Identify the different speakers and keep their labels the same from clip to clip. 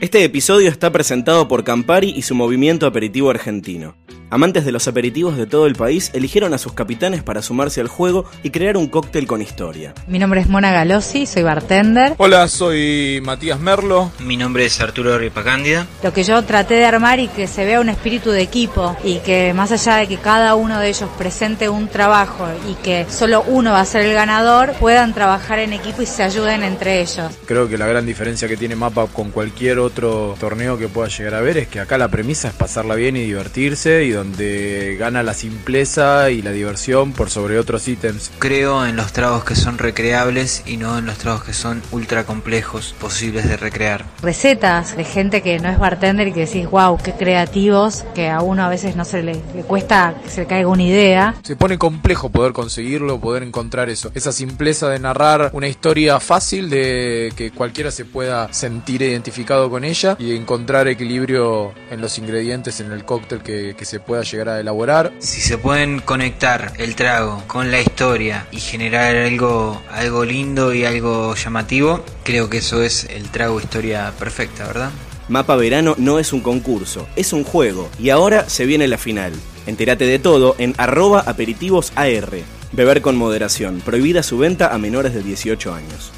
Speaker 1: Este episodio está presentado por Campari y su movimiento aperitivo argentino. Amantes de los aperitivos de todo el país eligieron a sus capitanes para sumarse al juego y crear un cóctel con historia.
Speaker 2: Mi nombre es Mona Galossi, soy bartender.
Speaker 3: Hola, soy Matías Merlo.
Speaker 4: Mi nombre es Arturo Ripacándida.
Speaker 2: Lo que yo traté de armar y que se vea un espíritu de equipo y que más allá de que cada uno de ellos presente un trabajo y que solo uno va a ser el ganador, puedan trabajar en equipo y se ayuden entre ellos.
Speaker 3: Creo que la gran diferencia que tiene Mapa con cualquier otro torneo que pueda llegar a ver es que acá la premisa es pasarla bien y divertirse y donde gana la simpleza y la diversión por sobre otros ítems.
Speaker 4: Creo en los tragos que son recreables y no en los tragos que son ultra complejos, posibles de recrear.
Speaker 2: Recetas de gente que no es bartender y que decís, wow, qué creativos, que a uno a veces no se le, le cuesta que se le caiga una idea.
Speaker 3: Se pone complejo poder conseguirlo, poder encontrar eso. Esa simpleza de narrar una historia fácil de que cualquiera se pueda sentir identificado con ella y encontrar equilibrio en los ingredientes en el cóctel que, que se pueda llegar a elaborar.
Speaker 4: Si se pueden conectar el trago con la historia y generar algo, algo lindo y algo llamativo, creo que eso es el trago historia perfecta, ¿verdad?
Speaker 1: Mapa Verano no es un concurso, es un juego y ahora se viene la final. Entérate de todo en arroba aperitivosAR. Beber con moderación, prohibida su venta a menores de 18 años.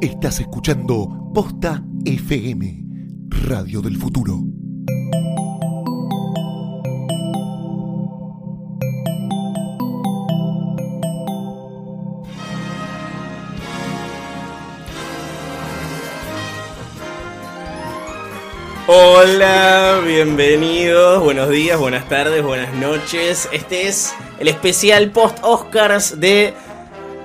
Speaker 5: Estás escuchando Posta FM, Radio del Futuro.
Speaker 1: Hola, bienvenidos, buenos días, buenas tardes, buenas noches. Este es el especial post Oscars de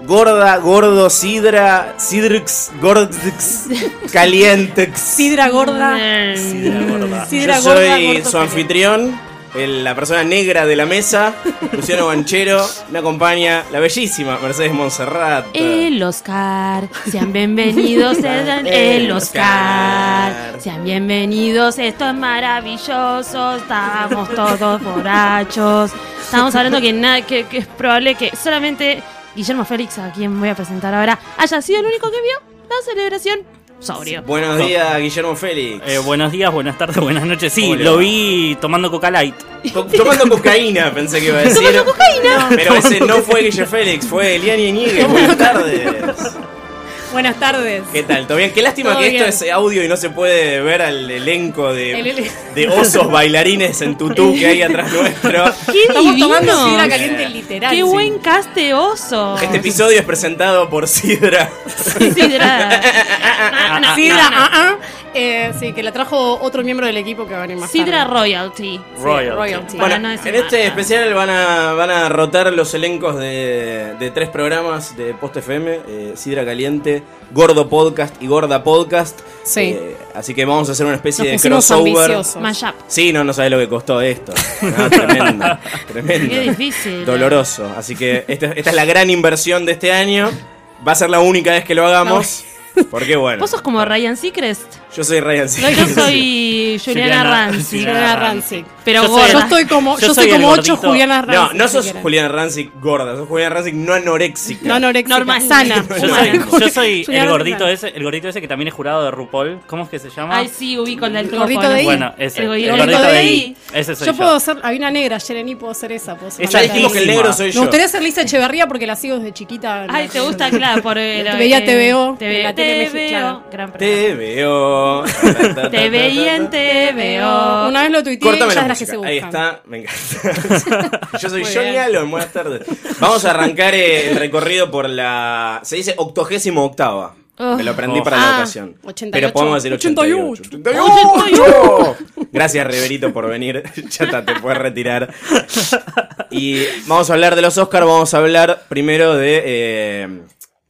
Speaker 1: Gorda, Gordo, Sidra, Sidrx, Gordx, Calientex.
Speaker 6: Sidra gorda.
Speaker 1: Sidra Gorda.
Speaker 6: Sidra
Speaker 1: Yo
Speaker 6: gorda,
Speaker 1: soy
Speaker 6: gordo
Speaker 1: su anfitrión, el- la persona negra de la mesa, Luciano Banchero. Me acompaña la bellísima Mercedes Monserrat.
Speaker 6: Eh,
Speaker 7: El Oscar, sean bienvenidos, sean el Oscar, sean bienvenidos, esto es maravilloso, estábamos todos borrachos, estábamos hablando que, nada, que, que es probable que solamente Guillermo Félix, a quien voy a presentar ahora, haya sido el único que vio la celebración sobrio.
Speaker 1: Buenos días, Guillermo Félix.
Speaker 8: Eh, buenos días, buenas tardes, buenas noches. Sí,
Speaker 1: Hola.
Speaker 8: lo vi tomando Coca Light.
Speaker 1: To- tomando cocaína, pensé que iba a decir.
Speaker 7: ¿Tomando cocaína?
Speaker 1: Pero ese no fue Guille Félix, fue Elian Iñiguez. Buenas tardes.
Speaker 6: Buenas tardes.
Speaker 1: ¿Qué tal? ¿Todo bien? Qué lástima
Speaker 6: Todo
Speaker 1: que
Speaker 6: bien.
Speaker 1: esto es audio y no se puede ver al elenco de,
Speaker 6: El ele-
Speaker 1: de osos bailarines en tutú que hay atrás nuestro.
Speaker 7: ¡Qué
Speaker 6: Estamos
Speaker 7: divino!
Speaker 6: tomando sidra caliente literal.
Speaker 7: ¡Qué
Speaker 6: Sí.
Speaker 7: buen caste oso!
Speaker 1: Este episodio es presentado por Sidra.
Speaker 7: Sidra. No, no, no,
Speaker 6: Sidra,
Speaker 7: no.
Speaker 6: ah, ah. Eh, sí, que la trajo otro miembro del equipo que va a venir más
Speaker 7: Sidra
Speaker 6: tarde.
Speaker 7: Royalty.
Speaker 6: Sí,
Speaker 8: Royalty.
Speaker 6: Royalty.
Speaker 7: Para
Speaker 1: Bueno,
Speaker 7: no decir
Speaker 1: en este
Speaker 7: nada.
Speaker 1: especial van a, van a rotar los elencos de, de tres programas de Post FM, eh, Sidra Caliente, Gordo Podcast y Gorda Podcast.
Speaker 6: Sí.
Speaker 1: Eh, así que vamos a hacer una especie
Speaker 6: Nos
Speaker 1: de
Speaker 6: pusimos
Speaker 1: crossover.
Speaker 6: ambiciosos.
Speaker 7: Mashup.
Speaker 1: Sí, no, no sabes lo que costó esto. No, tremendo, tremendo.
Speaker 7: Qué difícil.
Speaker 1: Doloroso. Así que esta, esta es la gran inversión de este año. Va a ser la única vez que lo hagamos. Porque bueno,
Speaker 7: Vos sos como Ryan Seacrest.
Speaker 1: yo soy Ryan Seacrest.
Speaker 7: Yo soy Juliana Ranzi.
Speaker 6: Juliana Rancic.
Speaker 7: Pero
Speaker 8: Yo soy
Speaker 7: gorda.
Speaker 6: Yo estoy como,
Speaker 8: Yo
Speaker 6: yo
Speaker 8: soy
Speaker 6: soy
Speaker 8: el
Speaker 6: como ocho
Speaker 8: gordito.
Speaker 6: Juliana
Speaker 1: No,
Speaker 6: Rancic.
Speaker 1: no
Speaker 6: si
Speaker 1: sos
Speaker 6: quieres.
Speaker 1: Juliana Rancic gorda, sos Juliana Rancic no anoréxica.
Speaker 6: No anorexica.
Speaker 7: Normal.
Speaker 6: Sana.
Speaker 7: Yo
Speaker 8: Yo soy, yo
Speaker 7: Bueno,
Speaker 6: Sana.
Speaker 8: soy el
Speaker 6: Juliana
Speaker 8: gordito
Speaker 6: Rancic.
Speaker 8: ese, el gordito ese que también es jurado de RuPaul. ¿Cómo es que se llama?
Speaker 7: Ay, sí, ubico el del
Speaker 6: El gordito
Speaker 7: copo, ¿no?
Speaker 6: de ahí.
Speaker 8: Bueno, ese.
Speaker 7: El
Speaker 8: El,
Speaker 7: gordito
Speaker 8: gordito
Speaker 6: de
Speaker 8: de
Speaker 6: ahí.
Speaker 8: ahí. Ese soy
Speaker 6: Yo
Speaker 8: yo.
Speaker 6: puedo ser, hay una negra, Jeremy, puedo ser esa, puedo ser
Speaker 8: Es
Speaker 1: Ya
Speaker 6: la
Speaker 1: dijimos que el negro soy
Speaker 6: Me
Speaker 1: yo.
Speaker 6: gustaría ser Lisa Echeverría porque la sigo desde chiquita.
Speaker 7: Ay,
Speaker 6: La-
Speaker 7: te gusta, claro, por el.
Speaker 6: Te veía
Speaker 7: eh,
Speaker 6: TVO,
Speaker 7: Te veo,
Speaker 6: la tele
Speaker 7: te
Speaker 6: mexicana.
Speaker 7: veo. Gran programa.
Speaker 1: Te veo.
Speaker 7: Te veía en TVO.
Speaker 6: Una vez lo tuiteé y
Speaker 1: Cortame
Speaker 6: ya
Speaker 1: la
Speaker 6: es la
Speaker 1: música.
Speaker 6: que se buscan.
Speaker 1: Ahí está, me encanta. Yo soy
Speaker 6: Muy
Speaker 1: Johnny
Speaker 6: bien.
Speaker 1: Allen, buenas tardes. Vamos a arrancar eh, el recorrido por la. Se dice octogésimo octava. Me lo aprendí
Speaker 8: Oh.
Speaker 1: para la
Speaker 7: Ah,
Speaker 1: ocasión.
Speaker 6: 88.
Speaker 1: Pero podemos decir 88.
Speaker 6: 88.
Speaker 1: 88. Gracias, Reverito, por venir. Chata, te puedes retirar. Y vamos a hablar de los Oscars. Vamos a hablar primero de eh,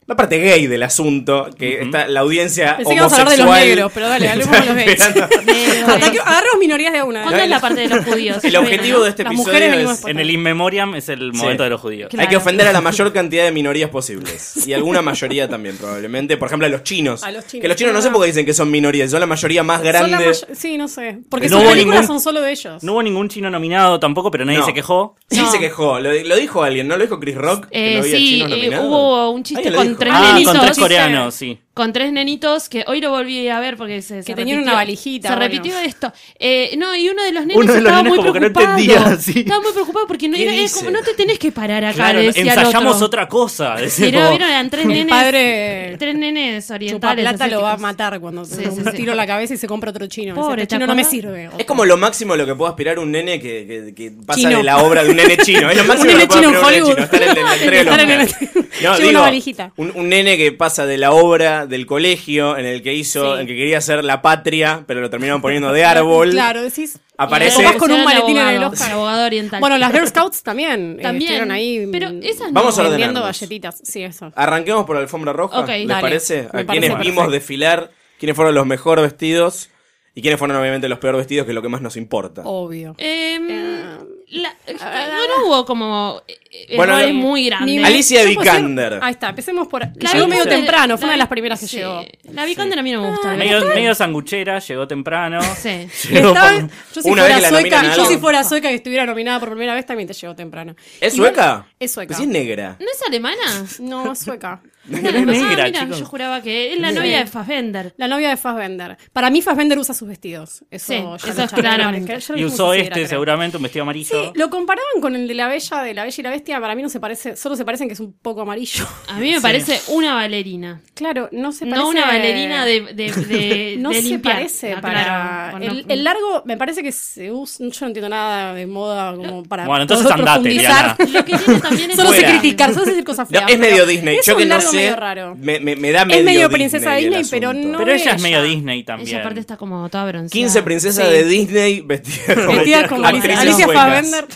Speaker 1: la parte gay del asunto, que está la audiencia
Speaker 6: Pensé que íbamos a
Speaker 1: homosexual.
Speaker 6: hablar de los negros, pero dale, hablemos de los gays.
Speaker 7: Negros.
Speaker 6: Ataque- Agarremos minorías de una.
Speaker 7: ¿Cuándo es la parte de los judíos?
Speaker 1: El objetivo de este
Speaker 6: Las
Speaker 1: episodio
Speaker 6: mujeres venimos
Speaker 1: es
Speaker 6: por-
Speaker 8: En el In Memoriam es el
Speaker 1: Sí.
Speaker 8: momento de los judíos.
Speaker 7: Claro.
Speaker 1: Hay que ofender a la mayor cantidad de minorías posibles. Y alguna mayoría también, probablemente. Por ejemplo, a los chinos.
Speaker 6: A los chinos,
Speaker 1: Que los chinos no sé
Speaker 6: ah.
Speaker 1: por qué dicen que son minorías, son la mayoría más
Speaker 6: Son la
Speaker 1: grande.
Speaker 6: mayo- Sí, no sé. Porque
Speaker 8: No
Speaker 6: sus
Speaker 8: hubo
Speaker 6: películas
Speaker 8: ningún-
Speaker 6: son solo de ellos.
Speaker 8: No hubo ningún chino nominado tampoco, pero nadie
Speaker 1: No.
Speaker 8: se quejó.
Speaker 1: Sí
Speaker 6: No.
Speaker 1: se quejó, lo, lo dijo alguien, ¿no lo dijo Chris Rock? que
Speaker 7: Eh,
Speaker 1: no había
Speaker 7: sí,
Speaker 1: chinos
Speaker 7: eh,
Speaker 1: nominados?
Speaker 7: hubo un chiste
Speaker 1: Alguien lo
Speaker 7: con
Speaker 1: dijo.
Speaker 7: tres
Speaker 8: Ah,
Speaker 7: nenitos.
Speaker 8: con tres
Speaker 7: Sí,
Speaker 8: coreanos, sí.
Speaker 7: con tres nenitos que hoy lo volví a ver porque se, se
Speaker 6: Que tenían
Speaker 7: repitió.
Speaker 6: una valijita,
Speaker 7: Se
Speaker 6: bueno.
Speaker 7: repitió esto. Eh, no, y uno de los nenes
Speaker 9: Uno de los
Speaker 7: estaba
Speaker 9: nenes
Speaker 7: muy
Speaker 9: como que no
Speaker 7: preocupado.
Speaker 9: entendía, sí.
Speaker 7: Estaba muy preocupado porque no,
Speaker 1: ¿Qué
Speaker 7: era- era
Speaker 1: dice?
Speaker 7: como, no te tenés que parar acá,
Speaker 8: Claro,
Speaker 7: le decía al
Speaker 8: ensayamos
Speaker 7: otro.
Speaker 8: otra cosa. decía
Speaker 7: Y no,
Speaker 8: como-
Speaker 7: vieron, eran tres
Speaker 6: Mi
Speaker 7: nenes,
Speaker 6: padre
Speaker 7: tres nenes orientales.
Speaker 6: Chupaplata
Speaker 7: asiáticos.
Speaker 6: lo va a matar cuando
Speaker 7: Sí,
Speaker 6: se
Speaker 7: sí, sí.
Speaker 6: tiro en la cabeza y se compra otro chino.
Speaker 7: Pobre,
Speaker 6: Pobre,
Speaker 7: ¿te
Speaker 6: chino no me
Speaker 7: acordás?
Speaker 6: sirve.
Speaker 1: Es como lo máximo a lo que puede aspirar un nene que, que- que pasa
Speaker 6: Chino.
Speaker 1: de la obra de un nene chino. Es lo máximo
Speaker 6: Un nene
Speaker 1: que puede
Speaker 6: chino en
Speaker 1: aspirar un
Speaker 6: Hollywood.
Speaker 1: nene chino. Estar en la entrega de los
Speaker 6: Estar en el-
Speaker 1: Oscars. No,
Speaker 6: Lleva una
Speaker 1: digo,
Speaker 6: valijita.
Speaker 1: un, un nene que pasa de la obra del colegio en el que hizo,
Speaker 7: Sí.
Speaker 1: en que quería ser la patria, pero lo terminaron poniendo de árbol.
Speaker 6: Claro, decís.
Speaker 1: Aparece-
Speaker 6: O vas con un maletín en el
Speaker 7: Abogado,
Speaker 6: Oscar.
Speaker 7: abogado oriental.
Speaker 6: Bueno, las Girl Scouts también. eh,
Speaker 7: También,
Speaker 6: Estuvieron ahí. mm,
Speaker 7: pero esas no.
Speaker 1: Vamos a
Speaker 6: vendiendo
Speaker 1: ordenarnos.
Speaker 6: galletitas. Sí, eso.
Speaker 1: Arranquemos por la alfombra roja,
Speaker 7: Ok,
Speaker 1: ¿les
Speaker 7: dale.
Speaker 1: parece?
Speaker 6: Me
Speaker 1: A
Speaker 6: parece
Speaker 1: quienes
Speaker 6: perfecto.
Speaker 1: vimos desfilar, quiénes fueron los mejor vestidos y quiénes fueron obviamente los peor vestidos, que es lo que más nos importa.
Speaker 6: Obvio.
Speaker 7: Em,
Speaker 6: Eh,
Speaker 7: la- este, no, no hubo como eh,
Speaker 1: Bueno,
Speaker 7: errores
Speaker 1: no-
Speaker 7: muy grandes.
Speaker 1: Ni- Alicia
Speaker 6: Yo puedo
Speaker 1: Vikander.
Speaker 6: decir- Ahí está, empecemos por. Que
Speaker 7: La
Speaker 6: llegó
Speaker 7: Vikander-
Speaker 6: medio temprano, fue
Speaker 7: la-
Speaker 6: una de las primeras que
Speaker 7: sí.
Speaker 6: llegó. Ah.
Speaker 7: La Vikander a mí no me gusta.
Speaker 8: medio, medio sanguchera, llegó temprano.
Speaker 7: Sí.
Speaker 1: Llegó
Speaker 6: Estaba-
Speaker 1: por-
Speaker 6: yo si
Speaker 1: una vez
Speaker 6: fuera
Speaker 1: que la
Speaker 6: sueca,
Speaker 1: nominan a
Speaker 6: yo si
Speaker 1: algo.
Speaker 6: fuera sueca que estuviera nominada por primera vez también te llegó temprano.
Speaker 1: ¿Es
Speaker 6: Igual-
Speaker 1: sueca?
Speaker 6: Es sueca.
Speaker 1: Pero si es negra.
Speaker 7: ¿No es alemana?
Speaker 6: No, es sueca.
Speaker 7: No,
Speaker 8: es negra,
Speaker 7: ah, mira,
Speaker 8: chicos.
Speaker 7: yo juraba que es la novia de Fassbender.
Speaker 6: La novia de Fassbender. Para mí Fassbender usa sus vestidos. Eso,
Speaker 7: Sí,
Speaker 6: ya lo
Speaker 7: eso es
Speaker 6: charlaron
Speaker 7: claramente.
Speaker 6: en el- yo lo
Speaker 8: Y
Speaker 6: dije
Speaker 8: usó
Speaker 6: como si
Speaker 8: este
Speaker 6: era, creo.
Speaker 8: seguramente, un vestido amarillo.
Speaker 6: Sí, lo comparaban con el de la Bella, de la Bella y la Bestia. Para mí no se parece, solo se parecen que es un poco amarillo.
Speaker 7: A mí me parece una bailarina.
Speaker 6: Claro, no se parece.
Speaker 7: No una bailarina de, de, de-
Speaker 6: No
Speaker 7: de
Speaker 6: se
Speaker 7: limpiar.
Speaker 6: parece
Speaker 7: Ah,
Speaker 6: para.
Speaker 7: claro. Bueno,
Speaker 6: el, el largo, me parece que se usa. Yo no entiendo nada de moda como para.
Speaker 8: Bueno, entonces
Speaker 6: poder
Speaker 8: andate,
Speaker 6: profundizar.
Speaker 7: Lo que tiene también es
Speaker 6: Solo sé
Speaker 1: Fuera.
Speaker 6: criticar, solo sé decir cosas
Speaker 1: No,
Speaker 6: feas.
Speaker 1: es
Speaker 6: pero
Speaker 1: medio Disney.
Speaker 6: Es
Speaker 1: Yo
Speaker 6: un
Speaker 1: que no
Speaker 6: largo
Speaker 1: sé.
Speaker 6: medio raro.
Speaker 1: Me, me- me da medio.
Speaker 6: medio
Speaker 1: Disney
Speaker 6: princesa
Speaker 1: el
Speaker 6: Disney, pero
Speaker 1: asunto.
Speaker 6: no-
Speaker 8: Pero ella es
Speaker 6: ella.
Speaker 8: medio Disney también.
Speaker 7: Ella aparte está como toda bronceada.
Speaker 1: 15 princesas de Disney vestidas como,
Speaker 6: Vestida como
Speaker 1: actrices
Speaker 6: Alicia
Speaker 1: suecas.
Speaker 6: Fassbender.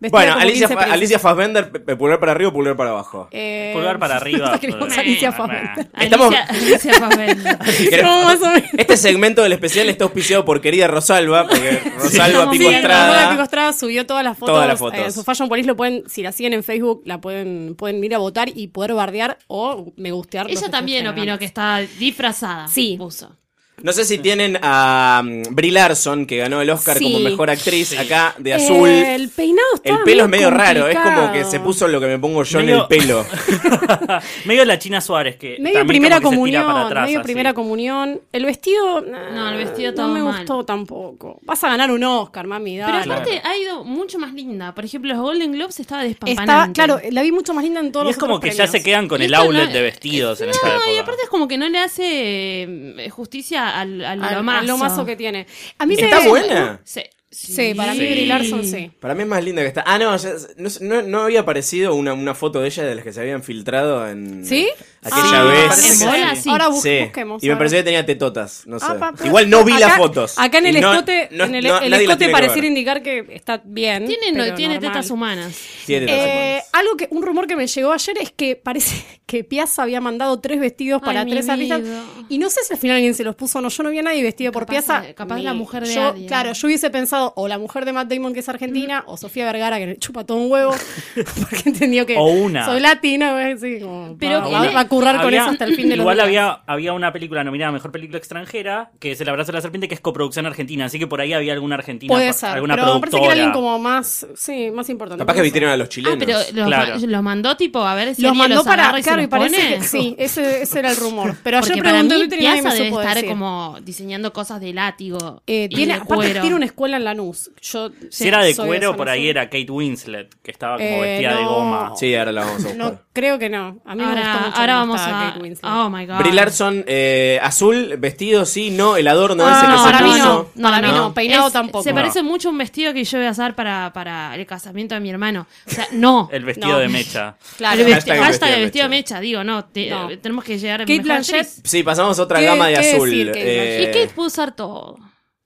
Speaker 6: vestida
Speaker 1: Bueno,
Speaker 6: como
Speaker 1: Alicia,
Speaker 6: 15
Speaker 1: Fa-
Speaker 6: princesas.
Speaker 1: Alicia Fassbender, pe- pe- pulgar para arriba o pulgar para abajo.
Speaker 6: Eh,
Speaker 8: Pulgar para arriba.
Speaker 6: queremos Alicia
Speaker 8: Nah,
Speaker 6: Fassbender.
Speaker 8: nah.
Speaker 1: Estamos-
Speaker 7: Alicia, Alicia Fassbender.
Speaker 1: Si querés-
Speaker 6: No, más o menos.
Speaker 1: Este segmento del especial está auspiciado por querida Rosalba, porque Rosalba
Speaker 7: Estamos
Speaker 1: Pico
Speaker 7: bien,
Speaker 6: Paola Pico
Speaker 1: Estrada.
Speaker 6: Estrada subió todas las fotos,
Speaker 1: Todas las fotos.
Speaker 6: eh, en su Fashion Police lo pueden, si la siguen en Facebook, la pueden, pueden ir a votar y poder bardear o me gustear.
Speaker 7: Ella también opinó que está disfrazada.
Speaker 6: Sí.
Speaker 7: Puso.
Speaker 1: No sé si tienen a um, Brie Larson, que ganó el Oscar
Speaker 6: Sí.
Speaker 1: como mejor actriz acá de
Speaker 6: Eh,
Speaker 1: azul.
Speaker 6: el peinado está
Speaker 1: El pelo es medio
Speaker 6: medio
Speaker 1: raro, es como que
Speaker 6: complicado.
Speaker 1: se puso lo que me pongo yo en
Speaker 8: Medio-
Speaker 1: el pelo.
Speaker 8: medio la China Suárez, que.
Speaker 6: Medio
Speaker 8: también
Speaker 6: primera
Speaker 8: como que se tira
Speaker 6: comunión,
Speaker 8: para atrás,
Speaker 6: medio
Speaker 8: así.
Speaker 6: primera comunión. El vestido. nah,
Speaker 7: No, el vestido todo
Speaker 6: No me
Speaker 7: mal.
Speaker 6: gustó tampoco. Vas a ganar un Oscar, mami.
Speaker 7: Pero
Speaker 6: Dale.
Speaker 7: aparte ha ido mucho más linda. Por ejemplo, los Golden Globes estaba
Speaker 6: Está,
Speaker 7: despampanante.
Speaker 6: claro, la vi mucho más linda en
Speaker 8: Y
Speaker 6: todos los
Speaker 8: es como
Speaker 6: otros
Speaker 8: que ya se
Speaker 6: premios.
Speaker 8: quedan con
Speaker 7: Y
Speaker 8: el
Speaker 7: esto
Speaker 8: outlet
Speaker 7: no-
Speaker 8: de vestidos en esta
Speaker 7: No,
Speaker 8: época.
Speaker 7: y aparte es como que no le hace eh, justicia al, al,
Speaker 6: Al- al
Speaker 7: lomazo.
Speaker 6: lomazo que tiene. A mí
Speaker 1: ¿Está
Speaker 6: se-
Speaker 1: buena?
Speaker 7: Sí, sí.
Speaker 6: Sí, para mí
Speaker 8: Sí.
Speaker 6: Brie Larson sí.
Speaker 1: Para mí es más linda que está. Ah, no, ya- no, sé, no- no había aparecido una, una foto de ella de las que se habían filtrado en
Speaker 6: ¿Sí?
Speaker 1: aquella
Speaker 7: Ah,
Speaker 1: vez.
Speaker 7: parece que En bola,
Speaker 8: sí.
Speaker 7: sí.
Speaker 6: Ahora bus-
Speaker 1: Sí.
Speaker 6: busquemos.
Speaker 1: Y me
Speaker 6: a ver.
Speaker 1: pareció que tenía tetotas, no sé.
Speaker 6: Ah, pa, pa.
Speaker 1: Igual no vi
Speaker 6: Acá-
Speaker 1: las fotos.
Speaker 6: Acá en el
Speaker 1: Y no-
Speaker 6: escote,
Speaker 1: no-
Speaker 6: en el, e-
Speaker 1: no- nadie
Speaker 6: el
Speaker 1: las
Speaker 6: escote
Speaker 1: tiene que
Speaker 6: pareciera
Speaker 1: ver.
Speaker 6: indicar que está bien.
Speaker 7: Tiene,
Speaker 6: pero
Speaker 7: tiene
Speaker 6: normal.
Speaker 7: tetas humanas.
Speaker 1: Tiene tetas
Speaker 6: Eh,
Speaker 1: humanas.
Speaker 6: algo que un rumor que me llegó ayer es que parece que Piazza había mandado tres vestidos
Speaker 7: Ay,
Speaker 6: para
Speaker 7: mi
Speaker 6: tres artistas
Speaker 7: vida.
Speaker 6: y no sé si al final alguien se los puso o no yo no vi a nadie vestido por
Speaker 7: Capaz-
Speaker 6: Piazza
Speaker 7: capaz
Speaker 6: Ni-
Speaker 7: la mujer de
Speaker 6: yo,
Speaker 7: Adi,
Speaker 6: claro
Speaker 7: ¿no?
Speaker 6: yo hubiese pensado o la mujer de Matt Damon que es argentina o Sofía Vergara que le chupa todo un huevo porque entendió que
Speaker 8: O una.
Speaker 6: soy latina güey, sí, como,
Speaker 7: Pero
Speaker 6: va,
Speaker 7: que
Speaker 6: va-
Speaker 7: le-
Speaker 6: va a currar con
Speaker 8: Ah, Había-
Speaker 6: eso hasta el fin de los
Speaker 8: Igual
Speaker 6: días.
Speaker 8: había, había una película nominada a Mejor Película Extranjera, que es El Abrazo de la Serpiente, que es coproducción argentina, así que por ahí había alguna argentina,
Speaker 6: Puede
Speaker 8: por-
Speaker 6: ser,
Speaker 8: alguna
Speaker 6: pero me parece
Speaker 8: productora.
Speaker 6: que era alguien como más, sí, más importante.
Speaker 1: Capaz que
Speaker 6: Por eso.
Speaker 1: vistieron a los chilenos.
Speaker 7: Ah, pero los,
Speaker 8: Claro.
Speaker 7: ma- los mandó tipo a ver si
Speaker 6: Los
Speaker 7: alguien
Speaker 6: mandó
Speaker 7: agarra
Speaker 6: para,
Speaker 7: y se
Speaker 6: claro, y
Speaker 7: los
Speaker 6: parece
Speaker 7: pone.
Speaker 6: que sí, ese, ese era el rumor. Pero
Speaker 7: Porque
Speaker 6: ayer
Speaker 7: para
Speaker 6: pregunté en
Speaker 7: mí
Speaker 6: Twitter y nadie me
Speaker 7: Piazza debe
Speaker 6: supo
Speaker 7: estar
Speaker 6: decir.
Speaker 7: como diseñando cosas de látigo
Speaker 6: Eh,
Speaker 7: y
Speaker 6: tiene,
Speaker 7: de
Speaker 6: aparte
Speaker 7: cuero.
Speaker 6: tiene una escuela en Lanús. Yo,
Speaker 8: Si era de
Speaker 6: soy
Speaker 8: cuero,
Speaker 6: esa
Speaker 8: por ahí
Speaker 6: nación.
Speaker 8: era Kate Winslet, que estaba como
Speaker 6: Eh,
Speaker 8: vestida de
Speaker 6: no.
Speaker 8: goma.
Speaker 1: Sí, ahora la vamos a buscar.
Speaker 6: No, creo que no. A mí me gustó
Speaker 7: Ahora,
Speaker 6: mucho
Speaker 7: ahora
Speaker 6: cómo
Speaker 7: vamos
Speaker 6: estaba
Speaker 7: a...
Speaker 6: Kate Winslet.
Speaker 7: Oh, my God.
Speaker 1: Brie Larson, eh, azul, vestido, sí, no, el adorno
Speaker 6: Ah,
Speaker 1: ese que
Speaker 6: no,
Speaker 1: se
Speaker 6: para mí
Speaker 1: puso.
Speaker 6: no. Para mí no, peinado tampoco.
Speaker 7: Se
Speaker 6: No.
Speaker 7: parece mucho a un vestido que yo voy a usar para, para el casamiento de mi hermano. O sea, no.
Speaker 8: El vestido
Speaker 6: No.
Speaker 8: de mecha.
Speaker 6: Claro.
Speaker 7: el
Speaker 1: vestido-
Speaker 7: vestido,
Speaker 1: Hashtag
Speaker 7: hashtag
Speaker 1: vestido
Speaker 7: el vestido
Speaker 1: mecha.
Speaker 7: mecha. digo, no, te-
Speaker 6: No.
Speaker 7: tenemos que llegar a
Speaker 6: Kate
Speaker 7: mejor
Speaker 6: Blanchett.
Speaker 7: actriz.
Speaker 1: Sí, pasamos a otra
Speaker 6: ¿Qué-
Speaker 1: gama de
Speaker 6: qué
Speaker 1: azul.
Speaker 6: decir, Kate
Speaker 1: eh,
Speaker 7: Y Kate pudo usar todo.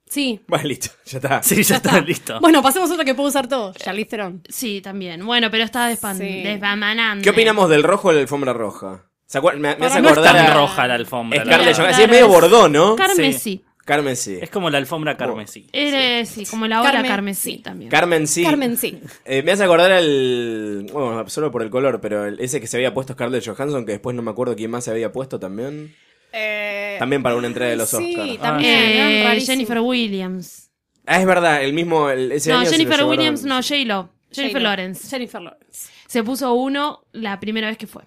Speaker 6: Sí.
Speaker 1: Bueno, listo, ya está.
Speaker 8: Sí, ya está, listo.
Speaker 6: Bueno, pasemos a otra que puedo usar todo. Charlize Theron.
Speaker 7: Sí, también. Eh, Bueno, pero estaba despan
Speaker 6: Sí.
Speaker 7: desbamanando.
Speaker 1: ¿Qué opinamos del rojo de la alfombra roja? ¿Se acuer- Me, me hace
Speaker 6: Ahora no es
Speaker 1: acordar
Speaker 8: Tan
Speaker 6: Para-
Speaker 1: a
Speaker 8: roja la alfombra. la
Speaker 1: Scarlett
Speaker 8: verdad.
Speaker 1: Johansson. Sí, es medio bordón, ¿no?
Speaker 7: Carmen
Speaker 8: Sí.
Speaker 7: sí.
Speaker 1: Carmen sí.
Speaker 8: Es como la alfombra carmesí.
Speaker 7: Era, Eh, sí, como la hora
Speaker 6: Carmen,
Speaker 7: Carmen
Speaker 6: sí.
Speaker 7: sí también.
Speaker 1: Carmen sí.
Speaker 6: Carmen, sí.
Speaker 1: Eh, me hace acordar al. Bueno, solo por el color, pero el- ese que se había puesto Scarlett Johansson, que después no me acuerdo quién más se había puesto también.
Speaker 6: Eh,
Speaker 1: También para una entrega de los
Speaker 6: Sí,
Speaker 1: Oscars.
Speaker 6: también. eran
Speaker 7: Eh,
Speaker 6: rarísimos.
Speaker 7: Jennifer Williams.
Speaker 1: Ah, es verdad, el mismo. el- ese
Speaker 7: No,
Speaker 1: año se lo
Speaker 7: Jennifer
Speaker 1: llevaron-
Speaker 7: Williams, no, J-Lo. Jennifer
Speaker 6: J-Lo.
Speaker 7: Lawrence.
Speaker 6: Jennifer Lawrence.
Speaker 7: Se puso uno la primera vez que fue.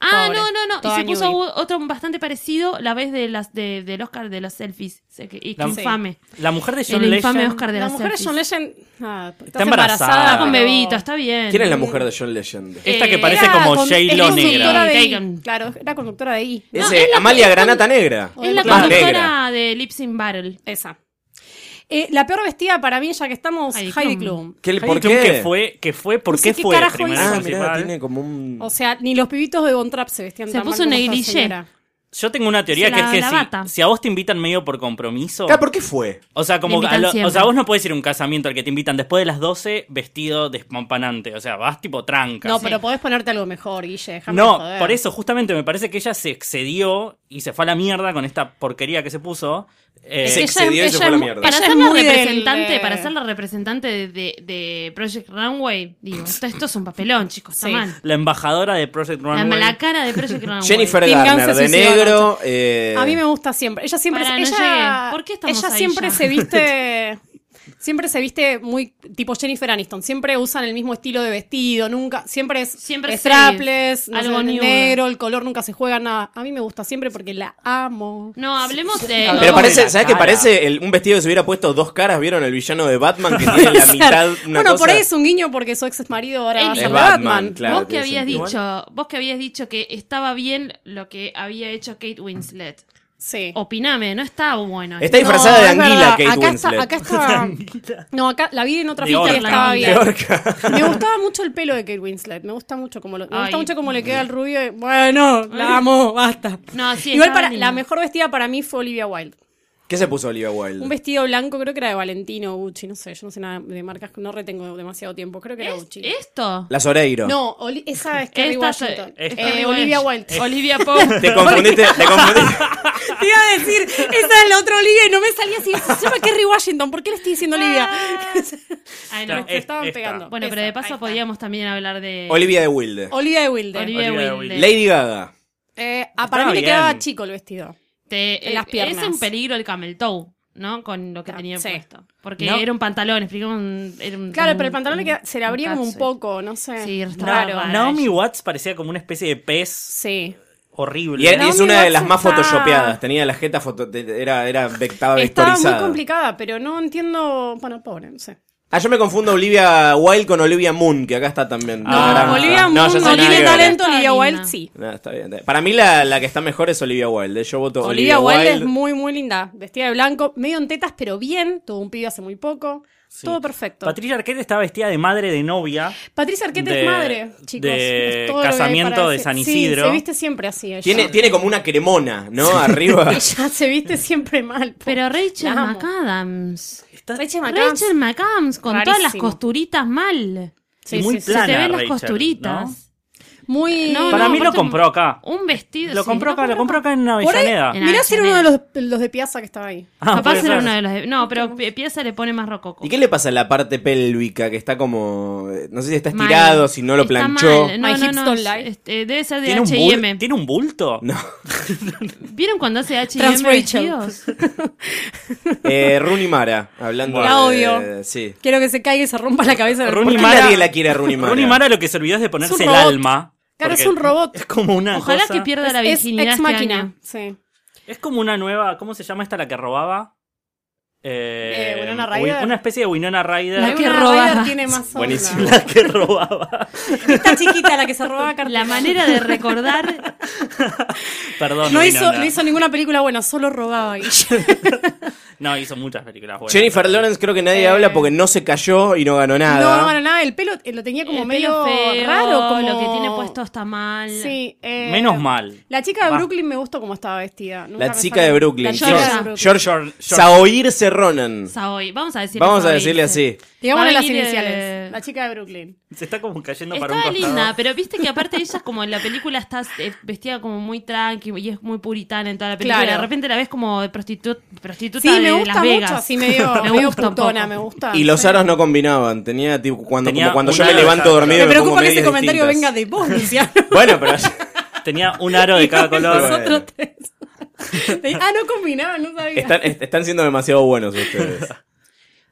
Speaker 7: Ah,
Speaker 6: Pobre.
Speaker 7: no, no, no.
Speaker 6: Toda
Speaker 7: y se puso
Speaker 6: newbie.
Speaker 7: u- otro bastante parecido la vez de las de, del Oscar de los selfies. O sea, que- y que
Speaker 8: La-
Speaker 7: infame.
Speaker 8: La mujer de John
Speaker 7: El infame
Speaker 8: Legend.
Speaker 7: Oscar de
Speaker 6: La
Speaker 7: las
Speaker 6: mujer de
Speaker 7: selfies.
Speaker 6: John Legend. ah,
Speaker 8: Está embarazada.
Speaker 7: Está con
Speaker 6: pero-
Speaker 7: bebito, está bien.
Speaker 1: ¿Quién es la mujer de John Legend?
Speaker 7: Eh,
Speaker 8: Esta que
Speaker 7: Era
Speaker 8: parece
Speaker 6: Era
Speaker 8: como
Speaker 6: con- es
Speaker 8: J-Lo
Speaker 6: conductora
Speaker 8: negra.
Speaker 6: de I.
Speaker 7: Taken.
Speaker 6: Claro, era conductora de I.
Speaker 1: Ese, Amalia Granata Negra.
Speaker 7: Es la
Speaker 1: Más
Speaker 7: conductora
Speaker 1: negra.
Speaker 7: de Lips in Battle.
Speaker 6: Esa. Eh, la peor vestida para mí, ya que estamos,
Speaker 7: Heidi
Speaker 6: Heidi,
Speaker 7: Klum.
Speaker 6: Klum.
Speaker 1: ¿Qué,
Speaker 8: Heidi
Speaker 1: ¿Por
Speaker 8: Klum,
Speaker 1: qué?
Speaker 8: que fue? que fue? ¿Por
Speaker 6: No
Speaker 8: qué
Speaker 6: sé qué
Speaker 8: fue?
Speaker 6: carajo
Speaker 8: primero
Speaker 6: hizo.
Speaker 1: Ah,
Speaker 8: y
Speaker 1: mirá,
Speaker 8: principal?
Speaker 1: tiene como un.
Speaker 6: O sea, ni los pibitos de Von Trapp se vestían
Speaker 7: Se
Speaker 6: tan
Speaker 7: puso
Speaker 6: mal como esta
Speaker 7: negligé.
Speaker 6: señora.
Speaker 8: Yo tengo una teoría
Speaker 7: Se
Speaker 8: que
Speaker 7: la-
Speaker 8: es que
Speaker 7: la
Speaker 8: si-
Speaker 7: bata.
Speaker 8: si, a vos te invitan medio por compromiso.
Speaker 1: Ah, ¿por qué fue?
Speaker 8: O sea, como
Speaker 7: Te
Speaker 8: a
Speaker 7: invitan
Speaker 8: lo- o
Speaker 7: siempre.
Speaker 8: sea, vos no podés ir a un casamiento al que te invitan después de las 12 vestido despampanante. O sea, vas tipo tranca.
Speaker 6: No,
Speaker 8: Sí.
Speaker 6: pero podés ponerte algo mejor, Guille. déjame
Speaker 8: No,
Speaker 6: joder.
Speaker 8: por eso, justamente me parece que ella se excedió y se fue a la mierda con esta porquería que se puso. Eh,
Speaker 1: Se
Speaker 6: ella-
Speaker 1: excedió y se
Speaker 6: ella
Speaker 1: fue a la
Speaker 6: es-
Speaker 1: mierda.
Speaker 7: Para
Speaker 6: Ella
Speaker 7: ser,
Speaker 6: es
Speaker 7: la
Speaker 6: muy del,
Speaker 7: representante,
Speaker 6: eh,
Speaker 7: para ser la representante de, de- de Project Runway, digo, esto, esto es un papelón, chicos, está
Speaker 6: Sí.
Speaker 7: mal.
Speaker 8: la embajadora de Project
Speaker 7: La,
Speaker 8: Runway.
Speaker 7: la cara de Project Runway.
Speaker 1: Jennifer
Speaker 6: Tim Gunn se
Speaker 1: Garner, de
Speaker 6: suicidó
Speaker 1: negro.
Speaker 6: anoche.
Speaker 1: eh,
Speaker 6: A mí me gusta siempre. Ella siempre,
Speaker 7: Pará, no
Speaker 6: ella,
Speaker 7: llegué. ¿Por qué estamos
Speaker 6: ella
Speaker 7: ahí
Speaker 6: siempre
Speaker 7: ya?
Speaker 6: se viste, siempre se viste muy tipo Jennifer Aniston. Siempre usan el mismo estilo de vestido, nunca, siempre es
Speaker 7: Siempre
Speaker 6: strapless,
Speaker 7: safe,
Speaker 6: no sé,
Speaker 7: algo
Speaker 6: el
Speaker 7: nude.
Speaker 6: negro, el color nunca se juega nada. A mí me gusta siempre porque la amo.
Speaker 7: No, hablemos
Speaker 6: Eh,
Speaker 7: de.
Speaker 1: Pero
Speaker 8: No,
Speaker 1: parece,
Speaker 8: de la
Speaker 1: ¿sabes qué
Speaker 8: cara.
Speaker 1: parece? El- un vestido que se hubiera puesto dos caras, ¿vieron? El villano de Batman que tiene la mitad una
Speaker 6: bueno,
Speaker 1: cosa.
Speaker 6: por ahí es un guiño porque su ex marido ahora va a
Speaker 7: Eli.
Speaker 6: ser
Speaker 1: Es
Speaker 6: Batman.
Speaker 1: Batman, claro.
Speaker 7: vos que
Speaker 1: tiene
Speaker 7: habías
Speaker 1: sentido.
Speaker 7: dicho, vos que habías dicho que estaba bien lo que había hecho Kate Winslet.
Speaker 6: Sí.
Speaker 7: Opiname, no estaba bueno.
Speaker 1: Está disfrazada
Speaker 6: No,
Speaker 1: de
Speaker 6: es
Speaker 1: anguila
Speaker 6: verdad.
Speaker 1: Kate
Speaker 6: acá
Speaker 1: Winslet.
Speaker 6: Está, acá está. No, acá la vi en otra
Speaker 8: De
Speaker 6: fiesta y
Speaker 8: orca.
Speaker 6: estaba
Speaker 7: De
Speaker 6: bien.
Speaker 1: Peor que-
Speaker 6: Me gustaba mucho el pelo de Kate Winslet. Me gusta mucho como lo, me gusta
Speaker 7: Ay.
Speaker 6: mucho cómo le queda el rubio. y- Bueno, la amo, basta.
Speaker 7: No, sí,
Speaker 6: Igual
Speaker 7: estaba
Speaker 6: para
Speaker 7: lindo.
Speaker 6: la mejor vestida para mí fue Olivia Wilde.
Speaker 1: ¿Qué se puso Olivia Wilde?
Speaker 6: Un vestido blanco, creo que era de Valentino Gucci, no sé, yo no sé nada de marcas, no retengo demasiado tiempo, creo que era
Speaker 7: ¿Es-
Speaker 6: Gucci.
Speaker 7: ¿Esto?
Speaker 1: La Soreiro.
Speaker 6: No, Oli- esa es Kerry
Speaker 7: Esta-
Speaker 6: Washington.
Speaker 7: esta-
Speaker 6: Eh,
Speaker 7: Kerry
Speaker 6: Olivia
Speaker 7: Washington.
Speaker 6: Wilde.
Speaker 7: Olivia Pope.
Speaker 1: Te confundiste, te confundiste.
Speaker 6: Te iba a decir, esa es la otra Olivia y no me salía así. Se llama Kerry Washington, ¿por qué le estoy diciendo Olivia?
Speaker 7: Ah. Ay, no.
Speaker 8: Claro,
Speaker 6: Se estaban
Speaker 8: esta.
Speaker 6: pegando.
Speaker 7: Bueno, pero
Speaker 6: Esa,
Speaker 7: de
Speaker 6: ahí
Speaker 7: paso
Speaker 6: está.
Speaker 7: podíamos también hablar de.
Speaker 1: Olivia de Wilde.
Speaker 6: Olivia de Wilde.
Speaker 7: Olivia
Speaker 8: Olivia
Speaker 7: Wilde.
Speaker 8: Wilde.
Speaker 1: Lady Gaga.
Speaker 6: Eh, ah, para mí le
Speaker 8: bien.
Speaker 6: quedaba chico el vestido.
Speaker 7: Te-
Speaker 6: En las
Speaker 7: eh,
Speaker 6: piernas. Ah,
Speaker 7: Es un peligro el camel toe, ¿no? Con lo que tenía
Speaker 6: Sí.
Speaker 7: puesto. Porque
Speaker 8: No.
Speaker 7: era un pantalón, explicamos. un- era un-
Speaker 6: Claro,
Speaker 7: un-
Speaker 6: pero el pantalón le queda- se le abría como un
Speaker 7: catsuit.
Speaker 6: poco, no sé.
Speaker 7: Sí, está
Speaker 6: raro.
Speaker 7: raro.
Speaker 8: Naomi Watts parecía como una especie de pez
Speaker 6: Sí.
Speaker 8: horrible.
Speaker 1: Y era- y es
Speaker 6: Naomi
Speaker 1: una de
Speaker 6: Watts
Speaker 1: las más
Speaker 6: está-
Speaker 1: photoshopeadas. Tenía la jeta foto... Era, era vectada
Speaker 6: Estaba muy
Speaker 1: vectorizada.
Speaker 6: complicada, pero no entiendo. Bueno, pobre, no sé.
Speaker 1: Ah, yo me confundo Olivia Wilde con Olivia Moon, que acá está también.
Speaker 8: No, Ah,
Speaker 1: Naranja.
Speaker 6: Olivia
Speaker 1: No, ya
Speaker 6: Moon
Speaker 1: sé,
Speaker 6: no
Speaker 1: nada que
Speaker 6: tiene
Speaker 1: ver.
Speaker 6: talento, Olivia
Speaker 7: Está
Speaker 6: Wilde
Speaker 7: linda.
Speaker 6: sí.
Speaker 1: No, está bien, está bien. Para mí la, la que está mejor es Olivia Wilde. Yo voto
Speaker 6: Olivia
Speaker 1: Olivia,
Speaker 6: Wilde es
Speaker 1: Wilde.
Speaker 6: muy, muy linda. Vestida de blanco, medio en tetas, pero bien. Tuvo un pibe hace muy poco. Todo perfecto.
Speaker 8: Patricia Arquette estaba vestida de madre de novia.
Speaker 6: Patricia Arquette
Speaker 8: de-
Speaker 6: es madre, chicos.
Speaker 8: de
Speaker 6: Es todo lo que hay para
Speaker 8: casamiento de
Speaker 6: decir.
Speaker 8: San
Speaker 6: Sí,
Speaker 8: Isidro.
Speaker 6: se viste siempre así. Ella.
Speaker 1: Tiene, tiene como una cremona, ¿no? Arriba.
Speaker 6: Ella se viste siempre mal. po.
Speaker 7: Pero Rachel
Speaker 6: La amo.
Speaker 7: McAdams.
Speaker 8: Está
Speaker 6: Rachel McAdams.
Speaker 7: Rachel McAdams, con todas las
Speaker 6: Rarísimo.
Speaker 7: costuritas mal.
Speaker 6: Sí,
Speaker 8: muy
Speaker 6: sí, sí.
Speaker 8: plana.
Speaker 7: Se te ven las
Speaker 8: Rachel,
Speaker 7: costuritas.
Speaker 6: Muy.
Speaker 7: No,
Speaker 8: Para
Speaker 7: no,
Speaker 8: mí lo
Speaker 7: aparte-
Speaker 8: compró acá.
Speaker 7: Un vestido.
Speaker 8: Lo
Speaker 7: sí,
Speaker 8: compró acá, lo compró acá en una
Speaker 6: Por ahí,
Speaker 8: Avellaneda.
Speaker 7: En
Speaker 6: mirá si era uno de los,
Speaker 7: Avellaneda.
Speaker 6: los de Piazza que estaba ahí.
Speaker 8: Ah,
Speaker 7: Capaz
Speaker 8: puede
Speaker 7: era
Speaker 8: ser.
Speaker 7: uno de los. de- No, pero Pi- Piazza le pone más rococo.
Speaker 1: ¿Y qué le pasa a la parte pélvica que está como. eh, No sé si está
Speaker 7: Mal.
Speaker 1: estirado, si no lo
Speaker 7: Está
Speaker 1: planchó?
Speaker 7: mal.
Speaker 6: My
Speaker 7: No, no,
Speaker 6: hips
Speaker 7: no.
Speaker 6: don't lie.
Speaker 7: este, debe ser de
Speaker 8: ¿Tiene un,
Speaker 7: H&M.
Speaker 8: bul- ¿Tiene un bulto?
Speaker 1: No.
Speaker 7: ¿Vieron cuando hace H&M
Speaker 6: Trans Rachel.
Speaker 7: vestidos?
Speaker 1: Eh, Rooney Mara, hablando
Speaker 6: La
Speaker 1: de-
Speaker 6: odio.
Speaker 1: sí.
Speaker 6: Quiero que se caiga y se rompa la cabeza del
Speaker 1: ¿Por
Speaker 8: Rooney
Speaker 1: qué
Speaker 8: Mara-
Speaker 1: nadie la quiere a Rooney Mara?
Speaker 8: Rooney Mara lo que se olvidó es de ponerse el
Speaker 6: robot.
Speaker 8: alma.
Speaker 6: Claro, es
Speaker 8: porque
Speaker 6: un robot.
Speaker 8: Es como una
Speaker 7: Ojalá
Speaker 8: cosa-
Speaker 7: que pierda la
Speaker 6: Es-
Speaker 7: virginidad
Speaker 6: Es ex
Speaker 7: este año.
Speaker 6: máquina. Sí.
Speaker 8: Es como una nueva, ¿cómo se llama esta la que robaba? Eh,
Speaker 6: Eh, Winona
Speaker 8: Wi-
Speaker 6: Ryder.
Speaker 8: Una especie de Winona Ryder.
Speaker 7: La
Speaker 6: Winona
Speaker 7: que
Speaker 6: Ryder
Speaker 7: roba.
Speaker 6: tiene más onda.
Speaker 1: Buenísimo.
Speaker 8: La que robaba.
Speaker 6: Esta chiquita, la que se robaba cartas.
Speaker 7: La manera de recordar.
Speaker 8: Perdón.
Speaker 6: No hizo,
Speaker 8: Winona.
Speaker 6: no hizo ninguna película buena, solo robaba. y-
Speaker 8: No, hizo muchas películas buenas.
Speaker 1: Jennifer Lawrence creo que nadie
Speaker 6: Eh.
Speaker 1: habla porque no se cayó y no ganó nada.
Speaker 6: No, no, ganó nada, el pelo eh, lo tenía como
Speaker 7: El
Speaker 6: medio
Speaker 7: pelo feo,
Speaker 6: raro. Como...
Speaker 7: Lo que tiene puesto está mal.
Speaker 6: Sí, eh,
Speaker 8: Menos mal.
Speaker 6: La chica de
Speaker 8: Va.
Speaker 6: Brooklyn me gustó cómo estaba vestida. Nunca
Speaker 1: La
Speaker 6: me
Speaker 1: chica
Speaker 6: salió.
Speaker 1: de Brooklyn.
Speaker 7: La
Speaker 1: George,
Speaker 7: chica
Speaker 1: George,
Speaker 7: de
Speaker 1: George,
Speaker 7: Brooklyn.
Speaker 8: George.
Speaker 1: Saoirse Ronan.
Speaker 7: Saoy. Vamos a decirle
Speaker 1: Vamos a
Speaker 7: Saoy,
Speaker 1: decirle
Speaker 7: sí.
Speaker 1: así.
Speaker 6: Digámosle
Speaker 7: Va a
Speaker 6: las
Speaker 7: venir,
Speaker 6: iniciales.
Speaker 7: eh,
Speaker 6: La chica de Brooklyn.
Speaker 8: Se está como cayendo para un
Speaker 7: Estaba
Speaker 8: costado.
Speaker 7: linda, pero viste que aparte ella como en la película está eh, vestida como muy tranqui y es muy puritana en toda la película.
Speaker 6: Claro.
Speaker 7: De repente la ves como de prostitu- prostituta
Speaker 6: Sí, me
Speaker 7: de
Speaker 6: gusta
Speaker 7: Las Vegas.
Speaker 6: mucho, así medio,
Speaker 7: Me
Speaker 6: medio
Speaker 7: gusta un
Speaker 6: putona,
Speaker 7: poco.
Speaker 6: me gusta.
Speaker 1: Y los
Speaker 6: Sí.
Speaker 1: aros no combinaban. Tenía tipo cuando,
Speaker 8: Tenía
Speaker 1: como cuando
Speaker 8: un
Speaker 1: yo me
Speaker 8: aro de
Speaker 1: levanto
Speaker 8: cada color.
Speaker 1: dormido.
Speaker 6: Me
Speaker 1: y me
Speaker 6: preocupa
Speaker 1: pongo
Speaker 6: que ese
Speaker 1: medias
Speaker 6: comentario
Speaker 1: distintas.
Speaker 6: venga de vos, Luciano.
Speaker 1: Bueno, pero
Speaker 8: Tenía un aro de cada color.
Speaker 1: Bueno.
Speaker 6: Nosotros tres. ah, no combinaban, no sabía.
Speaker 1: están, est- están siendo demasiado buenos ustedes.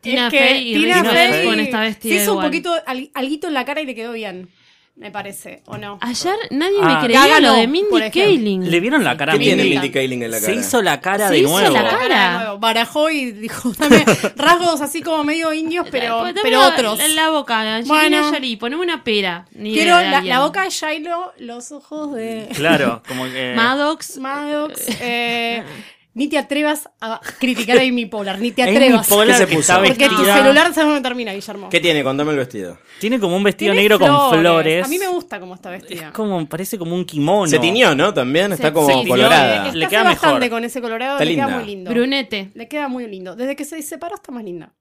Speaker 7: Tina
Speaker 6: Es que
Speaker 7: Fey y
Speaker 6: Tina
Speaker 7: Ricky
Speaker 6: Fey
Speaker 7: Nelson está vestida
Speaker 6: Se hizo un
Speaker 7: igual.
Speaker 6: poquito, al- alguito en la cara y le quedó bien, me parece, ¿o no?
Speaker 7: Ayer nadie
Speaker 8: Ah.
Speaker 7: me creía
Speaker 6: Gaga
Speaker 7: lo
Speaker 6: no,
Speaker 7: de
Speaker 6: por
Speaker 7: Mindy
Speaker 6: ejemplo.
Speaker 7: Kaling.
Speaker 8: ¿Le vieron la cara a
Speaker 1: ¿Qué tiene
Speaker 8: Mindy?
Speaker 1: Mindy Kaling en la cara?
Speaker 8: Se hizo la cara
Speaker 7: Se
Speaker 8: de
Speaker 7: hizo
Speaker 8: nuevo.
Speaker 7: la cara.
Speaker 6: de nuevo. Barajó y dijo, dame rasgos así como medio indios, pero,
Speaker 7: Pues dame
Speaker 6: pero
Speaker 7: la-
Speaker 6: otros.
Speaker 7: La, la boca de Angelina
Speaker 6: Bueno.
Speaker 7: Jolie, poneme una pera. Ni
Speaker 6: Quiero
Speaker 7: de
Speaker 6: la,
Speaker 7: alguien.
Speaker 6: la boca de Shiloh, los ojos de
Speaker 8: Claro, eh. como que.
Speaker 7: Maddox.
Speaker 6: Maddox. eh, ni te atrevas a criticar a Amy Polar, ni te
Speaker 8: Amy
Speaker 6: atrevas.
Speaker 8: Poehler
Speaker 1: ¿Qué se
Speaker 8: que
Speaker 1: puso?
Speaker 8: está
Speaker 6: Porque tu
Speaker 8: vestida-
Speaker 6: celular se me termina, Guillermo.
Speaker 1: ¿Qué tiene? Contame el vestido.
Speaker 8: Tiene como un vestido
Speaker 6: Tiene
Speaker 8: negro con flores.
Speaker 6: A mí me gusta cómo está vestida.
Speaker 8: Es como, parece como un kimono.
Speaker 1: Se tiñó, ¿no? También está
Speaker 7: Se-
Speaker 1: como
Speaker 7: se tiñó,
Speaker 1: colorada.
Speaker 8: eh,
Speaker 6: Está
Speaker 8: Le queda
Speaker 6: bastante
Speaker 8: mejor.
Speaker 6: con ese colorado,
Speaker 1: Está
Speaker 6: le
Speaker 1: linda.
Speaker 6: queda muy lindo.
Speaker 7: Brunete.
Speaker 6: Le queda muy lindo. Desde que se separó está más linda.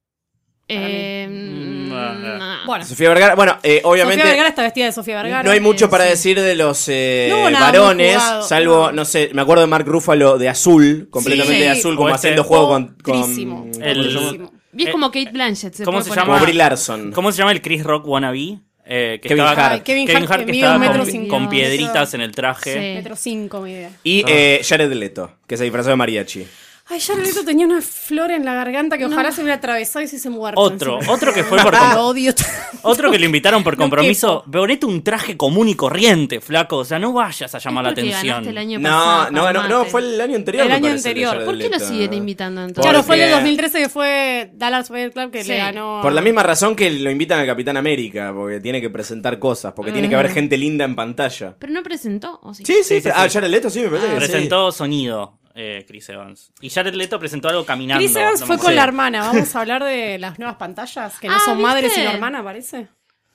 Speaker 6: Para mí.
Speaker 7: Eh,
Speaker 8: Mm,
Speaker 7: mm,
Speaker 8: ah,
Speaker 6: Bueno,
Speaker 1: Sofía Vergara. Bueno, eh, obviamente.
Speaker 6: Sofía Vergara está vestida de Sofía Vergara.
Speaker 1: No hay mucho para
Speaker 7: sí.
Speaker 1: decir de los eh,
Speaker 6: No hubo nada
Speaker 1: varones,
Speaker 6: muy jugado,
Speaker 1: salvo,
Speaker 6: no.
Speaker 1: no sé, me acuerdo de Mark Ruffalo de azul, completamente
Speaker 6: Sí.
Speaker 1: de azul,
Speaker 8: O
Speaker 1: como
Speaker 8: este-
Speaker 1: haciendo juego con, con-
Speaker 6: Potrísimo,
Speaker 1: ¿cómo
Speaker 8: el-
Speaker 1: se llama?
Speaker 6: potrísimo.
Speaker 7: Y es
Speaker 8: Eh,
Speaker 7: como Kate Blanchett. Se
Speaker 8: ¿cómo
Speaker 7: puede
Speaker 8: se
Speaker 7: poner.
Speaker 1: como
Speaker 8: llama?
Speaker 1: Brie Larson.
Speaker 8: ¿Cómo se llama el Chris Rock wannabe? Eh, que
Speaker 1: Kevin
Speaker 8: estaba,
Speaker 1: Hart.
Speaker 6: Kevin Hart,
Speaker 8: Hart,
Speaker 6: que
Speaker 8: que
Speaker 6: mide
Speaker 8: estaba
Speaker 6: un metro
Speaker 8: con,
Speaker 6: cincuenta.
Speaker 8: con piedritas en el traje.
Speaker 6: Metro cinco, mi idea.
Speaker 1: Y
Speaker 8: Ah.
Speaker 1: eh, Jared Leto, que se disfrazó de mariachi.
Speaker 6: Ay, ya Loreto tenía una flor en la garganta que ojalá se hubiera atravesado y se hizo muerto.
Speaker 8: Otro,
Speaker 6: encima.
Speaker 8: otro que fue por
Speaker 6: Lo
Speaker 8: com-
Speaker 6: odio.
Speaker 8: Otro que lo invitaron por compromiso. Veonete un traje común y corriente, flaco. O sea, no vayas a llamar la
Speaker 7: Porque ganaste el
Speaker 8: atención.
Speaker 7: año
Speaker 1: No,
Speaker 7: pasado,
Speaker 1: no, no, no,
Speaker 7: calmate.
Speaker 1: fue el año anterior.
Speaker 6: El
Speaker 1: me
Speaker 6: año
Speaker 1: parece, de
Speaker 6: anterior.
Speaker 1: Jared
Speaker 7: ¿Por qué lo
Speaker 1: Leto.
Speaker 7: siguen invitando entonces?
Speaker 6: Claro, fue en el
Speaker 1: Porque-
Speaker 6: 2013 que fue Dallas Fire Club que
Speaker 7: Sí.
Speaker 6: le ganó. a-
Speaker 1: Por la misma razón que lo invitan al Capitán América, porque tiene que presentar cosas, porque tiene
Speaker 6: Mm.
Speaker 1: que haber gente linda en pantalla.
Speaker 7: Pero no presentó, ¿o sí?
Speaker 1: Sí, sí,
Speaker 8: Sí, sí,
Speaker 1: ah,
Speaker 8: sí.
Speaker 1: Jared Leto sí me parece que sí.
Speaker 8: Presentó sonido, eh, Chris Evans. Y Jared Leto presentó algo caminando.
Speaker 6: Chris Evans
Speaker 8: no me
Speaker 6: fue con
Speaker 8: acuerdo.
Speaker 6: la hermana. Vamos a hablar de las nuevas pantallas que no
Speaker 7: Ah,
Speaker 6: son madre
Speaker 7: ¿viste?
Speaker 6: sino hermana, parece.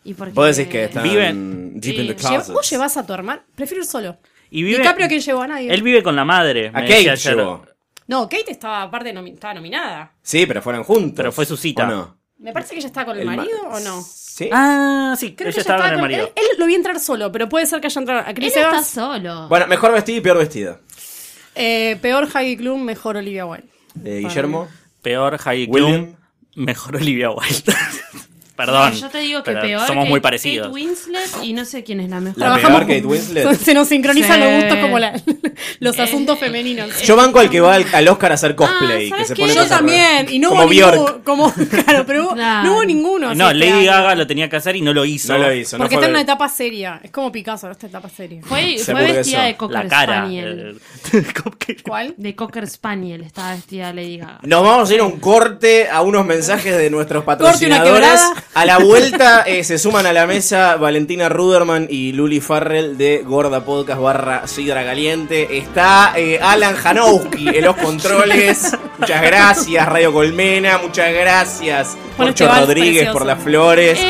Speaker 7: ¿Y por qué?
Speaker 1: Vos decís que están
Speaker 8: Viven-
Speaker 1: deep in the
Speaker 6: Lleva-
Speaker 1: closet.
Speaker 6: ¿Vos llevas a tu hermana? Prefiero ir solo.
Speaker 8: Y vive-
Speaker 6: DiCaprio que llevó a nadie.
Speaker 8: Él vive con la madre.
Speaker 1: A
Speaker 8: me
Speaker 1: Kate
Speaker 8: decía ayer.
Speaker 1: llevó.
Speaker 6: No, Kate estaba aparte nomi- estaba nominada.
Speaker 1: Sí, pero fueron juntos.
Speaker 8: Pero fue su cita.
Speaker 1: ¿O no?
Speaker 6: Me parece que ella estaba con el,
Speaker 1: ma-
Speaker 6: marido o no.
Speaker 1: Sí.
Speaker 8: Ah, sí,
Speaker 6: Creo
Speaker 8: ella
Speaker 6: que ella
Speaker 8: estaba con el
Speaker 6: él,
Speaker 8: marido.
Speaker 6: él lo vi entrar solo, pero puede ser que haya entrado a
Speaker 7: Él
Speaker 6: Chris
Speaker 7: está
Speaker 6: Evans.
Speaker 7: solo.
Speaker 1: Bueno, mejor vestido y peor vestido.
Speaker 6: eh, peor Heidi Klum, mejor Olivia Wilde.
Speaker 1: Eh, Guillermo.
Speaker 8: Peor Heidi
Speaker 1: William.
Speaker 8: Klum, mejor Olivia Wilde. Perdón.
Speaker 7: yo te digo que
Speaker 8: pero
Speaker 7: peor
Speaker 8: Somos
Speaker 7: que
Speaker 8: muy
Speaker 7: Kate
Speaker 8: parecidos.
Speaker 7: Winslet y no sé quién es la mejor.
Speaker 1: La peor
Speaker 6: Trabajamos
Speaker 1: Kate Winslet.
Speaker 6: Se nos sincronizan
Speaker 7: Sí.
Speaker 6: los gustos como la- los asuntos femeninos.
Speaker 1: Yo banco al que va al, al Oscar a hacer cosplay.
Speaker 7: Ah,
Speaker 1: que
Speaker 7: ¿sabes
Speaker 1: se
Speaker 7: qué?
Speaker 1: pone
Speaker 6: Yo
Speaker 1: cosas
Speaker 6: también,
Speaker 1: raras.
Speaker 6: y no
Speaker 1: Como
Speaker 6: hubo
Speaker 1: Bjork.
Speaker 6: ninguno. Como, claro, pero hubo-
Speaker 7: Claro.
Speaker 6: no hubo ninguno.
Speaker 8: No,
Speaker 6: así,
Speaker 8: Lady
Speaker 6: claro.
Speaker 8: Gaga lo tenía que hacer y no lo hizo.
Speaker 1: No lo hizo. no
Speaker 6: Porque
Speaker 1: fue
Speaker 6: está en una
Speaker 1: ver-
Speaker 6: etapa seria. Es como Picasso, ahora está en etapa seria.
Speaker 7: Fue,
Speaker 1: Se
Speaker 7: fue
Speaker 1: burguesó.
Speaker 7: vestida de Cocker
Speaker 8: La cara.
Speaker 7: Spaniel.
Speaker 8: eh, como que-
Speaker 6: ¿Cuál?
Speaker 7: De Cocker Spaniel estaba vestida Lady Gaga.
Speaker 1: Nos vamos a ir a un corte, a unos mensajes de nuestros
Speaker 6: Corte, una
Speaker 1: patrocinadores.
Speaker 6: quebrada.
Speaker 1: A la vuelta eh, se suman a la mesa Valentina Ruderman y Luli Farrell de Gorda Podcast barra Sidra Caliente. Está eh, Alan Janowski en los controles. Muchas gracias, Radio Colmena. Muchas gracias,
Speaker 6: Por este
Speaker 1: Porcho
Speaker 6: vals
Speaker 1: Rodríguez,
Speaker 6: precioso. Eh,
Speaker 1: por las flores.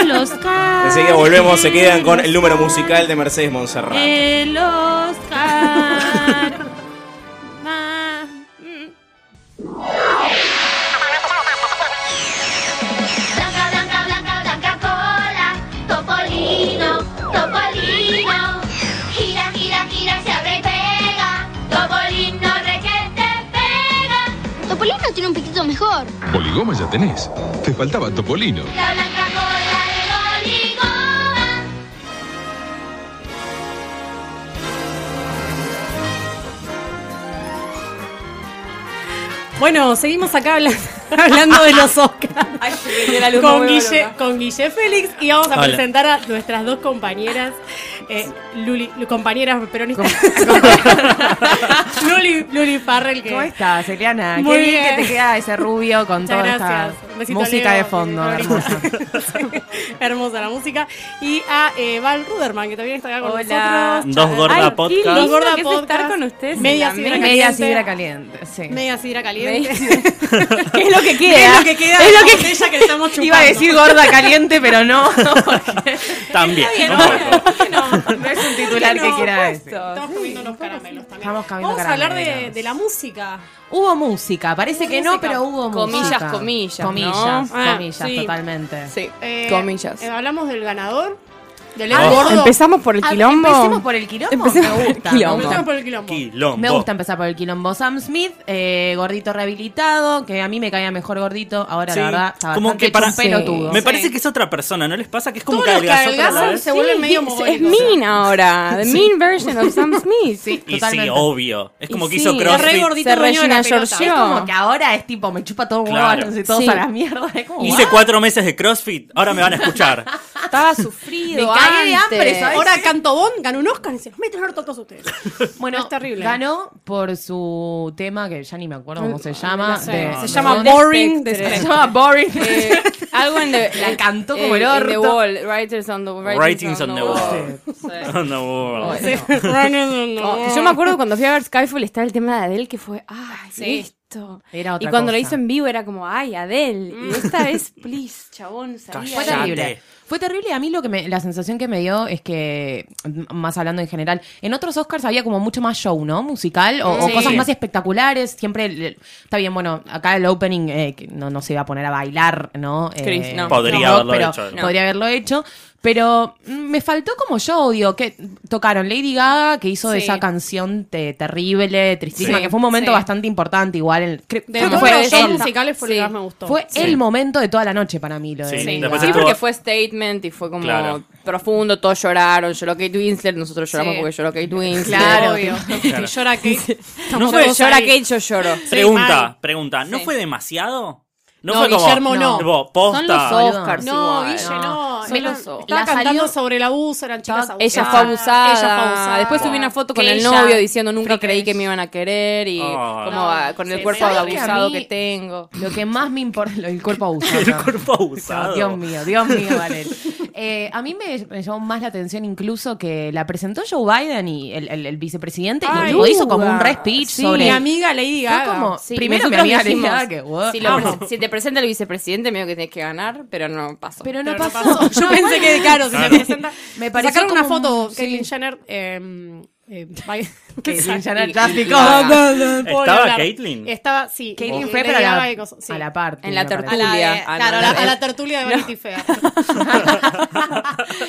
Speaker 7: El Oscar.
Speaker 1: Enseguida volvemos, se quedan con el número musical de Mercedes Monserrat.
Speaker 6: Eh.
Speaker 7: El Oscar. Ma- mm.
Speaker 9: Blanca, blanca, blanca, blanca cola, topolino, topolino. Gira, gira, gira, se abre y pega, topolino requete pega. Topolino tiene un piquito mejor.
Speaker 10: Poligoma ya tenés. Te faltaba Topolino.
Speaker 9: La blanca cola de Goligoma.
Speaker 6: Bueno, seguimos acá habla- hablando de los Oscars.
Speaker 11: Ay, se prendió la luz, me
Speaker 6: con,
Speaker 11: vuelvo
Speaker 6: Guille,
Speaker 11: loca.
Speaker 6: con Guille Félix y vamos a
Speaker 11: Hola.
Speaker 6: presentar a nuestras dos compañeras, eh, Luli, compañeras peronistas. Luli, Luli Farrell. Que
Speaker 11: ¿Cómo estás, Eliana?
Speaker 6: Muy
Speaker 11: Qué bien,
Speaker 6: bien.
Speaker 11: que te queda ese rubio con
Speaker 6: Muchas
Speaker 11: toda
Speaker 6: gracias.
Speaker 11: esta
Speaker 6: Un besito a
Speaker 11: música
Speaker 6: Leo,
Speaker 11: de fondo.
Speaker 6: que está
Speaker 11: hermosa.
Speaker 6: Hermosa la música. Y a eh, Val Ruderman, que también está acá con
Speaker 11: Hola.
Speaker 6: nosotros.
Speaker 8: Dos gorda
Speaker 11: Ay, qué
Speaker 8: podcast.
Speaker 11: lindo
Speaker 6: Dos gorda
Speaker 11: que es
Speaker 6: podcast.
Speaker 11: estar con ustedes.
Speaker 6: Media
Speaker 11: La
Speaker 6: sidra
Speaker 11: media
Speaker 6: caliente.
Speaker 11: sidra caliente, sí.
Speaker 6: Media sidra caliente.
Speaker 11: ¿Qué es lo que
Speaker 6: ¿Qué
Speaker 11: queda?
Speaker 6: es lo que queda?
Speaker 11: Es
Speaker 6: de
Speaker 11: lo
Speaker 6: la
Speaker 11: que
Speaker 6: botella que estamos chupando.
Speaker 11: Iba a decir gorda caliente, pero no.
Speaker 8: También.
Speaker 11: Está bien,
Speaker 8: ¿no?
Speaker 11: No es un titular que quiera decir.
Speaker 6: Estamos comiendo unos caramelos también.
Speaker 11: Estamos cambiando
Speaker 6: Vamos a hablar de,
Speaker 11: caramelos.
Speaker 6: de la música.
Speaker 11: Hubo música, parece
Speaker 6: Hubo
Speaker 11: que no,
Speaker 6: música.
Speaker 11: pero hubo
Speaker 6: Comillas,
Speaker 11: música.
Speaker 6: comillas, ¿no?
Speaker 11: Comillas,
Speaker 6: Ah,
Speaker 11: comillas,
Speaker 6: sí.
Speaker 11: totalmente.
Speaker 6: Sí, Eh,
Speaker 11: comillas.
Speaker 6: hablamos del ganador. Del
Speaker 11: Ah,
Speaker 6: ex gordo.
Speaker 11: ¿empezamos por el Ah, quilombo? empecemos por el quilombo,
Speaker 6: Empecemos
Speaker 11: me
Speaker 6: por el
Speaker 11: gusta.
Speaker 6: quilombo.
Speaker 11: Empecemos
Speaker 6: por el quilombo.
Speaker 11: Me gusta empezar por el quilombo. Sam Smith, eh, gordito rehabilitado, que a mí me caía mejor gordito. Ahora,
Speaker 8: Sí.
Speaker 11: la verdad, está
Speaker 8: como
Speaker 11: bastante
Speaker 8: que para
Speaker 11: chumpelotudo.
Speaker 8: me parece que es otra persona no les pasa que es como
Speaker 11: Todo
Speaker 8: que
Speaker 11: lo que
Speaker 8: adelgazó otra
Speaker 11: adelgazan
Speaker 8: vez?
Speaker 11: se vuelve Sí, medio es- mogólico.
Speaker 12: Es mean ahora. The
Speaker 11: Sí.
Speaker 12: mean version of Sam Smith. Sí,
Speaker 8: y sí obvio es como que hizo crossfit
Speaker 12: Se Regina George.
Speaker 11: Es como que ahora es tipo, me chupa todo un huevo,
Speaker 8: Claro.
Speaker 11: no sé, todos
Speaker 12: Sí.
Speaker 11: a la mierda. Es como,
Speaker 8: hice cuatro meses de crossfit ahora me van a escuchar
Speaker 12: Estaba sufrido.
Speaker 6: Me cagué de
Speaker 11: antes.
Speaker 6: hambre, ¿sabes? Ahora Canto Bond ganó un Oscar y se los meten harto a todos ustedes.
Speaker 11: Bueno,
Speaker 6: es terrible.
Speaker 11: Ganó por su tema que ya ni me acuerdo cómo se llama.
Speaker 6: no sé.
Speaker 11: de-
Speaker 6: Se
Speaker 11: de-
Speaker 6: llama
Speaker 11: de-
Speaker 6: Boring
Speaker 11: de-
Speaker 6: de-
Speaker 11: Se llama Boring.
Speaker 12: Eh, algo en the,
Speaker 11: La cantó como el
Speaker 12: eh, in the
Speaker 11: orto.
Speaker 12: wall. Writers on the writings
Speaker 8: writings
Speaker 12: on
Speaker 8: on
Speaker 12: the Oh,
Speaker 8: the wall on the wall
Speaker 12: Sí. Oh, yo me acuerdo cuando fui a ver Skyfall estaba el tema de Adele que fue, ay,
Speaker 11: sí.
Speaker 12: esto.
Speaker 11: Era
Speaker 12: y
Speaker 11: otra
Speaker 12: cuando lo
Speaker 11: cosa. Mm.
Speaker 12: hizo en vivo era como, ay, Adele. Y esta vez, please, chabón, sabía.
Speaker 11: Fue terrible. Fue terrible y a mí lo que me- la sensación que me dio es que, m- más hablando en general, en otros Oscars había como mucho más show, ¿no? Musical o, o
Speaker 12: Sí.
Speaker 11: cosas más espectaculares. Siempre, el- el- está bien, bueno, acá el opening eh, que no, no se iba a poner a bailar, ¿no? Eh,
Speaker 12: Chris, no.
Speaker 8: Podría
Speaker 11: rock,
Speaker 8: haberlo
Speaker 11: pero
Speaker 8: hecho, ¿no?
Speaker 11: Podría haberlo hecho. Pero mm, me faltó como show, digo, que tocaron Lady Gaga, que hizo de
Speaker 12: Sí.
Speaker 11: esa canción te- terrible, tristísima,
Speaker 12: Sí,
Speaker 11: que fue un momento
Speaker 12: sí.
Speaker 11: bastante importante, igual. el- cre-
Speaker 6: De
Speaker 11: creo que
Speaker 6: los
Speaker 11: fue
Speaker 6: shows
Speaker 11: el-
Speaker 6: musicales fue lo que más me gustó.
Speaker 11: Fue
Speaker 6: Sí.
Speaker 11: el momento de toda la noche para mí, lo de
Speaker 8: Sí, después
Speaker 11: Lady Gaga.
Speaker 12: Sí,
Speaker 8: Pues estuvo-
Speaker 12: porque fue statement y fue como
Speaker 8: Claro.
Speaker 12: profundo, todos lloraron, lloró Kate Winslet, nosotros lloramos
Speaker 6: Sí.
Speaker 12: porque lloró Kate Winslet.
Speaker 6: Claro, obvio.
Speaker 8: Claro.
Speaker 6: Si llora Kate.
Speaker 12: No
Speaker 6: estamos
Speaker 12: fue
Speaker 6: todos
Speaker 12: llora
Speaker 6: ahí.
Speaker 12: Kate, yo lloro.
Speaker 8: pregunta
Speaker 6: mal.
Speaker 8: pregunta no fue demasiado
Speaker 6: No,
Speaker 8: fue como-
Speaker 6: Guillermo, no.
Speaker 8: tipo,
Speaker 12: Son los
Speaker 8: posta
Speaker 12: Oscars
Speaker 6: No,
Speaker 12: igual.
Speaker 6: Guille, no.
Speaker 12: son
Speaker 6: Me la-
Speaker 12: los Oscars.
Speaker 6: Estaba
Speaker 12: La
Speaker 6: cantando
Speaker 12: salió-
Speaker 6: sobre el abuso, eran chicas abusadas.
Speaker 12: Ella fue abusada.
Speaker 6: Ella fue abusada.
Speaker 12: Después subí una foto con
Speaker 6: Que
Speaker 12: el
Speaker 6: ella-
Speaker 12: novio diciendo nunca creí que me iban a querer y
Speaker 8: Oh.
Speaker 12: como
Speaker 8: No,
Speaker 12: ah, con el
Speaker 6: sí,
Speaker 12: cuerpo
Speaker 11: ¿sabes que a
Speaker 12: abusado
Speaker 11: mí-
Speaker 12: que tengo.
Speaker 11: Lo que más me importa, lo del cuerpo abusado.
Speaker 8: el cuerpo
Speaker 11: No,
Speaker 8: abusado
Speaker 11: Dios mío, Dios mío, Valer. Eh, a mí me, me llamó más la atención incluso que la presentó Joe Biden y el, el- el vicepresidente
Speaker 6: Ay,
Speaker 11: y lo hizo como un
Speaker 12: duda.
Speaker 11: re speech
Speaker 12: Sí.
Speaker 11: sobre...
Speaker 6: Mi amiga Lady
Speaker 11: Fue
Speaker 6: Gaga.
Speaker 11: como-
Speaker 12: Sí,
Speaker 11: Primero mi
Speaker 12: nosotros
Speaker 11: amiga Lady
Speaker 12: dijimos,
Speaker 11: Gaga, que, wow.
Speaker 12: si, lo-
Speaker 11: Amo.
Speaker 12: si te presenta el vicepresidente, medio que tienes que ganar, pero no pasó.
Speaker 11: Pero no
Speaker 6: Pero no
Speaker 11: pasó.
Speaker 6: pasó. Yo pensé que, claro, si se
Speaker 8: Claro.
Speaker 6: presenta.
Speaker 11: Me pareció
Speaker 6: Sacaron una
Speaker 11: como un-
Speaker 6: foto,
Speaker 11: sí.
Speaker 6: Caitlyn Jenner. eh, eh, Biden-
Speaker 11: Caitlyn Jenner
Speaker 6: Y-
Speaker 11: ya
Speaker 6: y-
Speaker 11: picó.
Speaker 6: No, no, no, puedo
Speaker 8: ¿Estaba
Speaker 6: hablar.
Speaker 8: Caitlyn?
Speaker 6: Estaba, sí.
Speaker 11: Caitlyn
Speaker 6: eh,
Speaker 11: fue,
Speaker 6: Lady
Speaker 11: pero a la-
Speaker 6: Gaga y cosas, sí.
Speaker 11: a la parte.
Speaker 12: En la
Speaker 11: me parece.
Speaker 6: A la de-
Speaker 12: Julia. Ah, no,
Speaker 6: claro, a la,
Speaker 12: no,
Speaker 6: a la
Speaker 12: es-
Speaker 6: tertulia de Vanity Fair.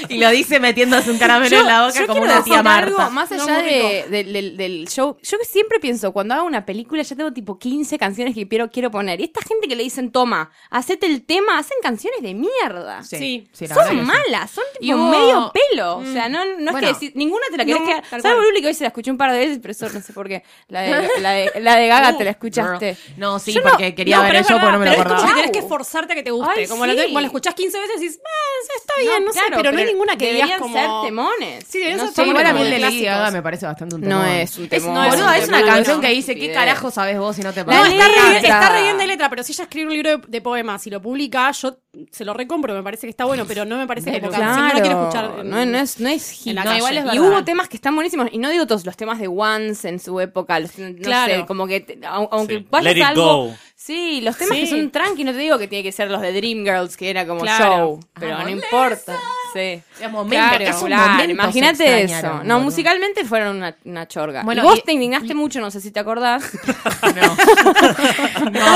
Speaker 11: y lo dice metiéndose un caramelo en la boca como
Speaker 12: quiero
Speaker 11: una tía
Speaker 12: decir
Speaker 11: Marta.
Speaker 12: algo más
Speaker 6: No,
Speaker 12: allá
Speaker 6: muy
Speaker 12: de- del- del, del show, yo que siempre pienso, cuando hago una película ya tengo tipo 15 canciones que quiero, quiero poner. Y esta gente que le dicen, toma, hacete el tema, hacen canciones de mierda.
Speaker 6: Sí.
Speaker 11: la verdad
Speaker 12: Son
Speaker 11: que sí.
Speaker 12: malas, son
Speaker 11: Y
Speaker 12: tipo
Speaker 11: hubo-
Speaker 12: medio pelo. O sea, no, no es
Speaker 11: Bueno.
Speaker 12: que decir, ninguna te la querés
Speaker 6: No,
Speaker 12: quedar.
Speaker 6: tal
Speaker 12: Salvo
Speaker 6: cual.
Speaker 12: Luli, que hoy se la escuché un par de veces, pero eso no sé por qué. La de, la de, la de Gaga
Speaker 11: No,
Speaker 12: te la escuchaste.
Speaker 11: Uh, girl. No, sí,
Speaker 12: Yo no-
Speaker 11: porque quería
Speaker 12: no,
Speaker 11: ver
Speaker 12: pero
Speaker 11: el
Speaker 12: es
Speaker 11: show porque no me lo
Speaker 6: Pero es como
Speaker 11: acordaba.
Speaker 6: que tenés que forzarte a que te guste.
Speaker 12: Ay,
Speaker 6: como, la,
Speaker 12: sí.
Speaker 6: como la escuchás 15 veces y dices, "Ah, está bien, no, sé,
Speaker 12: claro,
Speaker 6: pero, no hay ninguna que digas
Speaker 12: deberían
Speaker 6: como...
Speaker 12: ser temones.
Speaker 6: Sí, deberían
Speaker 12: No
Speaker 6: ser
Speaker 12: sé,
Speaker 11: Sí, igual a mí el de
Speaker 12: temones.
Speaker 11: Lady
Speaker 6: clásicos.
Speaker 11: Gaga me parece bastante un
Speaker 12: No
Speaker 11: temón.
Speaker 12: es un temón.
Speaker 11: no,
Speaker 12: Boluda,
Speaker 11: es, una
Speaker 6: temón,
Speaker 11: canción
Speaker 6: no.
Speaker 11: que dice, ¿qué
Speaker 12: Estupidez.
Speaker 11: carajo sabes vos si no te
Speaker 6: No,
Speaker 11: parece?
Speaker 6: está, re, bien-
Speaker 12: encanta.
Speaker 6: está re bien de letra, pero si ella escribe un libro de, de poemas y lo publica, yo se lo recompro, me parece que está bueno, pero no me parece que
Speaker 12: Pero
Speaker 6: como canción, no la quiero escuchar. en-
Speaker 12: No, no es, no es hit.
Speaker 6: en la
Speaker 12: No,
Speaker 6: calle.
Speaker 12: igual
Speaker 6: Y
Speaker 12: es verdad. y
Speaker 6: hubo
Speaker 12: hubo temas que están buenísimos. Y no digo todos los temas de Once en su época. los- no
Speaker 6: Claro.
Speaker 12: sé, como que. te- au- aunque
Speaker 8: Sí.
Speaker 12: vayas
Speaker 8: Let it
Speaker 12: a algo.
Speaker 8: go.
Speaker 12: Sí, los temas
Speaker 6: Sí.
Speaker 12: que son tranqui. No te digo que tiene que ser los de Dreamgirls, que era como
Speaker 6: Claro. Ah,
Speaker 12: show. Pero no importa. Sí.
Speaker 11: Es momento, es un momento, se
Speaker 12: Imagínate eso.
Speaker 11: extrañaron,
Speaker 12: No,
Speaker 11: boludo.
Speaker 12: musicalmente fueron una, una chorga.
Speaker 11: Bueno,
Speaker 12: y vos
Speaker 11: y-
Speaker 12: te indignaste mucho, no sé si te acordás.
Speaker 6: Estamos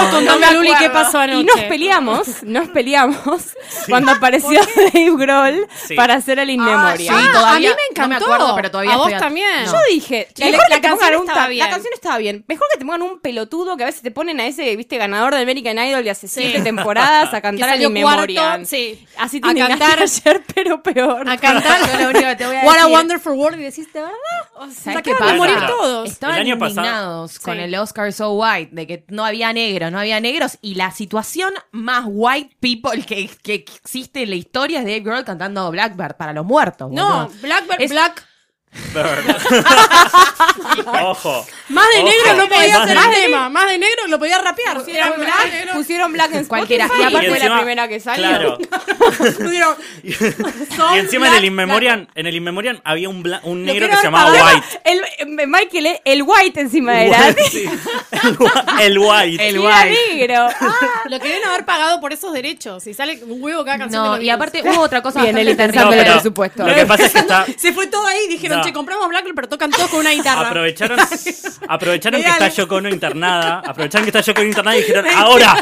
Speaker 6: contando a Luli qué pasó anoche.
Speaker 12: Y nos peleamos, nos peleamos cuando apareció Dave Grohl
Speaker 8: Sí.
Speaker 12: para hacer el In Memory.
Speaker 11: sí, todavía-
Speaker 6: Ah, a mí me
Speaker 11: no me
Speaker 6: encantó.
Speaker 11: acuerdo, pero todavía
Speaker 6: A vos
Speaker 11: estoy a-
Speaker 6: también.
Speaker 11: no.
Speaker 12: Yo dije,
Speaker 6: Y
Speaker 12: mejor
Speaker 6: la-
Speaker 12: que
Speaker 6: la
Speaker 12: te
Speaker 6: canción
Speaker 12: pongan un
Speaker 6: estaba
Speaker 12: ta-
Speaker 6: bien.
Speaker 12: La canción estaba bien. Mejor que te pongan un pelotudo que a veces te ponen a ese, viste, este ganador de American Idol de hace siete temporadas a cantar
Speaker 6: Que
Speaker 12: al
Speaker 6: salió
Speaker 12: Inmemorial.
Speaker 6: cuarto, sí.
Speaker 12: Así
Speaker 6: a
Speaker 12: tiene
Speaker 6: cantar
Speaker 12: ayer, pero peor.
Speaker 6: A cantar.
Speaker 12: Yo lo único que te voy a
Speaker 6: What a
Speaker 12: decir.
Speaker 6: Wonderful World. Y decís, ¿de verdad? O sea,
Speaker 11: ¿Sabes
Speaker 6: qué
Speaker 11: qué pasa?
Speaker 6: a morir todos.
Speaker 11: Estaban
Speaker 8: El año pasado-
Speaker 11: indignados con
Speaker 6: Sí.
Speaker 11: el Oscar So White, de que no había negros, no había negros, y la situación más white people que, que existe en la historia es Dave Grohl cantando Blackbird para los muertos.
Speaker 6: No,
Speaker 11: boludo.
Speaker 6: Blackbird
Speaker 11: Es-
Speaker 6: Black.
Speaker 8: Ojo.
Speaker 6: Más de
Speaker 8: Ojo.
Speaker 6: negro no podía
Speaker 8: Más
Speaker 6: hacer
Speaker 8: de-
Speaker 6: el tema. Más de negro lo podía rapear.
Speaker 12: Pusieron black, pusieron black en
Speaker 11: Cualquiera.
Speaker 12: cualquiera. Y
Speaker 8: Y
Speaker 12: aparte fue
Speaker 8: encima-
Speaker 12: la primera que salió.
Speaker 8: Claro.
Speaker 6: Pusieron-
Speaker 8: Y encima en el Inmemorian, en el Inmemorian había un, bla- un negro que se llamaba White.
Speaker 12: El, eh, Michael, eh, el White encima era.
Speaker 8: White, sí. El Whi- El White.
Speaker 12: Y era negro. Ah,
Speaker 6: Lo que deben haber pagado por esos derechos. Y sale un huevo cada canción. de
Speaker 11: No,
Speaker 6: los
Speaker 11: y
Speaker 6: Beatles.
Speaker 11: aparte hubo otra cosa
Speaker 12: Bien,
Speaker 11: bastante
Speaker 12: Eli, pensando
Speaker 8: No,
Speaker 12: en el
Speaker 8: pero
Speaker 12: presupuesto.
Speaker 8: Lo que pasa es que está,
Speaker 6: Se fue todo ahí. Dijeron,
Speaker 8: No.
Speaker 6: che, compramos Blackbird, pero tocan todos con una guitarra.
Speaker 8: aprovecharon, aprovecharon que
Speaker 6: Legal.
Speaker 8: está Yoko Ono internada. Aprovecharon que está Yoko Ono internada y dijeron, ahora.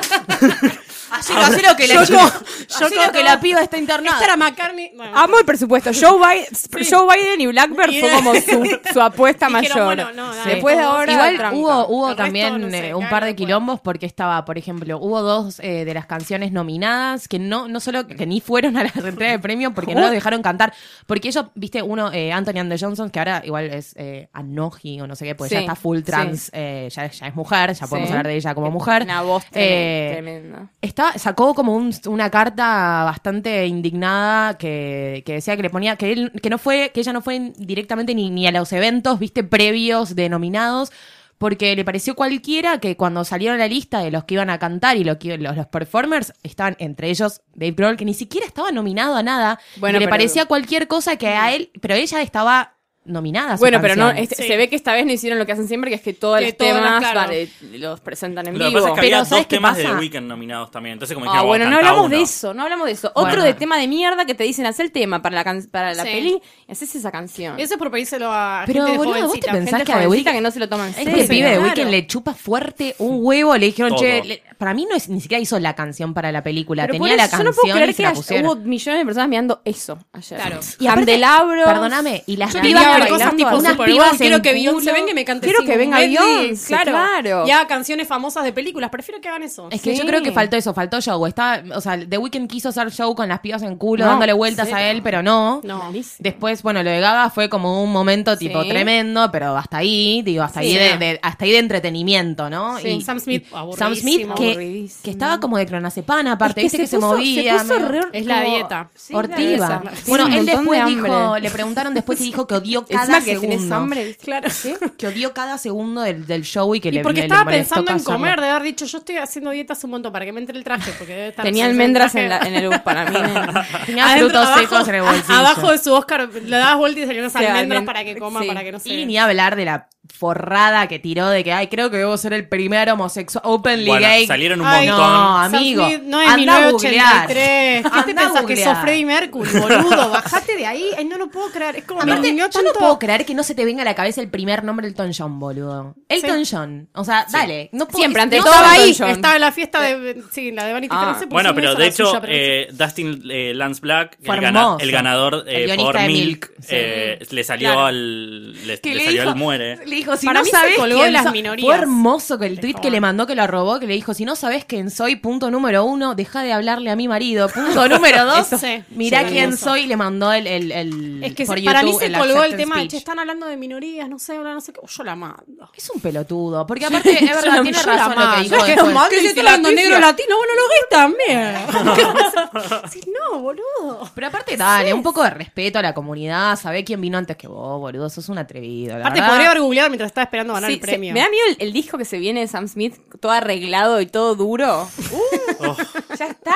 Speaker 11: Así lo que la,
Speaker 12: Yoko-
Speaker 11: así lo que la piba está internada.
Speaker 6: Esta era McCartney. Bueno.
Speaker 12: Amo el presupuesto. Joe Biden, Joe Biden y Blackbird fue como su, su apuesta
Speaker 6: Dijeron,
Speaker 12: mayor.
Speaker 6: bueno, no, dale,
Speaker 12: Después de
Speaker 6: como-
Speaker 12: ahora.
Speaker 11: Igual
Speaker 12: tranca.
Speaker 11: hubo, hubo
Speaker 6: El resto,
Speaker 11: también
Speaker 6: no sé,
Speaker 11: eh, un
Speaker 6: cagan
Speaker 11: par de
Speaker 6: de acuerdo.
Speaker 11: quilombos porque estaba, por ejemplo, hubo dos eh, de las canciones nominadas que no, no solo que ni fueron a la entrega de premio porque no
Speaker 12: Uy.
Speaker 11: los dejaron cantar. Porque ellos, viste, uno, eh, Anthony and the Johnson, que ahora igual es eh, Anoji o no sé qué, porque ya
Speaker 12: Sí,
Speaker 11: está full
Speaker 12: sí.
Speaker 11: trans, eh, ya, ya es mujer, ya podemos
Speaker 12: Sí.
Speaker 11: hablar de ella como mujer.
Speaker 12: Una voz
Speaker 11: Eh,
Speaker 12: tremenda. tremenda.
Speaker 11: Está, sacó como un- una carta bastante indignada que, que decía que le ponía que él que no fue que ella no fue directamente ni, ni a los eventos viste previos denominados porque le pareció cualquiera que cuando salieron la lista de los que iban a cantar y lo que- los, los performers estaban entre ellos Dave Grohl que ni siquiera estaba nominado a nada
Speaker 12: Bueno,
Speaker 11: y que le
Speaker 12: pero- Mm.
Speaker 11: parecía cualquier cosa que a él pero ella estaba nominada a su
Speaker 12: Bueno, pero no,
Speaker 11: canción.
Speaker 12: este-
Speaker 6: Sí.
Speaker 12: se ve que esta vez no hicieron lo que hacen siempre, que es que todos
Speaker 6: Que
Speaker 12: los
Speaker 6: todas las-
Speaker 12: temas
Speaker 6: claro.
Speaker 12: vale, los presentan en
Speaker 8: Lo que
Speaker 12: vivo.
Speaker 8: pasa es que
Speaker 11: Pero
Speaker 8: había
Speaker 11: ¿sabes
Speaker 8: dos
Speaker 11: qué
Speaker 8: temas de The
Speaker 11: pasa?
Speaker 8: Weeknd nominados también. Entonces, como
Speaker 12: Ah,
Speaker 8: dijimos,
Speaker 12: bueno, no
Speaker 8: canta
Speaker 12: hablamos
Speaker 8: uno.
Speaker 12: de eso, no hablamos de eso.
Speaker 11: Bueno.
Speaker 12: Otro de tema de mierda que te dicen, hacer el tema para la, can- para la
Speaker 6: Sí.
Speaker 12: peli, haces esa canción.
Speaker 6: Eso es por pedírselo a
Speaker 11: Pero,
Speaker 6: gente
Speaker 11: boludo, ¿vos te
Speaker 6: jovencita.
Speaker 11: pensás
Speaker 12: Gente
Speaker 11: que a The
Speaker 12: jovencita
Speaker 11: Weeknd-
Speaker 12: que no se lo toman en
Speaker 11: Este
Speaker 12: serio.
Speaker 11: pibe de
Speaker 12: Claro.
Speaker 11: Weekend le chupa fuerte un huevo. Le dijeron,
Speaker 8: Todo.
Speaker 11: che, le- para mí no es, ni siquiera hizo la canción para la película.
Speaker 12: Pero por
Speaker 11: Tenía la
Speaker 12: eso,
Speaker 11: canción
Speaker 12: yo no puedo
Speaker 11: y
Speaker 12: creer
Speaker 11: se
Speaker 12: que
Speaker 11: la
Speaker 12: haya-
Speaker 11: pusieron.
Speaker 12: hubo millones de personas mirando eso ayer.
Speaker 6: Claro.
Speaker 12: Y Candelabros.
Speaker 11: Perdóname, y las
Speaker 6: Yo
Speaker 12: Pibas
Speaker 6: quería ver
Speaker 12: bailando
Speaker 6: cosas tipo
Speaker 12: así.
Speaker 6: Super
Speaker 11: Unas
Speaker 6: Bowl,
Speaker 11: pibas
Speaker 6: quiero
Speaker 11: en
Speaker 6: que Beyoncé
Speaker 11: culo.
Speaker 6: venga y me cante
Speaker 12: Quiero
Speaker 6: cinco
Speaker 12: que venga
Speaker 6: medley,
Speaker 12: Beyoncé, claro.
Speaker 6: Y haga canciones famosas de películas, prefiero que hagan eso.
Speaker 11: Es que
Speaker 12: Sí.
Speaker 11: yo creo que faltó eso, faltó show. Estaba, o sea, The Weeknd quiso hacer show con las pibas en culo,
Speaker 12: No,
Speaker 11: dándole vueltas
Speaker 12: cero.
Speaker 11: a él, pero no.
Speaker 6: No.
Speaker 11: Después, bueno, lo de Gaga fue como un momento tipo
Speaker 12: Sí.
Speaker 11: tremendo, pero hasta ahí, digo, hasta,
Speaker 12: Sí,
Speaker 11: ahí, de,
Speaker 12: no.
Speaker 11: de- hasta ahí de entretenimiento, ¿no?
Speaker 6: Sí. Sam Smith,
Speaker 11: Sam Smith,
Speaker 6: aburridísimo,
Speaker 11: que,
Speaker 12: aburridísimo.
Speaker 11: que estaba como de clonazepana, aparte, viste que se,
Speaker 12: puso-
Speaker 11: movía.
Speaker 12: se puso
Speaker 11: medio-
Speaker 12: re-
Speaker 6: Es la
Speaker 12: como-
Speaker 6: dieta.
Speaker 12: Sí, la
Speaker 11: Ortiva.
Speaker 12: dieta.
Speaker 11: Bueno,
Speaker 12: Tiene
Speaker 11: él
Speaker 12: un montón
Speaker 11: después
Speaker 12: de
Speaker 11: dijo,
Speaker 12: hambre.
Speaker 11: le preguntaron después y dijo que odió cada
Speaker 12: Encima que tenés
Speaker 11: segundo.
Speaker 12: hambre, claro.
Speaker 11: Que odió cada segundo del, del show y que
Speaker 6: Y
Speaker 11: le
Speaker 6: porque
Speaker 11: le- le
Speaker 6: estaba
Speaker 11: molestó
Speaker 6: pensando en
Speaker 11: casarlo.
Speaker 6: comer, de haber dicho, yo estoy haciendo dietas un montón para que me entre el traje, porque debe estar...
Speaker 12: Tenía
Speaker 6: haciendo el
Speaker 12: almendras en,
Speaker 6: traje.
Speaker 12: la, en el para mí. en-
Speaker 11: Tenía
Speaker 6: Adentro,
Speaker 11: frutos
Speaker 6: abajo-
Speaker 11: secos en el bolsillo.
Speaker 6: Abajo de su Oscar le dabas vueltas y salían las
Speaker 12: O sea,
Speaker 6: almendras
Speaker 12: almen-
Speaker 6: para que coma,
Speaker 12: sí.
Speaker 6: para que no se...
Speaker 11: Y ni hablar de la forrada que tiró de que, ay, creo que debo ser el primer homosexual openly
Speaker 8: Bueno,
Speaker 11: gay.
Speaker 8: salieron un
Speaker 6: Ay,
Speaker 11: no,
Speaker 8: montón.
Speaker 6: Sam
Speaker 11: amigo.
Speaker 6: Smith, no es
Speaker 11: anda a googlear.
Speaker 6: 1983. ¿Qué te
Speaker 11: Anda a
Speaker 6: pensás que sos
Speaker 11: googlear.
Speaker 6: Freddie Mercury, boludo? Bajate de ahí. Ay, no lo puedo creer. Es como me
Speaker 11: Aparte,
Speaker 6: indignó
Speaker 11: yo no
Speaker 6: tanto.
Speaker 11: puedo creer que no se te venga a la cabeza el primer nombre del Elton John, boludo. Elton John. O sea, dale. No puedo-
Speaker 12: Siempre, ante
Speaker 11: no
Speaker 12: todo,
Speaker 11: puedo-
Speaker 6: Estaba ahí,
Speaker 12: Elton John.
Speaker 6: estaba en la fiesta de. Sí, la de Vanity Fair,
Speaker 12: Ah.
Speaker 6: no sé por
Speaker 8: Bueno,
Speaker 6: qué no
Speaker 8: pero
Speaker 6: hizo
Speaker 8: de
Speaker 6: la
Speaker 8: hecho,
Speaker 6: suya, pero no sé.
Speaker 8: eh, Dustin eh, Lance Black,
Speaker 11: Fue
Speaker 8: el, gana-
Speaker 11: hermoso.
Speaker 8: el ganador
Speaker 11: El
Speaker 8: eh,
Speaker 11: guionista
Speaker 8: por
Speaker 11: de
Speaker 8: Milk,
Speaker 11: Milk, sí.
Speaker 8: eh, le salió
Speaker 6: Claro.
Speaker 8: al. Le,
Speaker 11: Que
Speaker 8: le
Speaker 11: le
Speaker 8: salió
Speaker 11: dijo-
Speaker 8: al muere.
Speaker 11: Le dijo, si
Speaker 6: Para
Speaker 11: no
Speaker 6: mí se
Speaker 11: sabes
Speaker 6: colgó
Speaker 11: quién
Speaker 6: de las
Speaker 11: so-
Speaker 6: minorías.
Speaker 11: Fue hermoso que el tweet que
Speaker 6: favor.
Speaker 11: le mandó que lo robó, que le dijo, si no sabes quién soy, punto número uno, deja de hablarle a mi marido. Punto número dos,
Speaker 6: Eso sí,
Speaker 11: mirá
Speaker 6: sí,
Speaker 11: quién
Speaker 6: hermoso.
Speaker 11: soy, le mandó el... el, el-
Speaker 6: Es que
Speaker 11: por
Speaker 6: se- para mí
Speaker 11: YouTube
Speaker 6: se
Speaker 11: el
Speaker 6: colgó el
Speaker 11: acceptance
Speaker 6: tema de
Speaker 11: speech.
Speaker 6: che, están hablando de minorías, no sé, bla, no sé qué. Oh, yo la mando.
Speaker 11: Es un pelotudo, porque aparte, es verdad,
Speaker 6: la-
Speaker 11: tiene
Speaker 6: yo la
Speaker 11: razón lo que
Speaker 6: mando.
Speaker 11: dijo.
Speaker 6: Es que
Speaker 11: después.
Speaker 6: mando y si la noticia-
Speaker 12: latino, bueno, lo gays también.
Speaker 6: Sí, no, boludo.
Speaker 11: Pero aparte, dale, un poco de respeto a la comunidad, sabe quién vino antes que vos, boludo, sos un atrevido. la
Speaker 6: Aparte,
Speaker 11: verdad.
Speaker 6: podría haber googleado mientras estaba esperando ganar
Speaker 12: Sí,
Speaker 6: el
Speaker 12: se-
Speaker 6: premio.
Speaker 12: me da miedo el, el disco que se viene de Sam Smith, todo arreglado y todo duro.
Speaker 6: Uh.
Speaker 12: Ya está.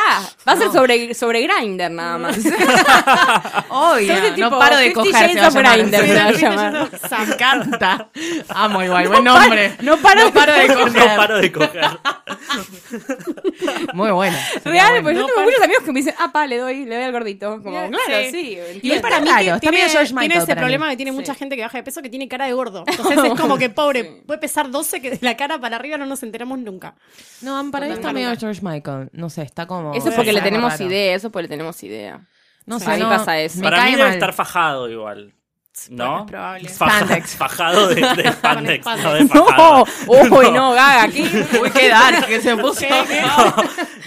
Speaker 12: Va a ser sobre, sobre Grinder
Speaker 6: Mm.
Speaker 12: nada más.
Speaker 11: Obvio,
Speaker 12: Sos de
Speaker 11: no
Speaker 12: tipo
Speaker 11: paro de
Speaker 12: 50
Speaker 11: coger, se
Speaker 12: Shades
Speaker 11: va
Speaker 12: of
Speaker 11: a llamar.
Speaker 12: Grindr,
Speaker 11: Sí,
Speaker 12: se va a
Speaker 11: sí, sí,
Speaker 12: llamar.
Speaker 11: Me encanta. Amo igual, buen nombre.
Speaker 12: no paro de-
Speaker 11: de
Speaker 8: No
Speaker 11: coger.
Speaker 8: paro de coger.
Speaker 11: Muy bueno.
Speaker 12: Real,
Speaker 11: pues
Speaker 12: porque
Speaker 6: No,
Speaker 12: yo tengo
Speaker 6: para-
Speaker 12: muchos amigos que me dicen, ah, pa, le doy, le doy al gordito. Como,
Speaker 6: Sí.
Speaker 12: claro, sí.
Speaker 11: Y él
Speaker 12: entiendo.
Speaker 11: para mí
Speaker 6: Claro,
Speaker 11: que está
Speaker 6: tiene,
Speaker 11: medio George Michael
Speaker 6: tiene ese
Speaker 11: para mí.
Speaker 6: problema que tiene mucha gente que baja de peso que tiene cara de gordo. Entonces es como que pobre, puede pesar 12 que de la cara para arriba no nos enteramos nunca.
Speaker 11: No, para mí está medio George Michael. No sé, está como.
Speaker 12: Eso es porque le
Speaker 11: está
Speaker 12: tenemos
Speaker 11: raro.
Speaker 12: idea, eso es porque le tenemos idea.
Speaker 11: No sé,
Speaker 12: Para mí
Speaker 11: no,
Speaker 12: pasa eso.
Speaker 11: Me
Speaker 8: Para mí
Speaker 11: cae
Speaker 8: debe
Speaker 11: mal.
Speaker 8: estar fajado igual. ¿No?
Speaker 12: es probable.
Speaker 8: Faja-
Speaker 12: Spandex.
Speaker 8: Fajado de, de spandex, no de
Speaker 12: No,
Speaker 8: fajado.
Speaker 12: uy, no, Gaga, ¿qué? Uy, qué dark que se puso.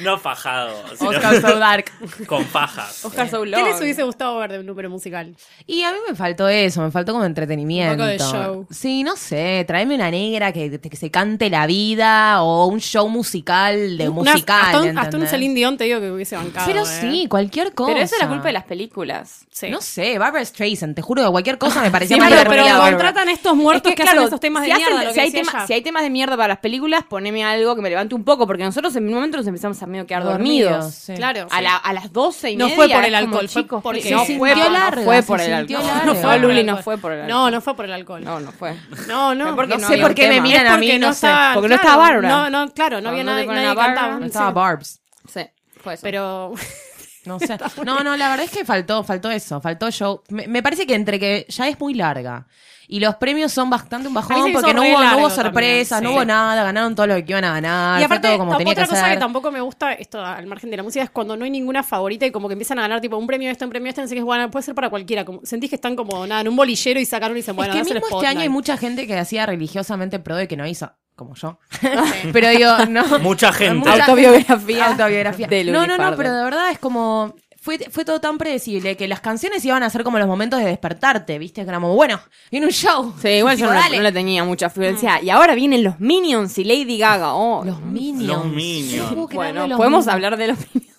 Speaker 8: No fajado. sino
Speaker 11: Oscar So Dark.
Speaker 8: Con fajas.
Speaker 12: Oscar So
Speaker 6: ¿Qué les hubiese gustado ver de un número musical?
Speaker 11: Y a mí me faltó eso, me faltó como entretenimiento.
Speaker 6: Un poco de show.
Speaker 11: Sí, no sé, tráeme una negra que, que se cante la vida o un show musical de
Speaker 6: Una-
Speaker 11: musical.
Speaker 6: hasta, un, hasta un
Speaker 11: ¿entendés?
Speaker 6: Celine Dion te digo que hubiese bancado.
Speaker 11: Pero
Speaker 6: eh.
Speaker 11: sí, cualquier cosa.
Speaker 12: Pero eso es la culpa de las películas.
Speaker 11: No sé, Barbara Streisand, te juro que cualquier cosa me parecía
Speaker 12: Sí,
Speaker 11: más
Speaker 12: claro,
Speaker 11: divertida
Speaker 12: pero
Speaker 11: a Barbra.
Speaker 6: contratan a estos muertos
Speaker 12: Es
Speaker 6: que hacen esos temas de
Speaker 12: si hacen-
Speaker 6: mierda, lo
Speaker 12: si,
Speaker 6: que
Speaker 12: hay
Speaker 6: decía
Speaker 12: tema-
Speaker 6: ella.
Speaker 12: si hay temas de mierda para las películas, poneme algo que me levante un poco, porque nosotros en un momento nos empezamos a medio quedar dormidos.
Speaker 11: Dormidos, sí.
Speaker 6: Claro.
Speaker 12: A, la- a las 12 y
Speaker 6: No
Speaker 12: media.
Speaker 6: fue por el
Speaker 12: es como,
Speaker 6: alcohol, fue
Speaker 12: chicos,
Speaker 6: porque-
Speaker 12: no
Speaker 6: Se
Speaker 12: fue,
Speaker 6: sintió
Speaker 12: por- no
Speaker 6: larga,
Speaker 12: fue
Speaker 6: se
Speaker 12: por el
Speaker 6: sintió
Speaker 12: alcohol.
Speaker 6: larga.
Speaker 12: No fue, Luli, no
Speaker 6: alcohol.
Speaker 12: fue por el alcohol.
Speaker 6: No, no fue por el alcohol.
Speaker 12: No, no fue.
Speaker 6: No, no,
Speaker 12: porque
Speaker 11: no sé por qué me miran
Speaker 6: Es
Speaker 11: a mí,
Speaker 6: porque
Speaker 11: no sé.
Speaker 6: estaba-
Speaker 11: Porque no
Speaker 6: claro,
Speaker 11: estaba Bárbara.
Speaker 6: No, no, claro, no
Speaker 12: No,
Speaker 6: había
Speaker 12: no
Speaker 6: nadie,
Speaker 12: te ponen
Speaker 6: nadie
Speaker 12: a Bárbara,
Speaker 6: cantaba.
Speaker 11: No
Speaker 6: sí.
Speaker 11: estaba Barbs.
Speaker 12: Sí, fue eso.
Speaker 6: Pero
Speaker 11: No sé. No, no, la verdad es que faltó, faltó eso, faltó show. Me, me parece que entre que ya es muy larga y los premios son bastante un
Speaker 6: Parece
Speaker 11: bajón
Speaker 6: que
Speaker 11: porque
Speaker 6: son
Speaker 11: no
Speaker 6: re
Speaker 11: hubo, no hubo
Speaker 6: largos
Speaker 11: sorpresas,
Speaker 6: también,
Speaker 11: no
Speaker 6: sí.
Speaker 11: hubo nada, ganaron todo lo que iban a ganar,
Speaker 6: y
Speaker 11: Ah, fue
Speaker 6: aparte,
Speaker 11: todo como
Speaker 6: tam-
Speaker 11: tenía
Speaker 6: otra
Speaker 11: que
Speaker 6: cosa
Speaker 11: ser.
Speaker 6: que tampoco me gusta, esto al margen de la música, es cuando no hay ninguna favorita y como que empiezan a ganar tipo un premio esto, un premio este, no sé qué es bueno, puede ser para cualquiera. Como, sentís que están como nada, en un bolillero y sacaron y se
Speaker 11: es
Speaker 6: bueno,
Speaker 11: que
Speaker 6: dáselo
Speaker 11: mismo este
Speaker 6: spotlight.
Speaker 11: año hay mucha gente que hacía religiosamente pro de que no hizo, como yo. pero digo, no.
Speaker 8: Mucha gente.
Speaker 11: Mucha-
Speaker 12: Autobiografía.
Speaker 11: Autobiografía.
Speaker 12: de Luli
Speaker 11: no, no, no,
Speaker 12: Pardo.
Speaker 11: pero de verdad es como. Fue, fue todo tan predecible que las canciones iban a ser como los momentos de despertarte, ¿viste? Que era como, bueno, viene un show.
Speaker 12: Sí, igual yo
Speaker 11: Tipo,
Speaker 12: no, la-
Speaker 11: dale.
Speaker 12: no le tenía mucha afluencia. Y ahora vienen los Minions y Lady Gaga. Oh,
Speaker 11: Los Minions.
Speaker 8: Los Minions.
Speaker 11: No puedo creer lo
Speaker 12: bueno,
Speaker 11: de los
Speaker 12: podemos
Speaker 11: Minions.
Speaker 12: hablar de los Minions.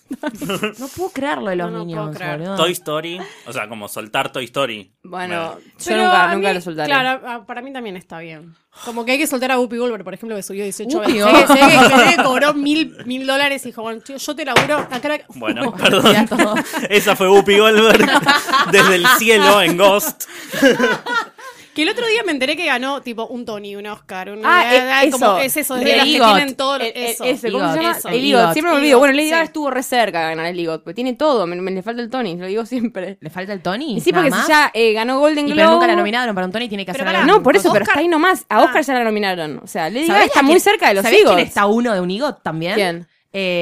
Speaker 11: No puedo creer lo de los
Speaker 6: No, no puedo
Speaker 11: Minions,
Speaker 6: creer.
Speaker 11: boludo.
Speaker 8: Toy Story. O sea, como soltar Toy Story.
Speaker 12: Bueno,
Speaker 8: Me-
Speaker 12: yo
Speaker 6: Pero
Speaker 12: nunca,
Speaker 6: a
Speaker 12: nunca
Speaker 6: mí-
Speaker 12: lo soltaré.
Speaker 6: Claro, a- a- para mí también está bien. Como que hay que soltar a Whoopi Goldberg, por ejemplo, que subió 18
Speaker 11: Whoopi
Speaker 6: veces. Se, ve que- se ve que cobró mil, mil dólares y dijo, bueno, tío, yo te laburo acá. acá.
Speaker 8: Bueno, perdón. Esa fue Whoopi Goldberg desde el cielo en Ghost.
Speaker 6: Que el otro día me enteré que ganó tipo un Tony, un Oscar, un
Speaker 12: Ah,
Speaker 6: eh,
Speaker 12: eh,
Speaker 6: como
Speaker 12: eso.
Speaker 6: es eso, es
Speaker 11: El
Speaker 6: de las que
Speaker 11: EGOT.
Speaker 6: tienen todo lo-
Speaker 12: El- el-
Speaker 6: eso.
Speaker 12: ese, ¿cómo se
Speaker 11: EGOT,
Speaker 12: llama?
Speaker 11: eso.
Speaker 12: El
Speaker 11: EGOT.
Speaker 12: EGOT. Siempre me olvido. Bueno, Lady
Speaker 6: Sí.
Speaker 12: Gaga estuvo re cerca de ganar el EGOT, porque tiene todo, me, me le falta el Tony, lo digo siempre.
Speaker 11: ¿Le falta el Tony?
Speaker 12: Y sí,
Speaker 11: ¿Nada
Speaker 12: porque
Speaker 11: más?
Speaker 12: si ya eh, ganó Golden
Speaker 11: Y
Speaker 12: Globe.
Speaker 11: pero nunca la nominaron para un Tony, tiene que
Speaker 6: Pero
Speaker 11: hacer
Speaker 6: pará,
Speaker 11: algo.
Speaker 12: No, por eso, pero
Speaker 6: Oscar-
Speaker 12: está ahí nomás. A Oscar
Speaker 6: Ah.
Speaker 12: ya la nominaron. O sea, Lady Gaga
Speaker 11: ¿Sabés
Speaker 12: está
Speaker 11: a
Speaker 12: muy
Speaker 11: quién-
Speaker 12: cerca de los
Speaker 11: ¿sabés
Speaker 12: EGOT.
Speaker 11: quién está uno de un EGOT también?
Speaker 12: ¿Quién?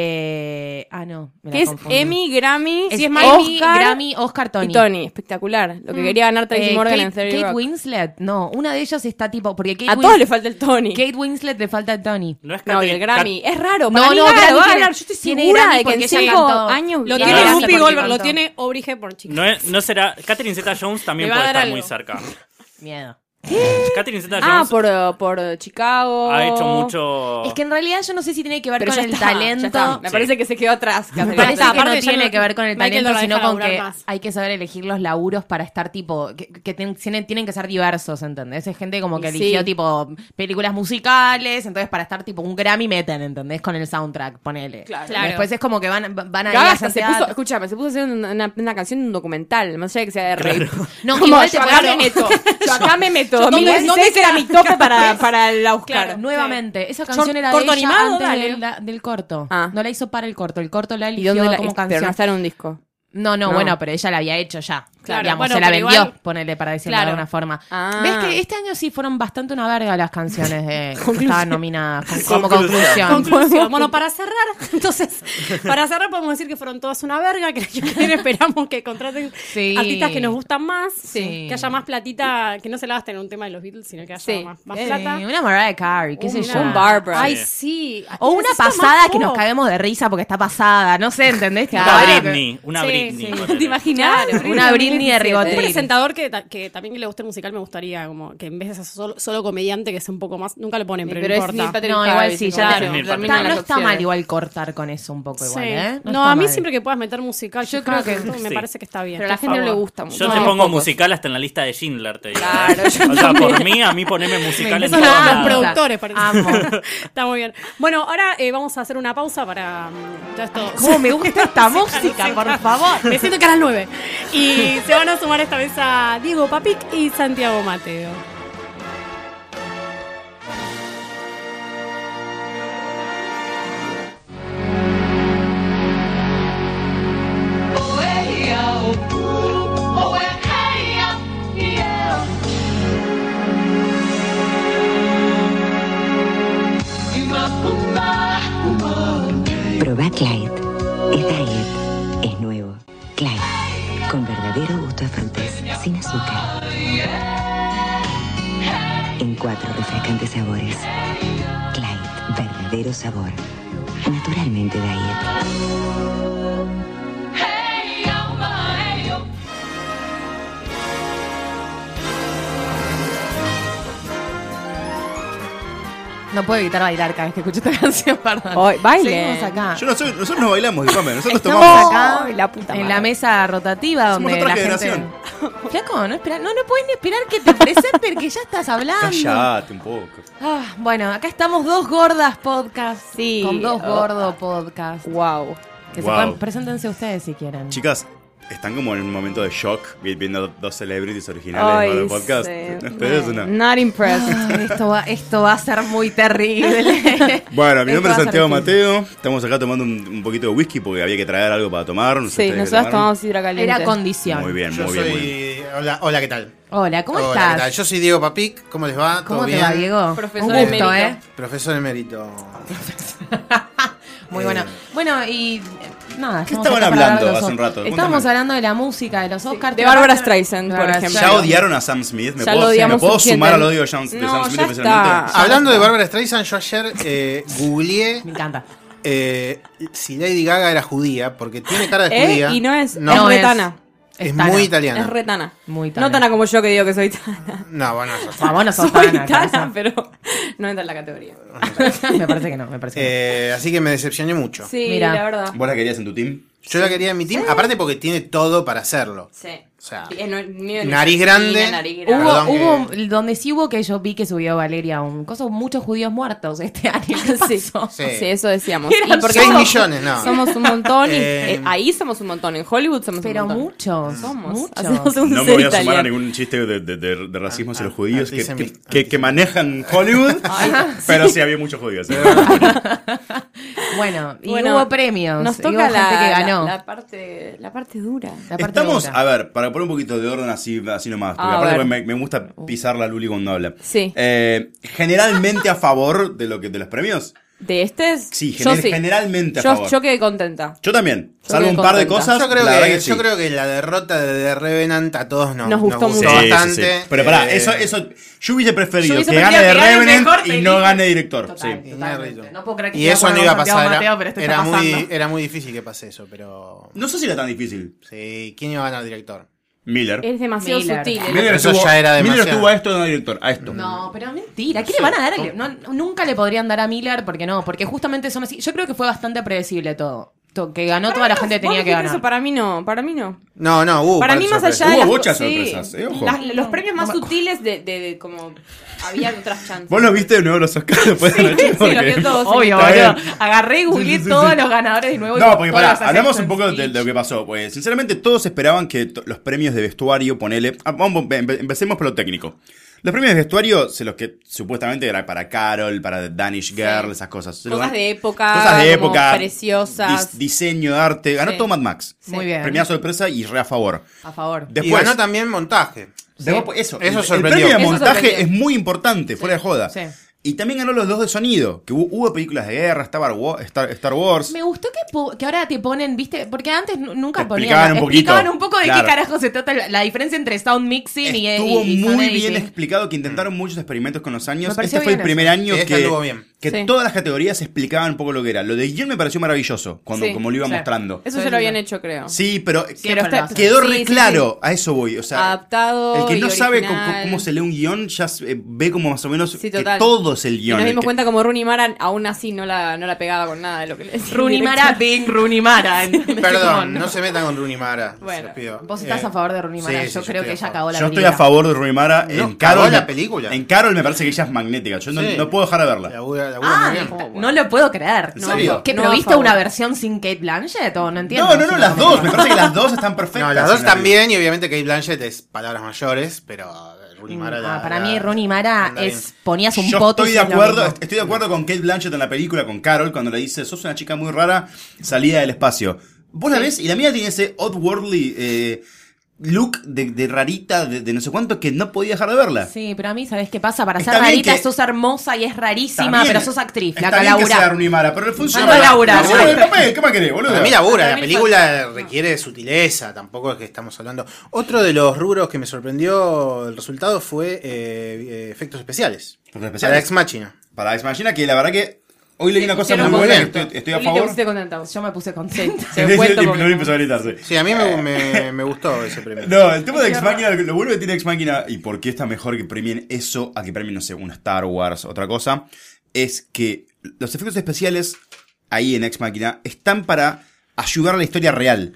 Speaker 11: Eh, ah, no. me la
Speaker 12: Que es
Speaker 11: confundí.
Speaker 12: Emmy, Grammy,
Speaker 11: Es
Speaker 12: si es
Speaker 11: Emmy,
Speaker 12: Oscar
Speaker 11: Grammy, Oscar, Tony.
Speaker 12: y Tony. Espectacular. Lo que quería ganar Tracy
Speaker 11: Eh,
Speaker 12: Morgan
Speaker 11: Kate,
Speaker 12: en Theory
Speaker 11: Kate
Speaker 12: Rock.
Speaker 11: Winslet, no, una de ellas está tipo. Porque Kate
Speaker 12: A
Speaker 11: Wins-
Speaker 12: todos le falta el Tony.
Speaker 11: Kate Winslet le falta el Tony.
Speaker 8: No es
Speaker 12: No, y el
Speaker 8: Catherine-
Speaker 12: Grammy.
Speaker 8: Cat-
Speaker 12: Es raro. Para no, no,
Speaker 11: Grammy
Speaker 12: va a
Speaker 11: tiene-
Speaker 12: ganar. Yo estoy
Speaker 11: tiene
Speaker 12: segura
Speaker 11: Grammy
Speaker 12: de que
Speaker 11: porque
Speaker 12: en
Speaker 11: ella
Speaker 12: cinco
Speaker 11: cantó.
Speaker 12: años
Speaker 6: Lo
Speaker 11: Y
Speaker 12: Gaga
Speaker 6: tiene
Speaker 11: ahora
Speaker 12: la
Speaker 11: sí,
Speaker 6: Whoopi
Speaker 11: porque
Speaker 6: Goldberg, lo
Speaker 11: cantó.
Speaker 6: tiene Aubrey Hepburn, chicos.
Speaker 8: No, es- no será. Catherine Zeta Jones también
Speaker 6: Le va
Speaker 8: puede
Speaker 6: a
Speaker 8: estar
Speaker 6: dar
Speaker 8: muy
Speaker 6: algo.
Speaker 8: cerca.
Speaker 11: Miedo.
Speaker 8: Catherine Zeta
Speaker 12: Ah,
Speaker 8: Jones
Speaker 12: por, eh, por eh, Chicago.
Speaker 8: ha hecho
Speaker 6: Ah,
Speaker 8: mucho.
Speaker 11: Es que en realidad yo no sé si tiene que ver
Speaker 12: Pero
Speaker 11: con
Speaker 12: ya
Speaker 11: el
Speaker 12: está, ya está.
Speaker 11: talento.
Speaker 12: Me
Speaker 8: Sí.
Speaker 12: parece que se quedó atrás.
Speaker 11: Me
Speaker 12: Catherine.
Speaker 11: parece
Speaker 6: está,
Speaker 11: que no
Speaker 6: aparte ya
Speaker 11: tiene
Speaker 6: no-
Speaker 11: que ver con el
Speaker 6: Michael no
Speaker 11: talento,
Speaker 6: la
Speaker 11: sino
Speaker 6: deja
Speaker 11: con que
Speaker 6: laburar más.
Speaker 11: hay que saber elegir los laburos para estar tipo. que, que ten- tienen, tienen que ser diversos, ¿entendés? Es gente como que
Speaker 12: Y
Speaker 11: eligió
Speaker 12: sí.
Speaker 11: tipo películas musicales, entonces para estar tipo un Grammy meten, ¿entendés? Con el soundtrack, ponele.
Speaker 12: Claro.
Speaker 6: Claro.
Speaker 11: Después es como que van, van a ir
Speaker 12: Gaga
Speaker 11: a
Speaker 12: hasta
Speaker 11: hacer
Speaker 12: se puso,
Speaker 11: teatro.
Speaker 12: escúchame, se puso a hacer una, una- una canción de un documental, más allá de que sea de rape.
Speaker 11: No,
Speaker 12: Como,
Speaker 11: igual te
Speaker 12: yo acá
Speaker 11: pagaron.
Speaker 12: me meto, yo acá me meto.
Speaker 6: ¿dónde-
Speaker 12: 2016
Speaker 6: dónde
Speaker 12: era
Speaker 6: está?
Speaker 12: mi tope para, para el Oscar.
Speaker 11: Claro, nuevamente. Esa canción
Speaker 6: Short-
Speaker 11: era
Speaker 6: corto
Speaker 11: de ella
Speaker 6: animado,
Speaker 11: antes
Speaker 6: dale.
Speaker 11: del, la- del corto.
Speaker 12: Ah.
Speaker 11: No la hizo para el corto. El corto la
Speaker 12: ¿Y
Speaker 11: eligió
Speaker 12: dónde la,
Speaker 11: como
Speaker 12: Pero no
Speaker 11: canción.
Speaker 12: está en un disco.
Speaker 11: No, no,
Speaker 12: No.
Speaker 11: bueno, pero ella la había hecho ya.
Speaker 6: Claro,
Speaker 11: digamos,
Speaker 6: bueno,
Speaker 11: se la
Speaker 6: pero
Speaker 11: vendió,
Speaker 6: igual-
Speaker 11: ponele para decirlo
Speaker 6: Claro.
Speaker 11: de alguna forma.
Speaker 12: Ah.
Speaker 11: ¿Ves que este año sí fueron bastante una verga las canciones de, que
Speaker 12: Conclusión.
Speaker 11: estaban nominadas con- como
Speaker 8: Conclusión.
Speaker 11: conclusión?
Speaker 6: Conclusión. Bueno, para cerrar, entonces, para cerrar podemos decir que fueron todas una verga, que el año que viene esperamos que contraten
Speaker 11: Sí.
Speaker 6: artistas que nos gustan más,
Speaker 11: Sí.
Speaker 6: que haya más platita, que no se la gasten en un tema de los Beatles, sino que haya
Speaker 12: Sí.
Speaker 6: más, más
Speaker 11: Sí,
Speaker 6: plata.
Speaker 11: una Mariah Carey, qué sé
Speaker 6: Una-
Speaker 11: yo.
Speaker 12: Un Barbra.
Speaker 6: Ay,
Speaker 8: Sí.
Speaker 6: sí.
Speaker 11: O una
Speaker 6: Necesito
Speaker 11: pasada
Speaker 6: más
Speaker 11: que nos
Speaker 6: pop.
Speaker 11: caguemos de risa porque está pasada, no sé, ¿entendés?
Speaker 8: Una
Speaker 11: Claro.
Speaker 8: Britney. Una
Speaker 6: Sí,
Speaker 8: Britney.
Speaker 6: sí.
Speaker 8: ponele.
Speaker 12: ¿Te imaginas?
Speaker 11: Una Britney de
Speaker 6: Un
Speaker 11: Rigotti.
Speaker 6: presentador que, ta- que también que le guste el musical me gustaría, como que en vez de ser solo, solo comediante, que sea un poco más. Nunca lo ponen, pero,
Speaker 12: Pero
Speaker 6: no
Speaker 12: es ni
Speaker 6: importa.
Speaker 12: Patrick
Speaker 11: No, igual
Speaker 12: Harris,
Speaker 11: sí,
Speaker 12: como
Speaker 11: ya
Speaker 12: que
Speaker 8: es mi
Speaker 12: terminan
Speaker 8: Patrick
Speaker 11: Está-
Speaker 12: las
Speaker 11: no está mal
Speaker 12: opciones.
Speaker 11: igual cortar con eso un poco igual,
Speaker 6: Sí.
Speaker 11: ¿eh?
Speaker 6: No,
Speaker 11: está
Speaker 6: a mí
Speaker 11: mal.
Speaker 6: siempre que puedas meter musical, yo creo que me
Speaker 8: Sí.
Speaker 6: parece que está bien.
Speaker 12: Pero a la
Speaker 6: por
Speaker 12: gente no le
Speaker 6: favor.
Speaker 12: gusta mucho.
Speaker 8: Yo te
Speaker 12: No,
Speaker 8: pongo
Speaker 12: pocos.
Speaker 8: musical hasta en la lista de Schindler, te digo.
Speaker 12: Claro,
Speaker 8: ¿eh? o sea, por mí, a mí poneme musical en
Speaker 6: Son
Speaker 8: todos
Speaker 11: encanta.
Speaker 6: los
Speaker 8: lados.
Speaker 6: productores, parece.
Speaker 11: Amo.
Speaker 6: Está muy bien. Bueno, ahora eh, vamos a hacer una pausa para mm, todo esto.
Speaker 11: ¿Cómo me gusta esta música, por favor?
Speaker 6: Me siento en Canal 9. Y se van a sumar a esta vez a Diego Papic y Santiago Mateo.
Speaker 13: Proba Clyde. Es diet. Es nuevo. Clyde. Con verdadero. verdadero gusto de frutas sin azúcar. En cuatro refrescantes sabores. Clyde, verdadero sabor. Naturalmente diet.
Speaker 11: No puedo evitar bailar cada vez que escucho esta canción, perdón.
Speaker 12: Hoy, baile.
Speaker 11: Seguimos acá.
Speaker 14: Yo no soy- nosotros no bailamos, disculpame. Nosotros
Speaker 11: Estamos
Speaker 14: tomamos.
Speaker 11: acá en
Speaker 14: madre.
Speaker 11: la mesa rotativa
Speaker 14: Somos
Speaker 11: donde
Speaker 14: otra
Speaker 11: la
Speaker 14: generación.
Speaker 11: gente. Flaco, no, espera, no, no puedes ni esperar que te presentes porque ya estás hablando.
Speaker 14: Callate un poco.
Speaker 11: Ah, bueno, acá estamos dos gordas podcast. Sí. Con dos
Speaker 12: Oh.
Speaker 11: gordos podcast.
Speaker 12: Wow.
Speaker 11: Que se
Speaker 14: Wow.
Speaker 11: puedan, preséntense ustedes si quieren.
Speaker 14: Chicas, están como en un momento de shock vi- viendo dos celebrities originales
Speaker 11: Ay,
Speaker 14: para el podcast.
Speaker 11: sí.
Speaker 14: ¿Ustedes o no?
Speaker 12: Not impressed.
Speaker 11: Ay, Ah, esto, va, esto va a ser muy terrible.
Speaker 14: Bueno, mi
Speaker 11: Esto
Speaker 14: nombre
Speaker 11: va a
Speaker 14: es
Speaker 11: ser
Speaker 14: Santiago
Speaker 11: difícil.
Speaker 14: Mateo. Estamos acá tomando un, un poquito de whisky porque había que traer algo para tomar. No sé
Speaker 12: Sí,
Speaker 14: ustedes qué
Speaker 12: nosotros
Speaker 14: tomaron.
Speaker 12: tomamos sidra caliente.
Speaker 11: Era condición.
Speaker 14: Muy bien,
Speaker 15: Yo
Speaker 14: muy bien,
Speaker 15: soy-
Speaker 14: muy bien.
Speaker 15: Hola, hola, ¿qué tal?
Speaker 11: Hola, ¿cómo
Speaker 15: Hola, ¿qué tal?
Speaker 11: estás?
Speaker 15: Yo soy Diego Papic. ¿Cómo les va?
Speaker 11: ¿Cómo
Speaker 15: ¿Todo
Speaker 11: te
Speaker 15: bien?
Speaker 11: va, Diego?
Speaker 12: Profesor Un gusto, emérito. ¿eh?
Speaker 15: Profesor emérito.
Speaker 11: Muy
Speaker 15: Eh,
Speaker 11: bueno. Bueno, y eh, nada.
Speaker 14: ¿Qué estaban
Speaker 11: estamos acá para
Speaker 14: hablando
Speaker 11: hablar de los
Speaker 14: hace un
Speaker 11: Oscars.
Speaker 14: rato?
Speaker 11: Estábamos
Speaker 14: Cuéntame.
Speaker 11: hablando de la música, de los Oscars.
Speaker 12: de Bárbara Streisand, por
Speaker 11: Bárbara
Speaker 12: ejemplo.
Speaker 14: ¿Ya odiaron a Sam Smith? ¿Me
Speaker 12: Ya lo
Speaker 14: puedo, me
Speaker 12: odiamos
Speaker 14: puedo
Speaker 12: suficiente.
Speaker 14: sumar al odio de Sam, de
Speaker 12: No,
Speaker 14: Sam Smith
Speaker 12: ya
Speaker 14: oficialmente?
Speaker 12: está.
Speaker 15: Ah, Hablando de Bárbara Streisand, yo ayer eh, googleé. Me
Speaker 11: encanta.
Speaker 15: si Lady Gaga era judía, porque tiene cara de
Speaker 12: ¿Eh?
Speaker 15: judía.
Speaker 12: Y no es, es retana.
Speaker 15: Es, muy italiana.
Speaker 12: Es retana.
Speaker 11: Muy
Speaker 12: No tana como yo que digo que soy tana.
Speaker 15: No, bueno, eso
Speaker 11: Ah, vos no sos
Speaker 12: soy
Speaker 11: tana,
Speaker 12: tana,
Speaker 11: cabeza.
Speaker 12: pero no entra en la categoría.
Speaker 11: me parece que no, me parece
Speaker 15: Eh, así que me decepcioné mucho.
Speaker 12: Sí,
Speaker 11: Mira.
Speaker 12: la verdad.
Speaker 14: ¿Vos la querías en tu team?
Speaker 15: Yo la quería en mi team, aparte porque tiene todo para hacerlo.
Speaker 12: Sí.
Speaker 15: O sea,
Speaker 12: Eh, no, mío,
Speaker 15: Nariz
Speaker 12: no-
Speaker 15: grande.
Speaker 12: Ni nariz grande.
Speaker 11: Hubo,
Speaker 15: Perdón
Speaker 11: hubo donde sí hubo que yo vi que subió Valeria un coso, muchos judíos muertos este año. ¿Qué pasó?
Speaker 12: Sí, eso decíamos.
Speaker 11: Eran
Speaker 12: Y porque
Speaker 11: seis
Speaker 12: somos-
Speaker 11: millones, no.
Speaker 12: Somos un montón. y,
Speaker 11: Eh,
Speaker 12: eh, ahí somos un montón. En Hollywood somos
Speaker 11: Pero
Speaker 12: un montón.
Speaker 11: muchos.
Speaker 12: Somos.
Speaker 11: muchos.
Speaker 12: Hacemos un
Speaker 14: No me voy a
Speaker 12: set
Speaker 14: sumar a
Speaker 12: italiano.
Speaker 14: ningún chiste de, de- de- de racismo hacia los judíos que, que, que- que manejan Hollywood.
Speaker 11: Ah,
Speaker 14: pero sí había muchos judíos. ¿eh?
Speaker 11: Bueno, y
Speaker 12: Bueno,
Speaker 11: hubo premios.
Speaker 12: Nos
Speaker 11: y
Speaker 12: toca
Speaker 11: hubo
Speaker 12: la,
Speaker 11: gente que
Speaker 12: la-
Speaker 11: ganó.
Speaker 12: La, parte, la parte dura.
Speaker 14: Estamos, a ver, para poner un poquito de orden así, así nomás, porque
Speaker 12: A
Speaker 14: aparte
Speaker 12: ver.
Speaker 14: me, me gusta pisar la Luli cuando habla.
Speaker 12: Sí.
Speaker 14: Eh, generalmente a favor de lo que de los premios.
Speaker 12: ¿De este? es-
Speaker 14: Sí,
Speaker 12: yo
Speaker 14: gener- generalmente a
Speaker 12: yo,
Speaker 14: favor.
Speaker 12: yo quedé contenta.
Speaker 14: Yo también,
Speaker 12: Yo
Speaker 14: salvo
Speaker 12: quedé
Speaker 14: un par de
Speaker 12: contenta.
Speaker 14: cosas.
Speaker 15: Yo creo,
Speaker 14: la
Speaker 15: que,
Speaker 14: verdad que sí.
Speaker 15: yo creo que la derrota de The Revenant a todos nos,
Speaker 12: Nos gustó
Speaker 14: Sí, sí, sí.
Speaker 15: bastante.
Speaker 14: Pero pará,
Speaker 15: Eh,
Speaker 14: eso, eso. Yo hubiese preferido
Speaker 15: Yo hubiese
Speaker 14: que
Speaker 15: preferido
Speaker 14: gane de
Speaker 15: que gane
Speaker 14: Revenant
Speaker 15: mejor
Speaker 14: y no
Speaker 15: película.
Speaker 14: gane director. sí.
Speaker 11: No puedo creer que
Speaker 15: Y
Speaker 11: sea
Speaker 15: eso
Speaker 11: por
Speaker 15: no iba a
Speaker 11: Santiago
Speaker 15: pasar. Era,
Speaker 11: Mateo, pero esto
Speaker 15: era
Speaker 11: está
Speaker 15: muy,
Speaker 11: pasando.
Speaker 15: era muy difícil que pase eso, pero.
Speaker 14: No sé si era tan difícil.
Speaker 15: Sí, ¿quién iba a ganar director?
Speaker 14: Miller.
Speaker 12: Es demasiado
Speaker 11: Miller.
Speaker 12: sutil.
Speaker 15: Miller
Speaker 14: Miller
Speaker 15: Eso
Speaker 14: estuvo,
Speaker 15: ya era
Speaker 14: Miller
Speaker 15: demasiado.
Speaker 14: estuvo a esto de no director, a esto.
Speaker 11: No, pero mentira. ¿Qué le van a dar? a Le- no, nunca le podrían dar a Miller porque no, porque justamente son así. Yo creo que fue bastante predecible todo. To- que ganó toda la gente que
Speaker 12: Vos
Speaker 11: tenía que
Speaker 12: dijiste
Speaker 11: ganar.
Speaker 12: eso, para mí no, para mí no.
Speaker 15: No, no,
Speaker 14: Uh,
Speaker 15: hubo.
Speaker 12: para
Speaker 15: par
Speaker 12: mí
Speaker 15: de
Speaker 12: más
Speaker 15: sorpresas.
Speaker 12: allá de las- sí,
Speaker 14: eh, ojo.
Speaker 12: las- los premios más sutiles de, de- de como había otras chances.
Speaker 14: Vos lo viste de nuevo los Oscars después de la noche.
Speaker 12: sí, lo vi todos. Obvio,
Speaker 14: Está
Speaker 11: boludo.
Speaker 14: bien.
Speaker 11: Agarré y googleé todos los ganadores de nuevo. y
Speaker 14: No, porque
Speaker 11: todas
Speaker 14: pará,
Speaker 11: las
Speaker 14: hablamos
Speaker 11: hacían-
Speaker 14: un poco de, de lo que pasó. Pues, sinceramente, todos esperaban que to- los premios de vestuario, ponele. ah, vamos, empe- empecemos por lo técnico. Los premios de vestuario, se los que supuestamente era para Carol, para Danish Girl, esas cosas. Se los
Speaker 12: Cosas
Speaker 14: dan-
Speaker 12: de época.
Speaker 14: Cosas de
Speaker 12: como
Speaker 14: época.
Speaker 12: Preciosas.
Speaker 14: dis- diseño, arte. Ganó
Speaker 12: Sí.
Speaker 14: todo Mad Max.
Speaker 12: Sí. Muy bien.
Speaker 14: Premiada sorpresa y re a favor.
Speaker 11: A favor.
Speaker 15: Y ganó también montaje.
Speaker 14: Después, pues, Eso,
Speaker 15: Eso
Speaker 14: el-
Speaker 15: sorprendió.
Speaker 14: El premio de
Speaker 15: Eso
Speaker 14: montaje
Speaker 15: sorprendió.
Speaker 14: es muy importante, fuera de joda.
Speaker 11: Sí.
Speaker 14: Y también ganó los dos de sonido, que hubo, hubo películas de guerra, Star, Wa- Star, Star Wars.
Speaker 11: Me gustó que, po- que ahora te ponen, viste, porque antes nu- nunca
Speaker 14: Explicaban
Speaker 11: ponían.
Speaker 14: un poquito,
Speaker 11: explicaban un poco de
Speaker 14: claro.
Speaker 11: qué carajo se trata la, la diferencia entre sound mixing y-
Speaker 12: Eh,
Speaker 14: Estuvo
Speaker 11: y. y sound
Speaker 14: muy bien
Speaker 11: editing.
Speaker 14: explicado que intentaron muchos experimentos con los
Speaker 11: Me
Speaker 14: años.
Speaker 11: pareció
Speaker 14: Este fue el
Speaker 11: bien
Speaker 14: primer
Speaker 11: eso.
Speaker 14: año
Speaker 15: Mm. Sí, esta
Speaker 14: que,
Speaker 15: estuvo bien.
Speaker 14: que
Speaker 12: Sí.
Speaker 14: todas las categorías explicaban un poco lo que era. Lo de guión me pareció maravilloso, cuando,
Speaker 12: Sí,
Speaker 14: como lo iba
Speaker 12: sí.
Speaker 14: mostrando.
Speaker 12: Eso ya lo habían hecho, creo.
Speaker 14: Sí, pero,
Speaker 12: Pero está-
Speaker 14: quedó
Speaker 12: sí,
Speaker 14: re
Speaker 12: sí,
Speaker 14: claro,
Speaker 12: sí.
Speaker 14: a eso voy. O sea,
Speaker 12: Adaptado.
Speaker 14: el que no
Speaker 12: y
Speaker 14: sabe cómo,
Speaker 12: original.
Speaker 14: cómo se lee un guión ya se- eh, ve como más o menos
Speaker 12: Sí,
Speaker 14: que
Speaker 12: total.
Speaker 14: todo es el
Speaker 12: Y
Speaker 14: guión.
Speaker 12: nos
Speaker 14: el
Speaker 12: dimos
Speaker 14: que-
Speaker 12: cuenta como Rooney Mara aún así no la, no la pegaba con nada de lo que le decía.
Speaker 11: Rooney Mara, Bing, Rooney Mara. ¿entendés? Como,
Speaker 15: Perdón, no se metan con Rooney Mara. se
Speaker 11: Bueno,
Speaker 15: los pido.
Speaker 11: Vos estás
Speaker 15: Eh,
Speaker 11: a favor de Rooney Mara.
Speaker 15: sí,
Speaker 11: yo
Speaker 15: sí,
Speaker 11: creo que
Speaker 15: estoy a
Speaker 11: ella
Speaker 15: favor.
Speaker 11: acabó la
Speaker 14: Yo estoy
Speaker 11: película.
Speaker 14: a favor de Rooney Mara. en Carol,
Speaker 15: cagó la
Speaker 14: me-
Speaker 15: película.
Speaker 14: En Carol me parece que ella es magnética. Yo no,
Speaker 15: Sí.
Speaker 14: no puedo dejar de verla.
Speaker 11: Ah, no lo puedo creer.
Speaker 14: ¿En serio?
Speaker 11: ¿Qué,
Speaker 14: No,
Speaker 11: pero
Speaker 14: a
Speaker 11: viste
Speaker 14: favor.
Speaker 11: una versión sin Kate Blanchett? O no entiendo.
Speaker 14: no, no, no, las dos. Me parece que las dos están perfectas.
Speaker 15: No, las dos
Speaker 14: en la
Speaker 15: también, y obviamente Kate Blanchett es palabras mayores, pero Rooney Mara. la-
Speaker 11: Ah, para
Speaker 15: la-
Speaker 11: mí Rooney Mara
Speaker 15: anda
Speaker 11: es ponías un
Speaker 14: Yo
Speaker 11: poto.
Speaker 14: estoy
Speaker 11: y
Speaker 14: de
Speaker 11: es lo
Speaker 14: acuerdo,
Speaker 11: mismo.
Speaker 14: est- estoy de acuerdo con Kate Blanchett en la película con Carol cuando le dice, "Sos una chica muy rara, salida del espacio." Vos la ves y la mía tiene ese oddworldly eh, look de, de rarita, de, de no sé cuánto, que no podía dejar de verla.
Speaker 11: Sí, pero a mí, ¿sabes qué pasa? Para
Speaker 14: Está
Speaker 11: ser
Speaker 14: bien
Speaker 11: rarita
Speaker 14: que-
Speaker 11: sos hermosa y es rarísima,
Speaker 14: Está bien.
Speaker 11: pero sos actriz.
Speaker 14: Está
Speaker 11: flaca,
Speaker 14: bien que
Speaker 11: Laura.
Speaker 14: sea Rooney Mara, pero le funciona.
Speaker 11: Manda a laburar.
Speaker 14: Labura de papel, ¿qué más querés, boludo?
Speaker 15: Para mí labura, la película requiere sutileza, tampoco es que estamos hablando. Otro de los rubros que me sorprendió el resultado fue eh, eh, efectos especiales. Para Ex Machina.
Speaker 14: Para Ex Machina, que la verdad que hoy leí una cosa
Speaker 15: pusieron
Speaker 14: muy buena, que
Speaker 15: contento.
Speaker 14: estoy, estoy a
Speaker 11: Lili, te
Speaker 14: favor.
Speaker 11: pusiste contenta. Yo me puse contenta.
Speaker 14: Sí, sí,
Speaker 11: Envuelto
Speaker 14: sí,
Speaker 11: porque-
Speaker 14: Lili empezó a gritar, sí.
Speaker 15: Sí, a mí me, me- me gustó ese premio.
Speaker 14: No, el tema de Ex Máquina, lo bueno que tiene Ex Máquina y por qué está mejor que premien eso a que premien, no sé, una Star Wars, otra cosa, es que los efectos especiales ahí en Ex Máquina están para ayudar a la historia real.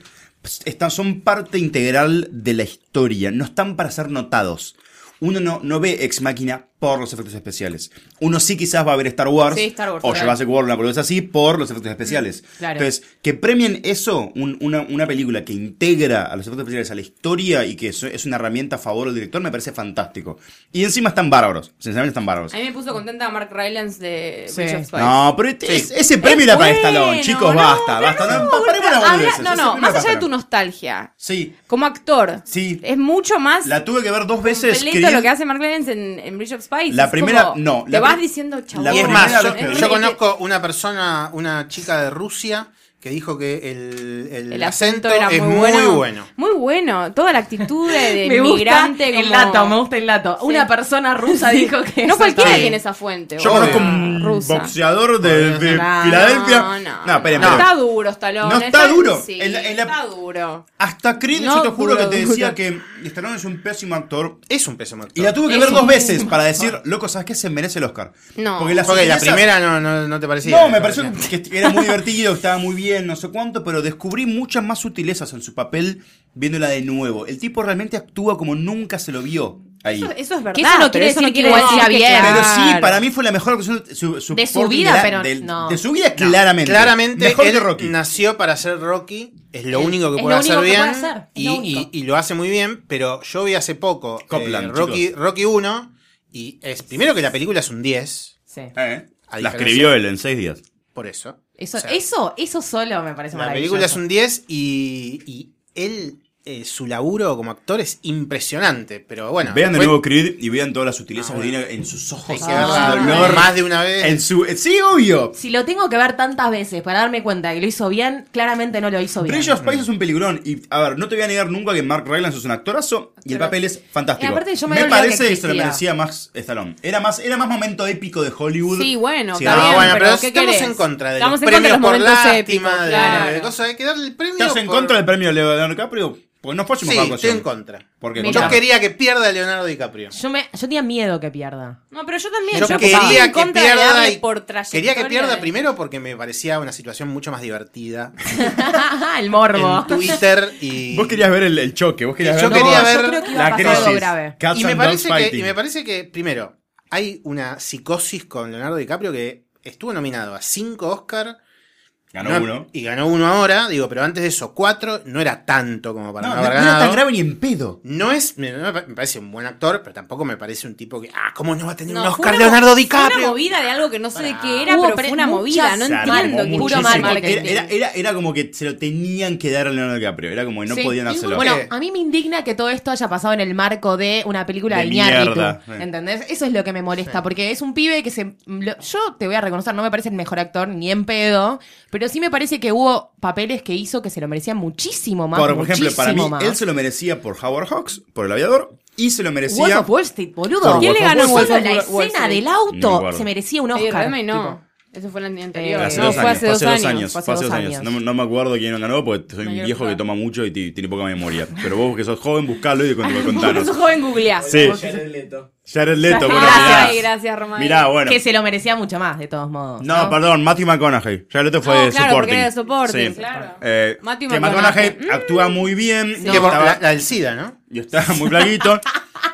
Speaker 14: Están, son parte integral de la historia, no están para ser notados. Uno no, no ve Ex Máquina por los efectos especiales. Uno sí quizás va a ver Star Wars,
Speaker 11: Sí, Star Wars,
Speaker 14: o
Speaker 11: claro.
Speaker 14: Jurassic World, una cosa así, por los efectos especiales.
Speaker 11: Claro.
Speaker 14: Entonces, que premien eso, un- una, una película que integra a los efectos especiales a la historia y que eso es una herramienta a favor del director, me parece fantástico. Y encima están bárbaros, sinceramente están bárbaros.
Speaker 12: A mí me puso contenta Mark Rylance de
Speaker 14: Sí.
Speaker 12: Bridge of Spies.
Speaker 14: No, pero este- es- ese premio era para Stallone, chicos, basta, basta. No, paremos las
Speaker 12: Habla-
Speaker 14: boludeces,
Speaker 12: Ah,
Speaker 14: ese
Speaker 12: no, no,
Speaker 14: premio era
Speaker 12: más allá de
Speaker 14: para
Speaker 12: tu
Speaker 14: Stallone.
Speaker 12: nostalgia.
Speaker 14: Sí,
Speaker 12: Como actor,
Speaker 14: sí.
Speaker 12: es mucho más
Speaker 14: La tuve que ver dos veces.
Speaker 12: completo
Speaker 14: quería-
Speaker 12: lo que hace Mark Rylance en, en Bridge of Spies.
Speaker 14: La
Speaker 12: Es
Speaker 14: primera-
Speaker 12: como,
Speaker 14: no,
Speaker 12: Te
Speaker 14: la
Speaker 12: vas
Speaker 14: pri-
Speaker 12: diciendo, chabón.
Speaker 14: la
Speaker 15: y es
Speaker 14: primera
Speaker 15: más,
Speaker 14: vez que
Speaker 15: yo,
Speaker 14: vi.
Speaker 15: yo conozco una persona, una chica de Rusia, que dijo que el, el
Speaker 12: El
Speaker 15: acento,
Speaker 12: acento era
Speaker 15: es
Speaker 12: muy
Speaker 15: muy
Speaker 12: bueno.
Speaker 15: bueno.
Speaker 12: Muy bueno, toda la actitud de, de
Speaker 11: Me gusta
Speaker 12: migrante.
Speaker 11: el
Speaker 12: como-
Speaker 11: lato, me gusta el lato. Una persona rusa
Speaker 12: Sí.
Speaker 11: dijo que
Speaker 12: No
Speaker 11: eso
Speaker 12: cualquiera
Speaker 11: estaba-
Speaker 12: tiene esa fuente.
Speaker 14: Yo
Speaker 12: boludo.
Speaker 14: conozco un
Speaker 12: Rusa.
Speaker 14: boxeador de, de Filadelfia.
Speaker 12: No, no,
Speaker 14: esperen,
Speaker 12: no.
Speaker 14: esperen.
Speaker 12: Está duro, Stallone.
Speaker 14: No está duro.
Speaker 12: Sí,
Speaker 14: En la- en la-
Speaker 12: Está duro.
Speaker 14: Hasta Creed,
Speaker 12: No,
Speaker 14: yo te juro
Speaker 12: duro,
Speaker 14: que te
Speaker 12: duro.
Speaker 14: decía que Stallone es un pésimo actor.
Speaker 15: Es un pésimo actor.
Speaker 14: Y la tuve que
Speaker 15: Es
Speaker 14: ver
Speaker 15: un
Speaker 14: dos veces
Speaker 15: pésimo
Speaker 14: para decir, loco, ¿sabes qué? Se merece el Oscar.
Speaker 12: No.
Speaker 14: Porque la,
Speaker 15: Porque la
Speaker 14: sutileza-
Speaker 15: primera no, no, no te parecía.
Speaker 14: No, me pareció que era muy divertido, que estaba muy bien, no sé cuánto, pero descubrí muchas más sutilezas en su papel viéndola de nuevo. El tipo realmente actúa como nunca se lo vio ahí.
Speaker 12: Eso, eso es verdad.
Speaker 11: Que eso no quiere
Speaker 12: pero eso
Speaker 11: decir
Speaker 12: no
Speaker 11: que
Speaker 12: quiere
Speaker 11: igual
Speaker 12: decir
Speaker 11: sea
Speaker 12: que-
Speaker 11: bien.
Speaker 14: Pero sí,
Speaker 11: Claro.
Speaker 14: para mí fue la mejor actuación su-
Speaker 11: De su
Speaker 14: supporting
Speaker 11: vida,
Speaker 14: de la-
Speaker 11: pero
Speaker 14: del-
Speaker 11: no.
Speaker 14: De su vida,
Speaker 15: No.
Speaker 14: claramente.
Speaker 15: Claramente,
Speaker 14: Mejor
Speaker 15: él
Speaker 14: que Rocky.
Speaker 15: nació para ser Rocky. Es lo
Speaker 14: Es-
Speaker 15: único que
Speaker 14: es
Speaker 15: puede
Speaker 14: lo
Speaker 15: hacer
Speaker 14: único que
Speaker 15: bien.
Speaker 14: puede hacer, es
Speaker 15: y,
Speaker 14: lo
Speaker 15: y-
Speaker 14: único.
Speaker 15: y lo hace muy bien, pero yo vi hace poco eh,
Speaker 14: Copland,
Speaker 15: Rocky,
Speaker 14: chicos.
Speaker 15: Rocky 1. Y es primero que la película es un 10.
Speaker 14: Eh,
Speaker 15: A
Speaker 14: la
Speaker 15: diferencia-
Speaker 14: escribió él en seis días.
Speaker 15: Por eso.
Speaker 11: Eso,
Speaker 15: O sea,
Speaker 11: eso, eso solo me parece
Speaker 15: La
Speaker 11: maravilloso.
Speaker 15: película es un 10 y, y él, eh, su laburo como actor es impresionante. Pero bueno.
Speaker 14: vean de
Speaker 15: después-
Speaker 14: nuevo Creed y vean todas las sutilezas que tiene en sus ojos,
Speaker 15: Hay
Speaker 14: en
Speaker 15: que
Speaker 12: Ah.
Speaker 14: su
Speaker 15: verla
Speaker 14: dolor.
Speaker 15: más de una vez.
Speaker 14: En su, eh, sí, obvio.
Speaker 11: Si lo tengo que ver tantas veces para darme cuenta que lo hizo bien, claramente no lo hizo bien.
Speaker 14: Bridge of Spies es un peligrón. Y a ver, no te voy a negar nunca que Mark Rylance es un actorazo y el papel es fantástico.
Speaker 11: Y aparte yo me había olvidado
Speaker 14: parece
Speaker 11: que
Speaker 14: que, se lo merecía
Speaker 11: existía.
Speaker 14: más Stallone. Era más, era más momento épico de Hollywood.
Speaker 12: Sí, bueno,
Speaker 14: Sí,
Speaker 12: está
Speaker 14: no,
Speaker 12: bien,
Speaker 14: bueno,
Speaker 12: pero,
Speaker 14: pero
Speaker 12: ¿qué
Speaker 15: ah, estamos
Speaker 12: querés?
Speaker 15: en contra de
Speaker 12: Estamos
Speaker 15: los
Speaker 12: en contra de los
Speaker 15: premios por
Speaker 12: momentos
Speaker 15: lástima,
Speaker 12: épicos,
Speaker 15: de-
Speaker 12: claro.
Speaker 15: de cosas, hay que darle el premio.
Speaker 14: ¿Estás en
Speaker 15: por-
Speaker 14: contra del premio de Leonardo DiCaprio? Pues no fue su
Speaker 15: Sí,
Speaker 14: mejor
Speaker 15: estoy
Speaker 14: actuación.
Speaker 15: en contra.
Speaker 14: ¿Por qué?
Speaker 15: Yo
Speaker 14: Contame.
Speaker 15: quería que pierda a Leonardo DiCaprio.
Speaker 11: Yo, me, yo tenía miedo que pierda.
Speaker 12: No, pero yo también.
Speaker 15: Yo
Speaker 12: yo estoy
Speaker 15: quería
Speaker 12: en
Speaker 15: que
Speaker 12: contra de darle
Speaker 15: pierda y-
Speaker 12: por
Speaker 15: quería que
Speaker 12: trayectoria
Speaker 15: pierda
Speaker 12: de-
Speaker 15: primero porque me parecía una situación mucho más divertida
Speaker 11: el morbo.
Speaker 15: en Twitter y
Speaker 14: Vos querías ver el, el choque, vos querías
Speaker 15: yo
Speaker 14: ver,
Speaker 15: quería
Speaker 14: todo.
Speaker 15: ver
Speaker 14: la crisis. Cats
Speaker 15: Y me,
Speaker 14: and dogs
Speaker 15: parece que,
Speaker 14: fighting.
Speaker 15: y me parece que, primero, hay una psicosis con Leonardo DiCaprio que estuvo nominado a cinco Oscar.
Speaker 14: Ganó
Speaker 15: No-
Speaker 14: uno.
Speaker 15: Y ganó uno ahora, digo, pero antes de eso, cuatro, no era tanto como para
Speaker 14: No,
Speaker 15: no,
Speaker 14: no-
Speaker 15: haber
Speaker 14: no era
Speaker 15: ganado.
Speaker 14: tan grave ni en pedo.
Speaker 15: No es, me, no me pa- me parece un buen actor, pero tampoco me parece un tipo que, ah, ¿cómo no va a tener un
Speaker 12: fue
Speaker 15: Oscar
Speaker 12: una-
Speaker 15: Leonardo
Speaker 12: Fue
Speaker 15: DiCaprio?
Speaker 12: una movida de algo que no sé de qué era,
Speaker 11: Hubo
Speaker 12: pero
Speaker 11: pre-
Speaker 12: fue una
Speaker 11: muchas
Speaker 12: movida. Ah, No
Speaker 14: Se armó
Speaker 12: entiendo qué
Speaker 14: muchísimo.
Speaker 12: puro marketing.
Speaker 14: Era, era, era- era como que se lo tenían que dar a Leonardo DiCaprio. Era como que no
Speaker 11: Sí.
Speaker 14: podían hacerlo. Eh,
Speaker 11: Bueno, a mí me indigna que todo esto haya pasado en el marco de una película de,
Speaker 14: De
Speaker 11: Iñárritu,
Speaker 14: mierda, sí.
Speaker 11: ¿Entendés? Eso es lo que me molesta, porque es un pibe que se... lo- yo te voy a reconocer, no me parece el mejor actor ni en pedo, pero sí me parece que hubo papeles que hizo que se lo merecían muchísimo más.
Speaker 14: Por, por ejemplo, para mí,
Speaker 11: muchísimo más.
Speaker 14: él se lo merecía por Howard Hawks, por el aviador, y se lo merecía.
Speaker 11: Wolf of Wall Street, boludo.
Speaker 14: Por ¿Quién Wolf le of ganó Wall Wolf
Speaker 11: Solo
Speaker 14: Street?
Speaker 11: la
Speaker 14: of Wall
Speaker 11: escena
Speaker 14: Street.
Speaker 11: del
Speaker 14: Ni me
Speaker 11: auto
Speaker 14: acuerdo.
Speaker 11: se merecía un
Speaker 12: Sí,
Speaker 11: Oscar. Eh,
Speaker 12: realmente no. Eso fue el año anterior.
Speaker 14: Hace
Speaker 12: no,
Speaker 14: dos
Speaker 12: fue
Speaker 14: años,
Speaker 12: hace dos años.
Speaker 14: Fue hace dos años. No, no me acuerdo quién lo ganó porque soy un viejo que toma mucho y ti- tiene poca memoria. Pero vos que sos joven, buscalo y cont- contanos.
Speaker 12: Sos joven googleá.
Speaker 14: Sí.
Speaker 12: Jared
Speaker 14: Leto. Jared Leto, bueno, mirá.
Speaker 11: Gracias,
Speaker 12: gracias, Román.
Speaker 14: Mirá, bueno.
Speaker 11: Que se lo merecía mucho más, de todos modos.
Speaker 14: No, perdón, Matthew McConaughey. Jared Leto fue
Speaker 11: No,
Speaker 14: de
Speaker 11: claro,
Speaker 14: supporting.
Speaker 11: porque era de supporting,
Speaker 14: Sí.
Speaker 11: claro.
Speaker 14: Eh,
Speaker 11: Matthew
Speaker 14: que
Speaker 11: McConaughey.
Speaker 14: McConaughey Mm. actúa muy bien.
Speaker 11: Sí. Que por- la-
Speaker 15: del SIDA, ¿no?
Speaker 14: Y estaba muy blaguito.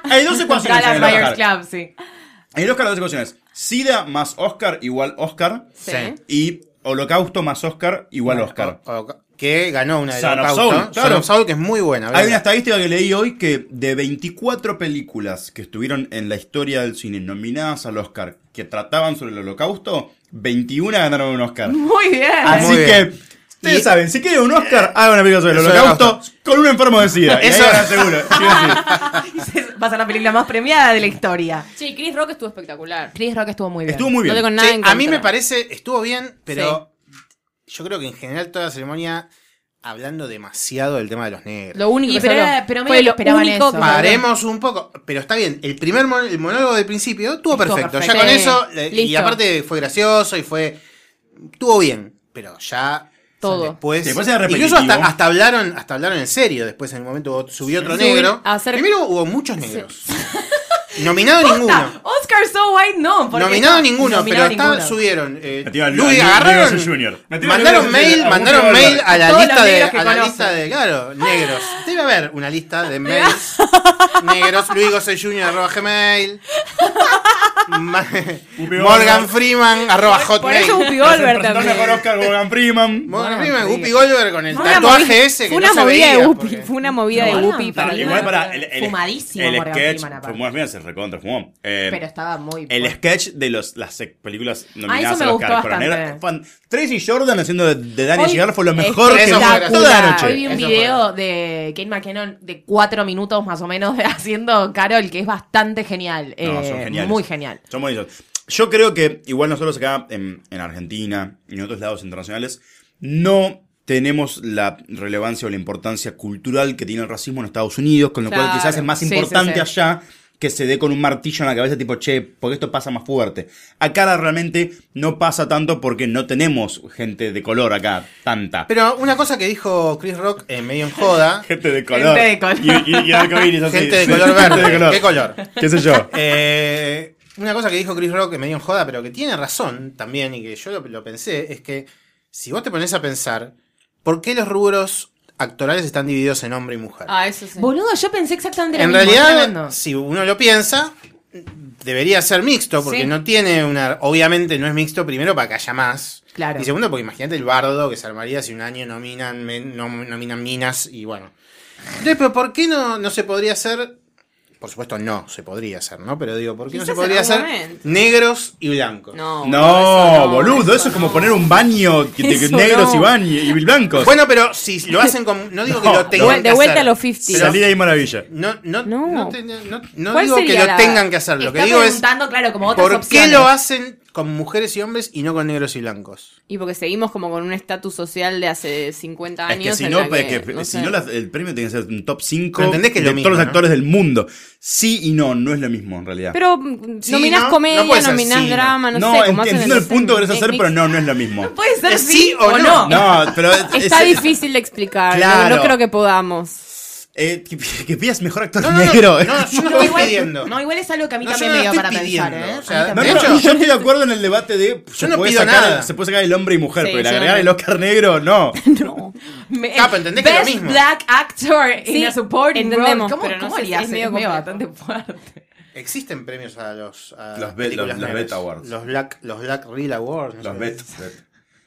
Speaker 14: Hay dos ecuaciones. en el
Speaker 11: Dallas Buyers
Speaker 14: Oscar.
Speaker 11: Club, sí.
Speaker 14: En el Oscar las dos ecuaciones. SIDA más Oscar igual Oscar.
Speaker 11: Sí.
Speaker 14: Y Holocausto más Oscar igual Oscar.
Speaker 15: Que ganó una de
Speaker 14: Son of
Speaker 15: Holocausto.
Speaker 14: Saul, claro.
Speaker 15: Son of Saul, que es muy buena.
Speaker 14: Hay
Speaker 15: ¿verdad?
Speaker 14: una estadística que leí hoy que de 24 películas que estuvieron en la historia del cine nominadas al Oscar que trataban sobre el holocausto, 21 ganaron un Oscar.
Speaker 11: Muy bien.
Speaker 14: Así
Speaker 11: Muy
Speaker 14: que Ustedes saben, si quieren un Oscar, hagan una película sobre el
Speaker 15: Sobre el
Speaker 14: holocausto con un enfermo de SIDA.
Speaker 15: Eso
Speaker 14: Eso
Speaker 15: era.
Speaker 14: era seguro.
Speaker 11: Va a ser la película más premiada de la historia.
Speaker 12: Sí, Chris Rock estuvo espectacular.
Speaker 11: Chris Rock estuvo muy bien.
Speaker 15: Estuvo muy bien.
Speaker 12: No tengo nada
Speaker 15: Sí,
Speaker 12: en
Speaker 15: a mí
Speaker 12: contra.
Speaker 15: me parece, estuvo bien, pero yo creo que en general toda la ceremonia hablando demasiado del tema de los negros.
Speaker 12: Lo único
Speaker 11: Y
Speaker 12: que
Speaker 11: pero
Speaker 12: salió
Speaker 11: era- pero medio
Speaker 12: fue
Speaker 11: que
Speaker 12: lo
Speaker 11: esperaban
Speaker 12: único
Speaker 11: eso.
Speaker 12: que-
Speaker 15: Paremos un poco, pero está bien. El primer mon- el monólogo del principio estuvo perfecto.
Speaker 12: perfecto.
Speaker 15: Ya con
Speaker 12: Sí.
Speaker 15: eso, eh, y
Speaker 12: Listo.
Speaker 15: aparte fue gracioso y fue. Estuvo bien, pero ya.
Speaker 12: Todo.
Speaker 15: Después,
Speaker 14: Sí, después era
Speaker 15: incluso hasta,
Speaker 14: repetitivo.
Speaker 15: hasta hablaron hasta hablaron en serio. Después, en el momento, subió otro
Speaker 12: Sí.
Speaker 15: negro.
Speaker 12: A hacer-
Speaker 15: Primero hubo muchos negros. Nominado ninguno.
Speaker 11: Oscar So White no. porque-
Speaker 15: Nominado ninguno,
Speaker 11: Nominado
Speaker 15: pero está-
Speaker 11: ninguno.
Speaker 15: subieron. eh,
Speaker 14: Metió al-
Speaker 15: Luis,
Speaker 14: al-
Speaker 15: agarraron.
Speaker 14: Luis Junior. Metió al-
Speaker 15: Mandaron
Speaker 14: al-
Speaker 15: mail,
Speaker 14: al-
Speaker 15: mandaron
Speaker 14: al-
Speaker 15: mail a la
Speaker 11: Todos los
Speaker 15: lista de.
Speaker 11: negros que
Speaker 15: A la
Speaker 11: conocen.
Speaker 15: lista de. Claro, negros. Debe haber una lista de mails. negros, Luis José Junior arroba Gmail. Ma- Morgan Freeman arroba Hotmail.
Speaker 12: Por eso Whoopi Goldberg también.
Speaker 14: Morgan Freeman.
Speaker 15: Morgan Freeman, Whoopi Goldberg con el
Speaker 12: Fue una
Speaker 15: tatuaje
Speaker 12: movida-
Speaker 15: ese que
Speaker 12: fue una
Speaker 15: no se
Speaker 12: movida
Speaker 15: veía.
Speaker 12: de
Speaker 15: porque-
Speaker 12: Whoopi, fue una movida de Whoopi
Speaker 14: Para,
Speaker 12: para
Speaker 14: igual para el, el-
Speaker 11: Fumadísimo
Speaker 14: el
Speaker 11: Morgan
Speaker 14: sketch.
Speaker 11: Freeman, aparte.
Speaker 14: fue- Morgan Freeman se recontra fumó. Eh,
Speaker 11: Pero estaba muy
Speaker 14: el
Speaker 11: bueno.
Speaker 14: sketch de los, las sec- películas nominadas
Speaker 11: me
Speaker 14: a los
Speaker 11: gustó
Speaker 14: Oscar por la
Speaker 11: bastante.
Speaker 14: negra. Fan- Tracy Jordan haciendo de, de Danny
Speaker 11: Hoy-
Speaker 14: Girard fue lo mejor que
Speaker 11: Espectacular.
Speaker 14: vi toda la noche.
Speaker 11: Hoy vi un video de Kate McKinnon de cuatro minutos más o menos de- haciendo Carol, que es bastante genial.
Speaker 14: No,
Speaker 11: eh,
Speaker 14: son geniales.
Speaker 11: muy genial.
Speaker 14: Son bonitos. Yo creo que igual nosotros acá en, en Argentina y en otros lados internacionales no tenemos la relevancia o la importancia cultural que tiene el racismo en Estados Unidos, con lo cual
Speaker 15: Claro.
Speaker 14: quizás es más
Speaker 15: Sí, sí,
Speaker 14: importante
Speaker 15: sí.
Speaker 14: allá que se dé con un martillo en la cabeza tipo, che, porque esto pasa más fuerte. Acá realmente no pasa tanto porque no tenemos gente de color acá, tanta.
Speaker 15: Pero una cosa que dijo Chris Rock eh, medio en joda.
Speaker 14: Gente de color. Gente de color. Y- y- y arcoíris así.
Speaker 15: Gente de color verde.
Speaker 14: Gente de color.
Speaker 15: ¿Qué color?
Speaker 14: Qué sé yo.
Speaker 15: Eh, una cosa que dijo Chris Rock medio en joda, pero que tiene razón también y que yo lo, lo pensé, es que si vos te pones a pensar, ¿por qué los rubros actorales están divididos en hombre y mujer?
Speaker 12: Ah, eso sí.
Speaker 11: Boludo, yo pensé exactamente lo
Speaker 15: en
Speaker 11: mismo.
Speaker 15: realidad,
Speaker 11: tremendo.
Speaker 15: si uno lo piensa, debería ser mixto, porque
Speaker 11: Sí.
Speaker 15: no tiene una. Obviamente no es mixto, primero para que haya más.
Speaker 11: Claro.
Speaker 15: Y segundo, porque imagínate el bardo que se armaría si un año nominan, men- nom- nominan minas y bueno. Entonces, pero ¿por qué no, no se podría hacer? Por supuesto, no se podría hacer, ¿no? Pero digo, ¿por qué no
Speaker 12: Quizás
Speaker 15: se podría
Speaker 12: en
Speaker 15: hacer
Speaker 12: algún momento.
Speaker 15: negros y blancos?
Speaker 12: No.
Speaker 14: No, boludo, eso, es como poner un baño que- de
Speaker 15: Eso
Speaker 14: negros
Speaker 15: no.
Speaker 14: y, baño, y blancos.
Speaker 15: Bueno, pero si lo hacen con. No digo que
Speaker 14: No,
Speaker 15: lo
Speaker 14: no.
Speaker 15: tengan
Speaker 14: De
Speaker 15: que
Speaker 14: vuelta
Speaker 15: hacer,
Speaker 14: a los 50.
Speaker 15: pero-
Speaker 14: Salida y maravilla.
Speaker 15: No, no, no, te- no- no
Speaker 11: ¿Cuál
Speaker 15: digo que
Speaker 11: sería
Speaker 15: lo
Speaker 11: la-
Speaker 15: tengan que hacer. Lo que
Speaker 11: Está
Speaker 15: digo es.
Speaker 11: preguntando, claro, como otras
Speaker 15: ¿Por
Speaker 11: opciones.
Speaker 15: qué lo hacen con mujeres y hombres y no con negros y blancos?
Speaker 12: Y porque seguimos como con un estatus social de hace 50
Speaker 14: Es
Speaker 12: años.
Speaker 14: que si
Speaker 12: en
Speaker 14: no,
Speaker 12: la que,
Speaker 14: es que
Speaker 12: no
Speaker 14: si
Speaker 12: sé.
Speaker 14: no, las- el premio tiene que ser un top 5
Speaker 15: Pero entendés que
Speaker 14: de
Speaker 15: es lo
Speaker 14: todos
Speaker 15: mismo,
Speaker 14: los
Speaker 15: ¿no?
Speaker 14: actores del mundo. Sí y no, no es lo mismo en realidad.
Speaker 12: Pero mm,
Speaker 15: Sí,
Speaker 12: nominás
Speaker 15: no,
Speaker 12: comedia,
Speaker 15: no puede ser
Speaker 12: nominás
Speaker 15: sí, no.
Speaker 12: drama, no,
Speaker 14: no,
Speaker 12: sé.
Speaker 14: ent-
Speaker 12: Como hacen en
Speaker 14: entiendo el
Speaker 12: los-
Speaker 14: punto que querés hacer,
Speaker 12: en-
Speaker 14: pero no, no es lo mismo.
Speaker 12: Puede ser
Speaker 15: ¿Es
Speaker 12: sí,
Speaker 15: sí o
Speaker 12: o no.
Speaker 14: No, pero es-
Speaker 12: Está
Speaker 14: es-
Speaker 12: difícil de explicar. no-
Speaker 14: Claro.
Speaker 12: No, creo que podamos.
Speaker 14: eh, que, que pidas mejor actor
Speaker 15: No, no, no,
Speaker 14: negro.
Speaker 15: no, yo no
Speaker 11: No,
Speaker 15: estoy
Speaker 11: igual-
Speaker 15: pidiendo.
Speaker 11: No, igual es algo que a mí
Speaker 15: No, yo
Speaker 11: también
Speaker 15: no
Speaker 11: me dio
Speaker 15: estoy
Speaker 11: para pensar,
Speaker 15: pidiendo,
Speaker 11: ¿eh?
Speaker 15: o sea,
Speaker 11: A mí
Speaker 14: No,
Speaker 11: también.
Speaker 14: no, yo estoy de acuerdo en el debate de se
Speaker 15: no
Speaker 14: puede
Speaker 15: pido
Speaker 14: sacar-
Speaker 15: nada.
Speaker 14: se puede sacar el hombre y mujer,
Speaker 12: Sí,
Speaker 14: pero
Speaker 12: yo
Speaker 14: agregar
Speaker 12: no-
Speaker 14: el Oscar negro, no.
Speaker 11: Me-
Speaker 15: Capo, entendés que es lo
Speaker 11: Best
Speaker 15: mismo.
Speaker 11: Black Actor in
Speaker 12: Sí,
Speaker 11: a Supporting
Speaker 12: entendemos,
Speaker 11: Role. ¿Cómo,
Speaker 12: pero no
Speaker 11: cómo
Speaker 12: sé,
Speaker 11: harías?
Speaker 12: es medio
Speaker 11: Es medio
Speaker 12: complejo.
Speaker 11: bastante fuerte.
Speaker 15: Existen premios a los. a
Speaker 14: Los
Speaker 15: las
Speaker 14: be-
Speaker 15: películas
Speaker 14: los- los
Speaker 15: negras.
Speaker 14: Beta Awards.
Speaker 15: Los Black, los Black Reel Awards. no
Speaker 14: Los
Speaker 15: sé.
Speaker 14: Betos.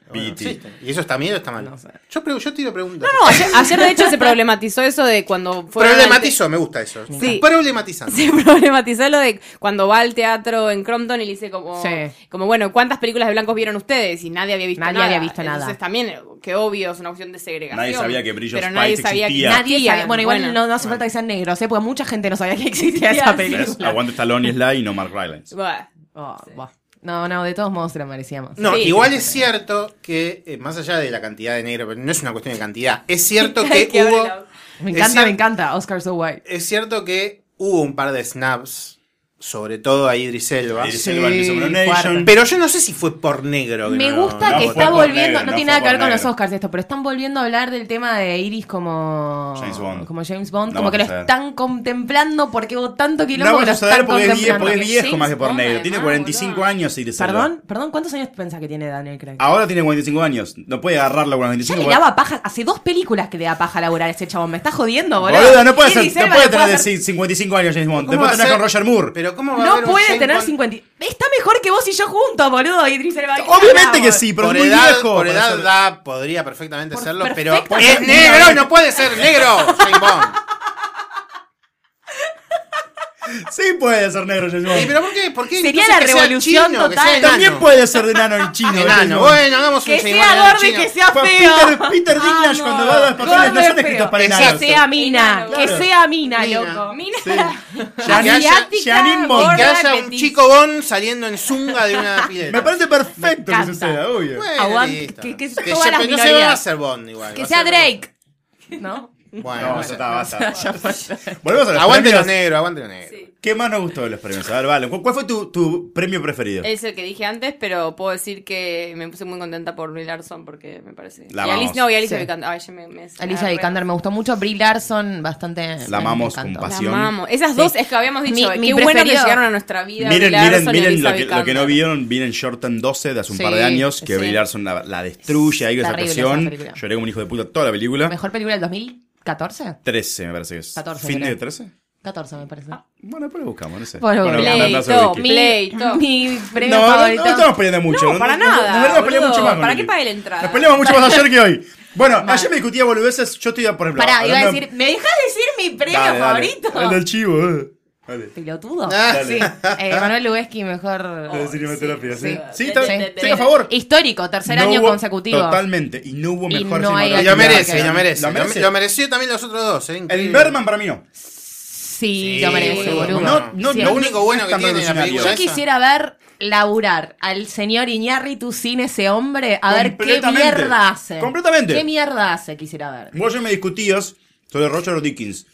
Speaker 15: Bueno,
Speaker 14: BET.
Speaker 15: existen. ¿Y eso está bien o está mal? Yo, pre- yo tiro preguntas.
Speaker 12: No, ayer, ayer, de hecho se problematizó eso de cuando fue.
Speaker 15: Problematizo, me gusta eso.
Speaker 12: Sí.
Speaker 15: Problematizando.
Speaker 12: Se problematizó lo de cuando va al teatro en Crompton y le dice como,
Speaker 11: Sí.
Speaker 12: como bueno, ¿cuántas películas de blancos vieron ustedes? Y nadie había visto
Speaker 11: Nadie
Speaker 12: nada.
Speaker 11: había visto nada.
Speaker 12: Entonces también, que obvio, es una opción de segregación.
Speaker 14: Nadie sabía que Brillo
Speaker 12: Pero
Speaker 14: Spice
Speaker 12: nadie sabía que
Speaker 14: existía.
Speaker 11: Nadie
Speaker 12: existía.
Speaker 11: sabe- Bueno, igual no, no hace falta que sean negros, ¿eh? Porque mucha gente no sabía que existía esa película.
Speaker 14: ¿Ves? Aguante Stallone y Sly y no Mark Rylance.
Speaker 12: Buah.
Speaker 11: Oh, buah. No, no, de todos modos se la merecíamos.
Speaker 15: No,
Speaker 11: Sí.
Speaker 15: igual es cierto que, eh, más allá de la cantidad de negro, pero no es una cuestión de cantidad, es cierto
Speaker 12: Ay,
Speaker 15: que
Speaker 12: que abre
Speaker 15: hubo.
Speaker 12: la-
Speaker 11: Me
Speaker 15: es
Speaker 11: encanta,
Speaker 15: cier-
Speaker 11: me encanta. Oscar So White.
Speaker 15: Es cierto que hubo un par de snaps, sobre todo a Idris Elba.
Speaker 14: Idris Elba en Miss Abomination.
Speaker 11: fuerte.
Speaker 15: Pero yo no sé si fue por negro. que
Speaker 11: Me
Speaker 15: no-
Speaker 11: gusta
Speaker 15: no
Speaker 11: que
Speaker 15: fue
Speaker 11: está
Speaker 15: por
Speaker 11: volviendo,
Speaker 15: negro,
Speaker 11: no, tiene nada
Speaker 15: fue
Speaker 11: que ver
Speaker 15: por
Speaker 11: con los
Speaker 15: negro.
Speaker 11: Oscars esto, pero están volviendo a hablar del tema de Iris como
Speaker 14: James
Speaker 15: Oh.
Speaker 14: Bond.
Speaker 11: como James Bond,
Speaker 14: No va
Speaker 11: como que
Speaker 14: a
Speaker 11: lo
Speaker 14: suceder.
Speaker 11: están contemplando porque hubo tanto quilombo
Speaker 14: No
Speaker 11: que
Speaker 14: vamos
Speaker 11: lo
Speaker 14: a saber
Speaker 11: están
Speaker 14: porque es viejo,
Speaker 11: contemplando.
Speaker 14: porque es viejo más que por negro. Tiene 45 años y
Speaker 11: Perdón, perdón, ¿cuántos años pensás que tiene Daniel Craig?
Speaker 14: Ahora tiene 45 años. No puede agarrarlo con los
Speaker 11: Ya
Speaker 14: 25.
Speaker 11: le
Speaker 14: porque-
Speaker 11: daba paja, hace dos películas que le da paja laburar a ese chabón, me estás jodiendo, boludo.
Speaker 14: Boludo, no puede,
Speaker 11: Idris
Speaker 14: ser,
Speaker 11: Elba
Speaker 14: no puede
Speaker 11: lo
Speaker 14: tener de
Speaker 11: hacer-
Speaker 14: cin- 55 años James Bond.
Speaker 15: ¿Cómo
Speaker 14: Después
Speaker 15: va a
Speaker 14: tenés
Speaker 15: ser?
Speaker 14: con Roger Moore.
Speaker 15: Pero ¿cómo va a
Speaker 11: No
Speaker 15: haber un
Speaker 11: puede
Speaker 15: James
Speaker 11: tener
Speaker 15: Bond?
Speaker 11: 50. Está mejor que vos y yo juntos, boludo. Idris Elba. ¿qué
Speaker 14: Obviamente
Speaker 11: carajo?
Speaker 14: que sí, pero
Speaker 15: por
Speaker 14: es muy
Speaker 15: edad,
Speaker 14: viejo.
Speaker 15: por
Speaker 14: para
Speaker 15: edad
Speaker 14: ser-
Speaker 15: da- podría perfectamente serlo, pero
Speaker 11: perfectamente.
Speaker 15: es negro, no puede ser negro, James Bond.
Speaker 14: Sí puede ser negro, James Bond.
Speaker 15: Sí, pero ¿por qué? ¿Por qué?
Speaker 11: Sería
Speaker 15: Entonces
Speaker 11: la
Speaker 15: que sea
Speaker 11: revolución
Speaker 15: chino, que sea
Speaker 11: total.
Speaker 15: enano.
Speaker 14: También puede ser de nano y chino.
Speaker 15: Enano.
Speaker 14: James Bond.
Speaker 15: Bueno, hagamos un Que James sea Bond enano y gordo y chino. que sea
Speaker 14: Pues
Speaker 11: feo.
Speaker 14: Peter, Peter Dinklage cuando va a las papeles no son escritos para enanos.
Speaker 11: Que sea mina,
Speaker 14: Claro.
Speaker 11: que sea mina, loco.
Speaker 15: Ya- ya-
Speaker 11: Asiática,
Speaker 15: Janine Bond.
Speaker 11: gorda,
Speaker 15: Que haya un
Speaker 11: petiza.
Speaker 15: chico Bond saliendo en zunga de una pileta.
Speaker 14: Me parece perfecto que suceda, obvio.
Speaker 15: Bueno,
Speaker 11: Aguante,
Speaker 15: listo.
Speaker 11: que- que
Speaker 15: se-
Speaker 11: todas las
Speaker 15: no se
Speaker 11: minorías.
Speaker 15: va a hacer Bond igual.
Speaker 11: Que
Speaker 15: va a
Speaker 11: sea
Speaker 15: ser-
Speaker 11: Drake. ¿No?
Speaker 15: Bueno,
Speaker 14: No,
Speaker 15: bueno.
Speaker 14: ya está, basta.
Speaker 11: Ya basta.
Speaker 14: Volvemos a los
Speaker 15: Aguante lo
Speaker 14: premios.
Speaker 15: negro, aguante lo negro.
Speaker 14: ¿Qué más nos gustó de los premios? A ver, vale. ¿cu- ¿Cuál fue tu, tu premio preferido?
Speaker 11: Eh,
Speaker 12: Es el que dije antes, pero puedo decir que me puse muy contenta por Brie Larson porque me parece.
Speaker 14: La
Speaker 12: y
Speaker 14: amamos.
Speaker 12: Alice, no, y Alicia
Speaker 11: Sí.
Speaker 12: Vikander. Ay, ya me, me-
Speaker 11: Alicia
Speaker 12: me-
Speaker 11: Vikander me gustó mucho. Brie Larson, bastante. me- me
Speaker 14: amamos
Speaker 11: encantó.
Speaker 14: con pasión.
Speaker 12: La amamos. Esas dos es que habíamos dicho,
Speaker 11: Mi-
Speaker 12: eh,
Speaker 11: mi
Speaker 12: qué bueno que
Speaker 11: preferido.
Speaker 12: llegaron a nuestra vida.
Speaker 14: Miren,
Speaker 12: Brie Larson
Speaker 14: miren,
Speaker 12: y
Speaker 14: miren
Speaker 12: Alicia
Speaker 14: lo que, lo que
Speaker 12: Vikander.
Speaker 14: no vieron, miren Shorten 12 de hace un
Speaker 11: Sí,
Speaker 14: par de años, que
Speaker 11: sí.
Speaker 14: Brie Larson la, la destruye ahí con esa
Speaker 11: Terrible esa
Speaker 14: actuación.
Speaker 11: película.
Speaker 14: Lloré como un hijo de puta toda la película.
Speaker 11: Mejor película del 2014?
Speaker 14: 13 me parece que es.
Speaker 11: 14,
Speaker 14: ¿Fin de
Speaker 11: creo.
Speaker 14: 13?
Speaker 11: 14, me parece.
Speaker 14: Ah, Bueno, después lo buscamos, no sé.
Speaker 11: Bueno,
Speaker 14: un abrazo de
Speaker 12: Pleito,
Speaker 14: Vicky.
Speaker 12: pleito.
Speaker 11: Mi premio
Speaker 14: no, no,
Speaker 11: favorito.
Speaker 14: no estamos peleando mucho.
Speaker 12: No, para
Speaker 14: nos-
Speaker 12: nada,
Speaker 14: Nos deberíamos pelear
Speaker 12: boludo.
Speaker 14: mucho más. con
Speaker 12: ¿Para
Speaker 14: Vicky.
Speaker 12: qué pagué la entrada?
Speaker 14: Nos peleamos mucho más ayer que hoy. Bueno, ayer me discutía boludeces. Yo estoy, por ejemplo.
Speaker 11: Pará, iba a
Speaker 14: hablando-
Speaker 11: decir, ¿me dejas decir mi premio
Speaker 14: Dale, dale.
Speaker 11: favorito?
Speaker 14: El del chivo, eh. Vale.
Speaker 11: Pelotudo.
Speaker 14: Dale.
Speaker 11: Sí. Eh, Manuel Lubeski, mejor. Oh,
Speaker 14: de cinematografía, sí. Sí,
Speaker 11: Sí,
Speaker 14: está-
Speaker 11: sí.
Speaker 14: estoy a favor.
Speaker 11: Histórico, tercer
Speaker 14: No
Speaker 11: año
Speaker 14: hubo-
Speaker 11: consecutivo.
Speaker 14: Totalmente. Y no hubo
Speaker 11: Y
Speaker 14: mejor
Speaker 11: no hay
Speaker 14: cinematografía.
Speaker 15: Y lo merece, lo merece.
Speaker 14: Lo
Speaker 15: Lo
Speaker 14: merece.
Speaker 15: merece. Lo mereció también los otros dos, ¿eh?
Speaker 14: El
Speaker 15: Increíble.
Speaker 14: Berman para mí no.
Speaker 11: Sí,
Speaker 15: Sí,
Speaker 11: lo merece,
Speaker 15: boludo.
Speaker 11: boludo.
Speaker 14: No, no,
Speaker 11: Sí.
Speaker 14: no,
Speaker 15: Lo único bueno que
Speaker 14: no es
Speaker 15: tiene la
Speaker 14: tan
Speaker 15: película
Speaker 11: Yo
Speaker 14: revolucionario.
Speaker 15: esa.
Speaker 11: quisiera ver laburar al señor Iñárritu sin ese hombre, a ver qué
Speaker 14: Completamente.
Speaker 11: mierda hace.
Speaker 14: Completamente.
Speaker 11: ¿Qué mierda hace? Quisiera ver.
Speaker 14: Vos ya me discutías sobre Roger Dickens.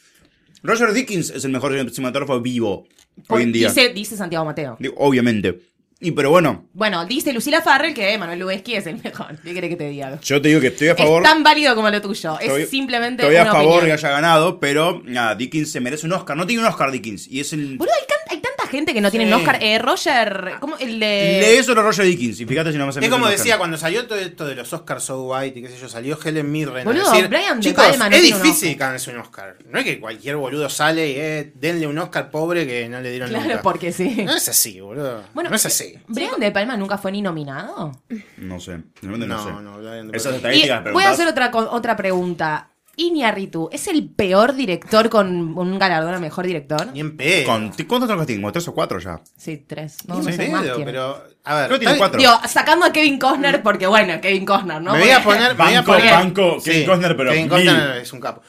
Speaker 14: Roger Dickens es el mejor cinematógrafo vivo
Speaker 11: Pues,
Speaker 14: hoy en día.
Speaker 11: Dice, dice Santiago Mateo.
Speaker 14: Digo, Obviamente. Y pero bueno,
Speaker 11: Bueno, dice Lucila Farrell que Manuel Lubeski es el mejor. ¿Qué querés que te diga?
Speaker 14: yo te digo que estoy a favor.
Speaker 11: Es tan válido como lo tuyo.
Speaker 14: Estoy-
Speaker 11: es simplemente
Speaker 14: Estoy a
Speaker 11: una
Speaker 14: favor que
Speaker 11: opinión.
Speaker 14: haya ganado, pero nada, Dickens se merece un Oscar. No tiene un Oscar Dickens. Y es el.
Speaker 11: Boludo, hay, can- hay tanta gente que no tiene
Speaker 14: Sí.
Speaker 11: Oscar. Eh, Roger, ¿cómo? El de...
Speaker 14: Lee eso a Roger Dickens. Y fíjate si no me hace
Speaker 15: Es como
Speaker 14: meter un
Speaker 15: decía,
Speaker 14: Oscar.
Speaker 15: cuando salió todo esto de los Oscars So White y qué sé yo, salió Helen Mirren. a
Speaker 11: Boludo,
Speaker 15: decir,
Speaker 11: Brian De
Speaker 15: Chicos,
Speaker 11: Palma no
Speaker 15: es
Speaker 11: tiene un
Speaker 15: difícil que ganarse un Oscar. No es que cualquier boludo sale y eh, denle un Oscar pobre que no le dieron
Speaker 11: Claro,
Speaker 15: nunca.
Speaker 11: porque sí.
Speaker 15: No es así, boludo.
Speaker 11: Bueno, eh,
Speaker 15: no es así.
Speaker 11: ¿Brian De Palma nunca fue ni nominado?
Speaker 14: No sé. Realmente no,
Speaker 15: No,
Speaker 14: sé.
Speaker 15: no, Brian De
Speaker 14: Esas
Speaker 15: Palma.
Speaker 11: Y
Speaker 14: estadísticas
Speaker 11: voy a
Speaker 14: preguntadas-
Speaker 11: hacer otra, co- otra pregunta. Iñárritu, ¿es el peor director con un galardón a mejor director?
Speaker 15: Ni en pedo.
Speaker 14: Con- ¿Cuántos tengo que tengo? ¿Tres o cuatro ya?
Speaker 11: Sí, tres. No,
Speaker 15: Ni
Speaker 11: no
Speaker 15: en
Speaker 11: sé más
Speaker 15: pedo,
Speaker 11: tiene.
Speaker 15: pero. A ver.
Speaker 14: Creo que tiene
Speaker 15: está-
Speaker 14: cuatro.
Speaker 11: Digo, sacando a Kevin Costner, porque bueno, Kevin Costner, ¿no?
Speaker 15: Mm. me voy a
Speaker 11: Porque-
Speaker 15: poner. me voy a
Speaker 14: Banco,
Speaker 15: poner-
Speaker 14: banco, Kevin Costner, pero
Speaker 15: Kevin
Speaker 14: mil.
Speaker 15: Costner es un capo.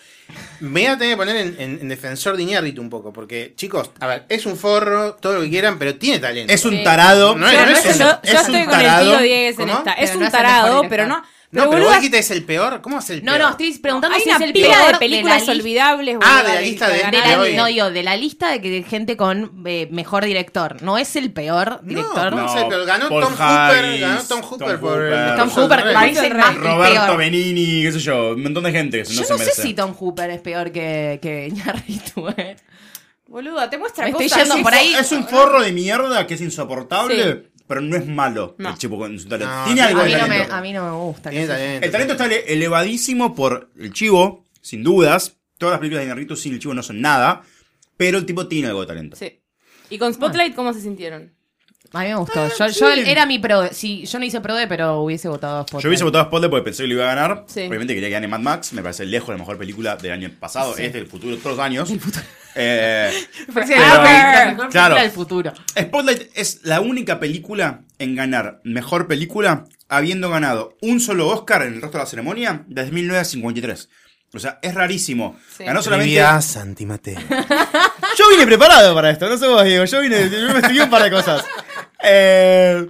Speaker 15: Me voy a tener que poner en, en- en defensor de Iñárritu un poco, porque, chicos, a ver, es un forro, todo lo que quieran, pero tiene talento.
Speaker 14: Es un tarado.
Speaker 15: No, no, es
Speaker 12: yo,
Speaker 15: un-
Speaker 12: yo
Speaker 15: es un
Speaker 12: estoy con el
Speaker 15: tarado.
Speaker 12: tío Diegues en
Speaker 15: ¿Cómo?
Speaker 12: esta. Es
Speaker 11: Pero
Speaker 12: un
Speaker 11: no es el
Speaker 12: tarado,
Speaker 11: mejor
Speaker 12: pero
Speaker 11: director.
Speaker 12: no.
Speaker 15: No, pero
Speaker 12: boluda,
Speaker 15: vos dijiste es el peor. ¿Cómo es el
Speaker 11: No,
Speaker 15: peor?
Speaker 11: no, estoy preguntando
Speaker 12: hay
Speaker 11: si
Speaker 12: una
Speaker 11: es el
Speaker 12: pila
Speaker 11: peor
Speaker 12: de películas
Speaker 11: la lista.
Speaker 12: olvidables,
Speaker 15: Ah,
Speaker 12: boluda,
Speaker 15: de la lista de-
Speaker 11: De
Speaker 12: ganaron.
Speaker 11: la,
Speaker 15: hoy.
Speaker 11: no digo, de la lista de, que, de gente con eh, mejor director. No es el peor director.
Speaker 15: No, sé, pero ganó
Speaker 14: Paul
Speaker 15: Tom Hooper,
Speaker 14: Hayes,
Speaker 15: ganó Tom Hooper por-
Speaker 11: Tom
Speaker 15: Roberto
Speaker 11: Hooper
Speaker 15: Rey.
Speaker 11: parece más el
Speaker 14: Roberto
Speaker 11: peor.
Speaker 14: Benini, qué sé yo, un montón de gente que no
Speaker 11: Yo
Speaker 14: se
Speaker 11: no sé
Speaker 14: merece.
Speaker 11: si Tom Hooper es peor que, que Iñárritu, eh.
Speaker 12: Boluda, te muestra
Speaker 11: Me estoy
Speaker 12: cosas.
Speaker 11: yendo
Speaker 12: sí,
Speaker 11: por ahí.
Speaker 14: Es un forro de mierda que es insoportable, pero no es malo
Speaker 12: No.
Speaker 14: el chico con su talento.
Speaker 15: No,
Speaker 14: Tiene
Speaker 15: a
Speaker 14: algo
Speaker 11: A
Speaker 14: de
Speaker 11: mí, no me,
Speaker 14: talento.
Speaker 11: a mí no me gusta.
Speaker 15: Tiene
Speaker 11: qué sé yo.
Speaker 15: talento.
Speaker 14: El talento está ele- elevadísimo por el chivo, sin dudas. Todas las películas de Iñárritu sin el chivo no son nada, pero el tipo tiene algo de talento.
Speaker 12: Sí. ¿Y con Spotlight cómo se sintieron?
Speaker 11: A mí me gustó.
Speaker 12: Ah,
Speaker 11: yo, yo era mi pro. de- Sí, yo no hice pro de, pero hubiese votado a Spotlight.
Speaker 14: Yo hubiese votado a Spotlight porque pensé que lo iba a ganar.
Speaker 12: Sí.
Speaker 14: Obviamente quería que gane Mad Max. Me parece lejos la mejor película del año pasado. Es del futuro, todos los años. Eh,
Speaker 11: Porque
Speaker 14: pero-
Speaker 11: era la mejor
Speaker 14: claro.
Speaker 11: película del futuro.
Speaker 14: Spotlight es la única película en ganar mejor película habiendo ganado un solo Oscar en el resto de la ceremonia desde 1953. O sea, es rarísimo.
Speaker 12: Sí.
Speaker 15: Ah,
Speaker 14: Ganó solamente.
Speaker 15: Trivia Santi Mateo.
Speaker 14: Yo vine preparado para esto, no sé vos, Diego. Yo vine, yo me estudié un par de cosas. Eh,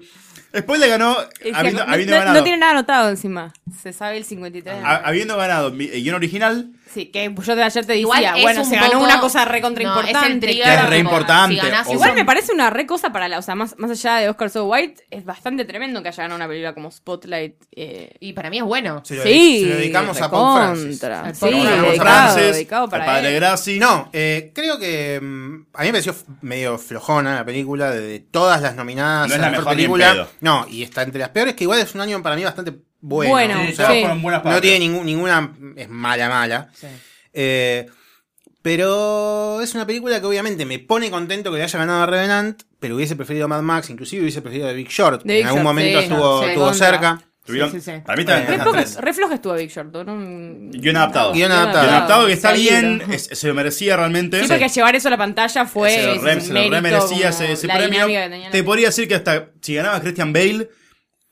Speaker 14: Spotlight ganó
Speaker 12: Es que
Speaker 14: habiendo,
Speaker 12: no,
Speaker 14: habiendo
Speaker 12: no-
Speaker 14: ganado.
Speaker 12: no tiene nada anotado encima. Se sabe el 53.
Speaker 14: ha- Habiendo ganado mi- el guión original,
Speaker 12: Sí, que yo de ayer te decía,
Speaker 11: Igual es
Speaker 12: bueno,
Speaker 11: un
Speaker 12: se ganó
Speaker 11: poco-
Speaker 12: una cosa re contra
Speaker 11: No, es el
Speaker 12: importante.
Speaker 11: trigger,
Speaker 14: que es
Speaker 11: tipo,
Speaker 14: re importante,
Speaker 11: si ganás
Speaker 14: o-
Speaker 11: eso-
Speaker 12: Igual me parece una re cosa para la, o sea, más, más allá de Oscar So White, es bastante tremendo que haya ganado una película como Spotlight. eh,
Speaker 11: Y para mí es bueno.
Speaker 15: Se lo,
Speaker 12: sí,
Speaker 15: se lo dedicamos a Paul Francis.
Speaker 12: recontra.
Speaker 11: Al
Speaker 12: Sí,
Speaker 11: Paul Francis.
Speaker 12: dedicado,
Speaker 14: Francis,
Speaker 12: dedicado para
Speaker 14: al padre
Speaker 12: él.
Speaker 14: Grassi.
Speaker 15: No, eh, creo que mm, a mí me pareció f- medio flojona la película de, de todas las nominadas
Speaker 14: No es
Speaker 15: a
Speaker 14: la mejor ni en pedo.
Speaker 15: película. No, y está entre las peores, que igual es un año para mí bastante bueno.
Speaker 12: Bueno,
Speaker 15: O
Speaker 14: Sí,
Speaker 12: sí.
Speaker 15: sea,
Speaker 14: todas fueron buenas
Speaker 15: No
Speaker 14: partes.
Speaker 15: tiene ningún- ninguna, es mala, mala.
Speaker 11: Sí.
Speaker 15: Eh, pero es una película que obviamente me pone contento que le haya ganado a Revenant, pero hubiese preferido Mad Max, inclusive hubiese preferido The Big Short.
Speaker 12: The Big
Speaker 15: en algún
Speaker 12: Short,
Speaker 15: momento
Speaker 12: sí.
Speaker 15: estuvo,
Speaker 12: Sí,
Speaker 15: estuvo
Speaker 12: contra.
Speaker 15: cerca.
Speaker 14: Tuvieron-
Speaker 12: Sí, sí, sí.
Speaker 14: Para mí también
Speaker 12: Re
Speaker 14: eran
Speaker 12: pocos-
Speaker 14: tres.
Speaker 12: re flojo estuvo Big Short. ¿no? No-
Speaker 14: Guión adaptado.
Speaker 15: Guión adaptado.
Speaker 14: Guión adaptado que está
Speaker 12: Salido.
Speaker 14: bien, es- se lo merecía realmente.
Speaker 12: Sí, porque llevar eso a la pantalla fue.
Speaker 14: se lo, re,
Speaker 12: es
Speaker 14: se
Speaker 12: un
Speaker 14: lo
Speaker 12: mérito,
Speaker 14: remerecía
Speaker 12: como
Speaker 14: ese, ese
Speaker 12: la
Speaker 14: premio.
Speaker 12: dinámica que tenía la-
Speaker 14: Te podría decir que hasta si ganaba Christian Bale,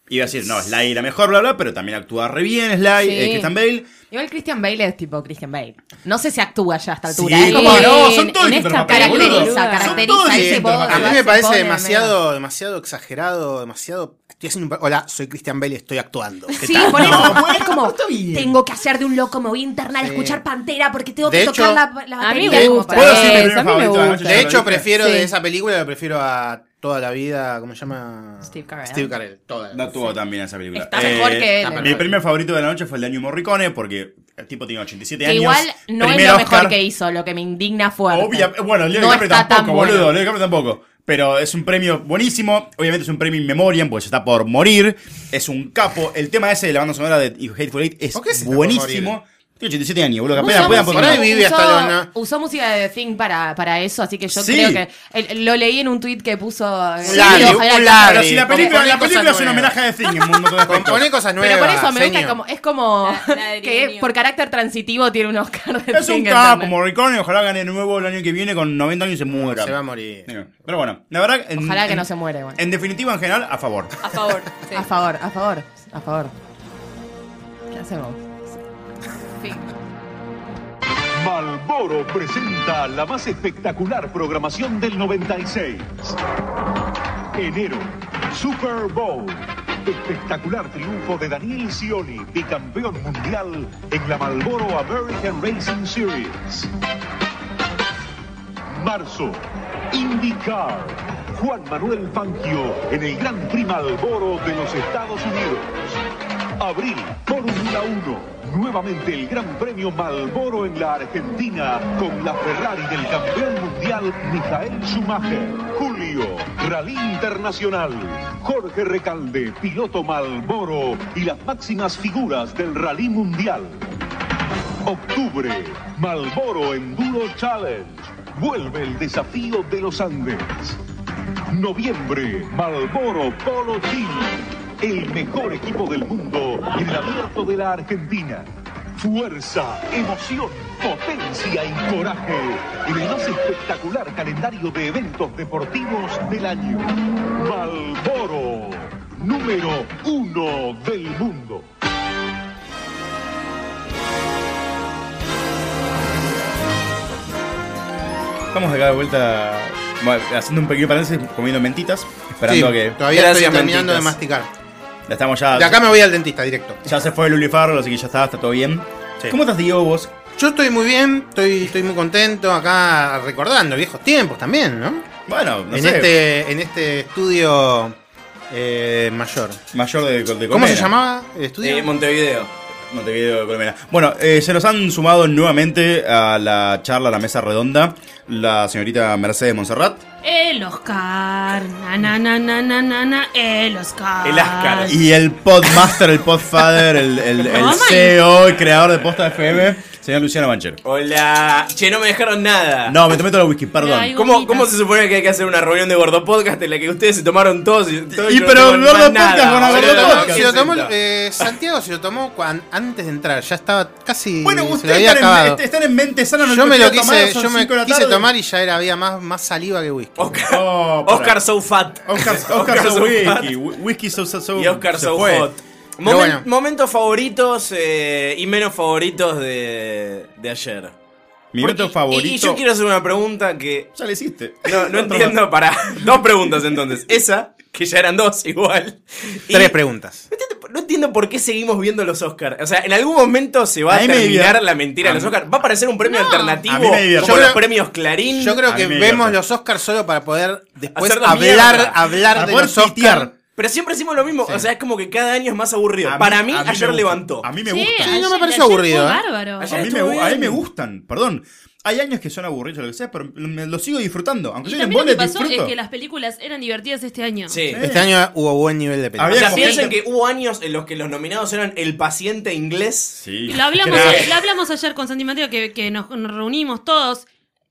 Speaker 14: iba a decir, no, Sly la mejor, bla, bla, pero también actúa re bien Sly,
Speaker 11: Sí.
Speaker 14: eh, Christian Bale.
Speaker 11: Igual Christian Bale es tipo Christian Bale. No sé si actúa ya a esta
Speaker 14: Sí,
Speaker 11: altura. ¿eh?
Speaker 14: cómo no, son
Speaker 11: En-
Speaker 14: todos distintos
Speaker 11: en esta
Speaker 14: papeles, boludo.
Speaker 11: caracteriza,
Speaker 14: Son
Speaker 11: caracteriza
Speaker 14: todos
Speaker 11: ese
Speaker 14: distintos
Speaker 11: voz,
Speaker 14: papeles.
Speaker 15: A mí
Speaker 11: se
Speaker 15: me parece
Speaker 11: pone
Speaker 15: demasiado, demasiado exagerado, demasiado. Estoy haciendo un. pa- Hola, soy Christian Bale y estoy actuando. ¿Qué
Speaker 11: Sí,
Speaker 15: tal?
Speaker 11: por
Speaker 15: No,
Speaker 11: eso
Speaker 15: bueno,
Speaker 11: es como tengo que hacer de un loco, me voy a internar a escuchar Pantera porque tengo
Speaker 15: De
Speaker 11: que
Speaker 15: hecho,
Speaker 11: tocar la, la
Speaker 12: a mí
Speaker 11: batería.
Speaker 12: me
Speaker 11: como
Speaker 12: gusta
Speaker 11: para-
Speaker 12: ¿Puedo decir mi premio
Speaker 15: favorito de la noche,
Speaker 12: gusta.
Speaker 15: ya
Speaker 12: De
Speaker 15: lo
Speaker 12: hecho,
Speaker 15: dije. prefiero
Speaker 12: sí.
Speaker 15: de esa película, lo prefiero a toda la vida, ¿cómo se llama?
Speaker 12: Steve Carell.
Speaker 15: Steve Carell. Toda la
Speaker 14: No
Speaker 15: vida.
Speaker 14: tuvo también esa película. Eh,
Speaker 11: Está mejor que él.
Speaker 14: Mi primer favorito de la noche fue el de Ennio Morricone, porque el tipo tenía 87
Speaker 11: Que
Speaker 14: años.
Speaker 11: igual no es
Speaker 14: primer
Speaker 11: lo mejor
Speaker 14: Oscar.
Speaker 11: que hizo, lo que me indigna fuerte.
Speaker 14: Obvia- bueno, Leo
Speaker 11: No
Speaker 14: DiCaprio
Speaker 11: está
Speaker 14: tampoco,
Speaker 11: tan bueno.
Speaker 14: boludo. Leo DiCaprio tampoco. Pero es un premio buenísimo. Obviamente es un premio in memoriam, pues está por morir. Es un capo. El tema ese de la banda sonora de Hateful Eight es buenísimo. Tiene 87 años, boludo. que Apenas
Speaker 11: Usó
Speaker 14: puedan
Speaker 11: música-
Speaker 14: poner-
Speaker 11: usó- Usó música de The Thing para, para eso, así que yo
Speaker 14: Sí.
Speaker 11: creo que el- lo leí en un tweet que puso.
Speaker 15: Un Larry,
Speaker 11: Ojalá
Speaker 15: un
Speaker 11: que-
Speaker 15: Larry.
Speaker 14: Pero si la película,
Speaker 15: Poné
Speaker 14: la película
Speaker 15: cosas
Speaker 14: es un
Speaker 15: nuevas.
Speaker 14: homenaje a The Thing en un montón de aspectos.
Speaker 15: Compone cosas
Speaker 11: Pero
Speaker 15: nuevas.
Speaker 11: por eso me gusta
Speaker 14: señor.
Speaker 11: como, es como que por carácter transitivo tiene un Oscar de
Speaker 14: Es un
Speaker 11: Thing,
Speaker 14: capo,
Speaker 11: ¿entendés?
Speaker 14: Morricone. Ojalá gane de nuevo el año que viene con 90 años y se muera.
Speaker 15: Se va a morir.
Speaker 14: Pero bueno, la verdad. en-
Speaker 11: Ojalá que
Speaker 14: en-
Speaker 11: no se muere, bueno.
Speaker 14: En definitiva, en general, a favor.
Speaker 12: A favor.
Speaker 11: A favor, a favor, a favor. ¿Qué hacemos?
Speaker 16: Malboro presenta la más espectacular programación del 96. Enero, Super Bowl. Espectacular triunfo de Daniel Scioli, bicampeón mundial en la Malboro American Racing Series. Marzo, IndyCar. Juan Manuel Fangio en el Gran Prix Malboro de los Estados Unidos. Abril, Fórmula 1. Nuevamente el Gran Premio Malboro en la Argentina con la Ferrari del campeón mundial Michael Schumacher. Julio, Rally Internacional. Jorge Recalde, piloto Malboro y las máximas figuras del Rally Mundial. Octubre, Malboro Enduro Challenge. Vuelve el desafío de los Andes. Noviembre, Malboro Polo Team. El mejor equipo del mundo en el abierto de la Argentina. Fuerza, emoción, potencia y coraje en el más espectacular calendario de eventos deportivos del año. Malboro, número uno del mundo.
Speaker 14: Estamos acá de vuelta bueno, haciendo un pequeño paréntesis, comiendo mentitas, esperando
Speaker 15: Sí,
Speaker 14: que.
Speaker 15: todavía
Speaker 14: Gracias,
Speaker 15: estoy terminando de
Speaker 14: mentitas. Ah,
Speaker 15: masticar.
Speaker 14: Ya estamos ya.
Speaker 15: De acá me voy al dentista directo.
Speaker 14: Ya se fue el Ulifarro, así que ya está, está todo bien. ¿Cómo estás, Diego, vos?
Speaker 15: Yo estoy muy bien, estoy, estoy muy contento acá recordando viejos tiempos también, ¿no?
Speaker 14: Bueno, no
Speaker 15: en
Speaker 14: sé.
Speaker 15: este En este estudio eh, mayor.
Speaker 14: Mayor de, de
Speaker 15: ¿Cómo
Speaker 14: Colmena.
Speaker 15: se llamaba el estudio?
Speaker 1: Eh, Montevideo.
Speaker 14: Montevideo de Colmena. Bueno, eh, se nos han sumado nuevamente a la charla, a la mesa redonda, la señorita Mercedes Monserrat.
Speaker 7: El Oscar. Na, na, na, na, na, na, na, el Oscar.
Speaker 14: Y el podmaster, el podfather, el, el, el
Speaker 7: Oh my-
Speaker 14: CEO, el creador de Posta FM, señor Luciano Banchero.
Speaker 1: Hola. Che, no me dejaron nada.
Speaker 14: No, me tomé todo el whisky, perdón.
Speaker 1: ¿Cómo, ¿Cómo se supone que hay que hacer una reunión de Gordo Podcast en la que ustedes se tomaron todos y, todos
Speaker 14: Y
Speaker 1: no
Speaker 14: pero
Speaker 1: toman más
Speaker 14: Gordo Podcast
Speaker 1: nada?
Speaker 14: con la
Speaker 1: O sea,
Speaker 14: Gordo
Speaker 1: no,
Speaker 14: Podcast.
Speaker 1: ¿qué
Speaker 15: Se lo tomó,
Speaker 1: sentó?
Speaker 15: eh, Santiago se lo tomó cuan- antes de entrar, ya estaba casi.
Speaker 14: Bueno,
Speaker 15: se lo
Speaker 14: ustedes
Speaker 15: había
Speaker 14: están en- este
Speaker 15: acabado.
Speaker 14: est- están en mente sana, no
Speaker 15: Yo
Speaker 14: lo
Speaker 15: me lo
Speaker 14: quería tomar,
Speaker 15: quise,
Speaker 14: son
Speaker 15: yo me
Speaker 14: cinco de la
Speaker 15: quise
Speaker 14: tarde.
Speaker 15: tomar y ya era, había más, más saliva que whisky.
Speaker 1: Oscar So Fat.
Speaker 14: Oscar,
Speaker 1: Oscar
Speaker 14: so
Speaker 1: so
Speaker 14: whisky. whi- Whisky so, so, so-
Speaker 1: Y Oscar
Speaker 14: se
Speaker 1: So
Speaker 14: fue.
Speaker 1: Hot.
Speaker 14: Pero
Speaker 1: Momen-
Speaker 14: bueno.
Speaker 1: Momentos favoritos eh, y menos favoritos de, de ayer.
Speaker 14: Mi momento favorito-
Speaker 1: Y, y yo quiero hacer una pregunta que.
Speaker 14: Ya le hiciste.
Speaker 1: No, no entiendo. Para. Dos preguntas entonces. Esa, que ya eran dos igual. Y
Speaker 15: Tres preguntas.
Speaker 1: No entiendo por qué seguimos viendo los Oscars. O sea, en algún momento se va
Speaker 15: A
Speaker 1: a
Speaker 15: mí me
Speaker 1: terminar
Speaker 15: divierte.
Speaker 1: la mentira de los Oscars. Va a aparecer un premio alternativo
Speaker 15: A mí me divierte.
Speaker 1: como
Speaker 15: Yo
Speaker 1: los
Speaker 15: creo-
Speaker 1: premios Clarín.
Speaker 15: Yo creo que vemos los Oscars solo para poder después
Speaker 1: Hacer la
Speaker 15: hablar,
Speaker 1: mierda.
Speaker 15: hablar
Speaker 1: Para
Speaker 15: de
Speaker 1: poder
Speaker 15: los Oscars.
Speaker 1: tuitear. Pero siempre hicimos lo mismo. O sea, es como que cada año es más aburrido. Para mí,
Speaker 14: a mí
Speaker 1: ayer
Speaker 14: me gusta.
Speaker 1: levantó.
Speaker 14: A mí me
Speaker 15: Sí,
Speaker 14: gusta.
Speaker 15: Sí, no me ayer- pareció ayer aburrido, fue ¿eh? bárbaro.
Speaker 14: A
Speaker 15: Ayer
Speaker 14: mí, me,
Speaker 15: estuvo
Speaker 14: gu- a mí
Speaker 15: bien.
Speaker 14: me gustan, perdón. Hay años que son aburridos, lo que sea, pero lo, me- lo sigo disfrutando. Aunque
Speaker 7: Y
Speaker 14: yo en
Speaker 7: también lo
Speaker 14: bola
Speaker 7: que pasó
Speaker 14: disfruto.
Speaker 7: es que las películas eran divertidas este año.
Speaker 15: Este año hubo buen nivel de
Speaker 1: O
Speaker 15: películas.
Speaker 1: sea, piensen que hubo años en los que los nominados eran el paciente inglés.
Speaker 14: Sí.
Speaker 7: Lo hablamos, lo hablamos ayer con Santi Mateo, que, que nos, nos reunimos todos.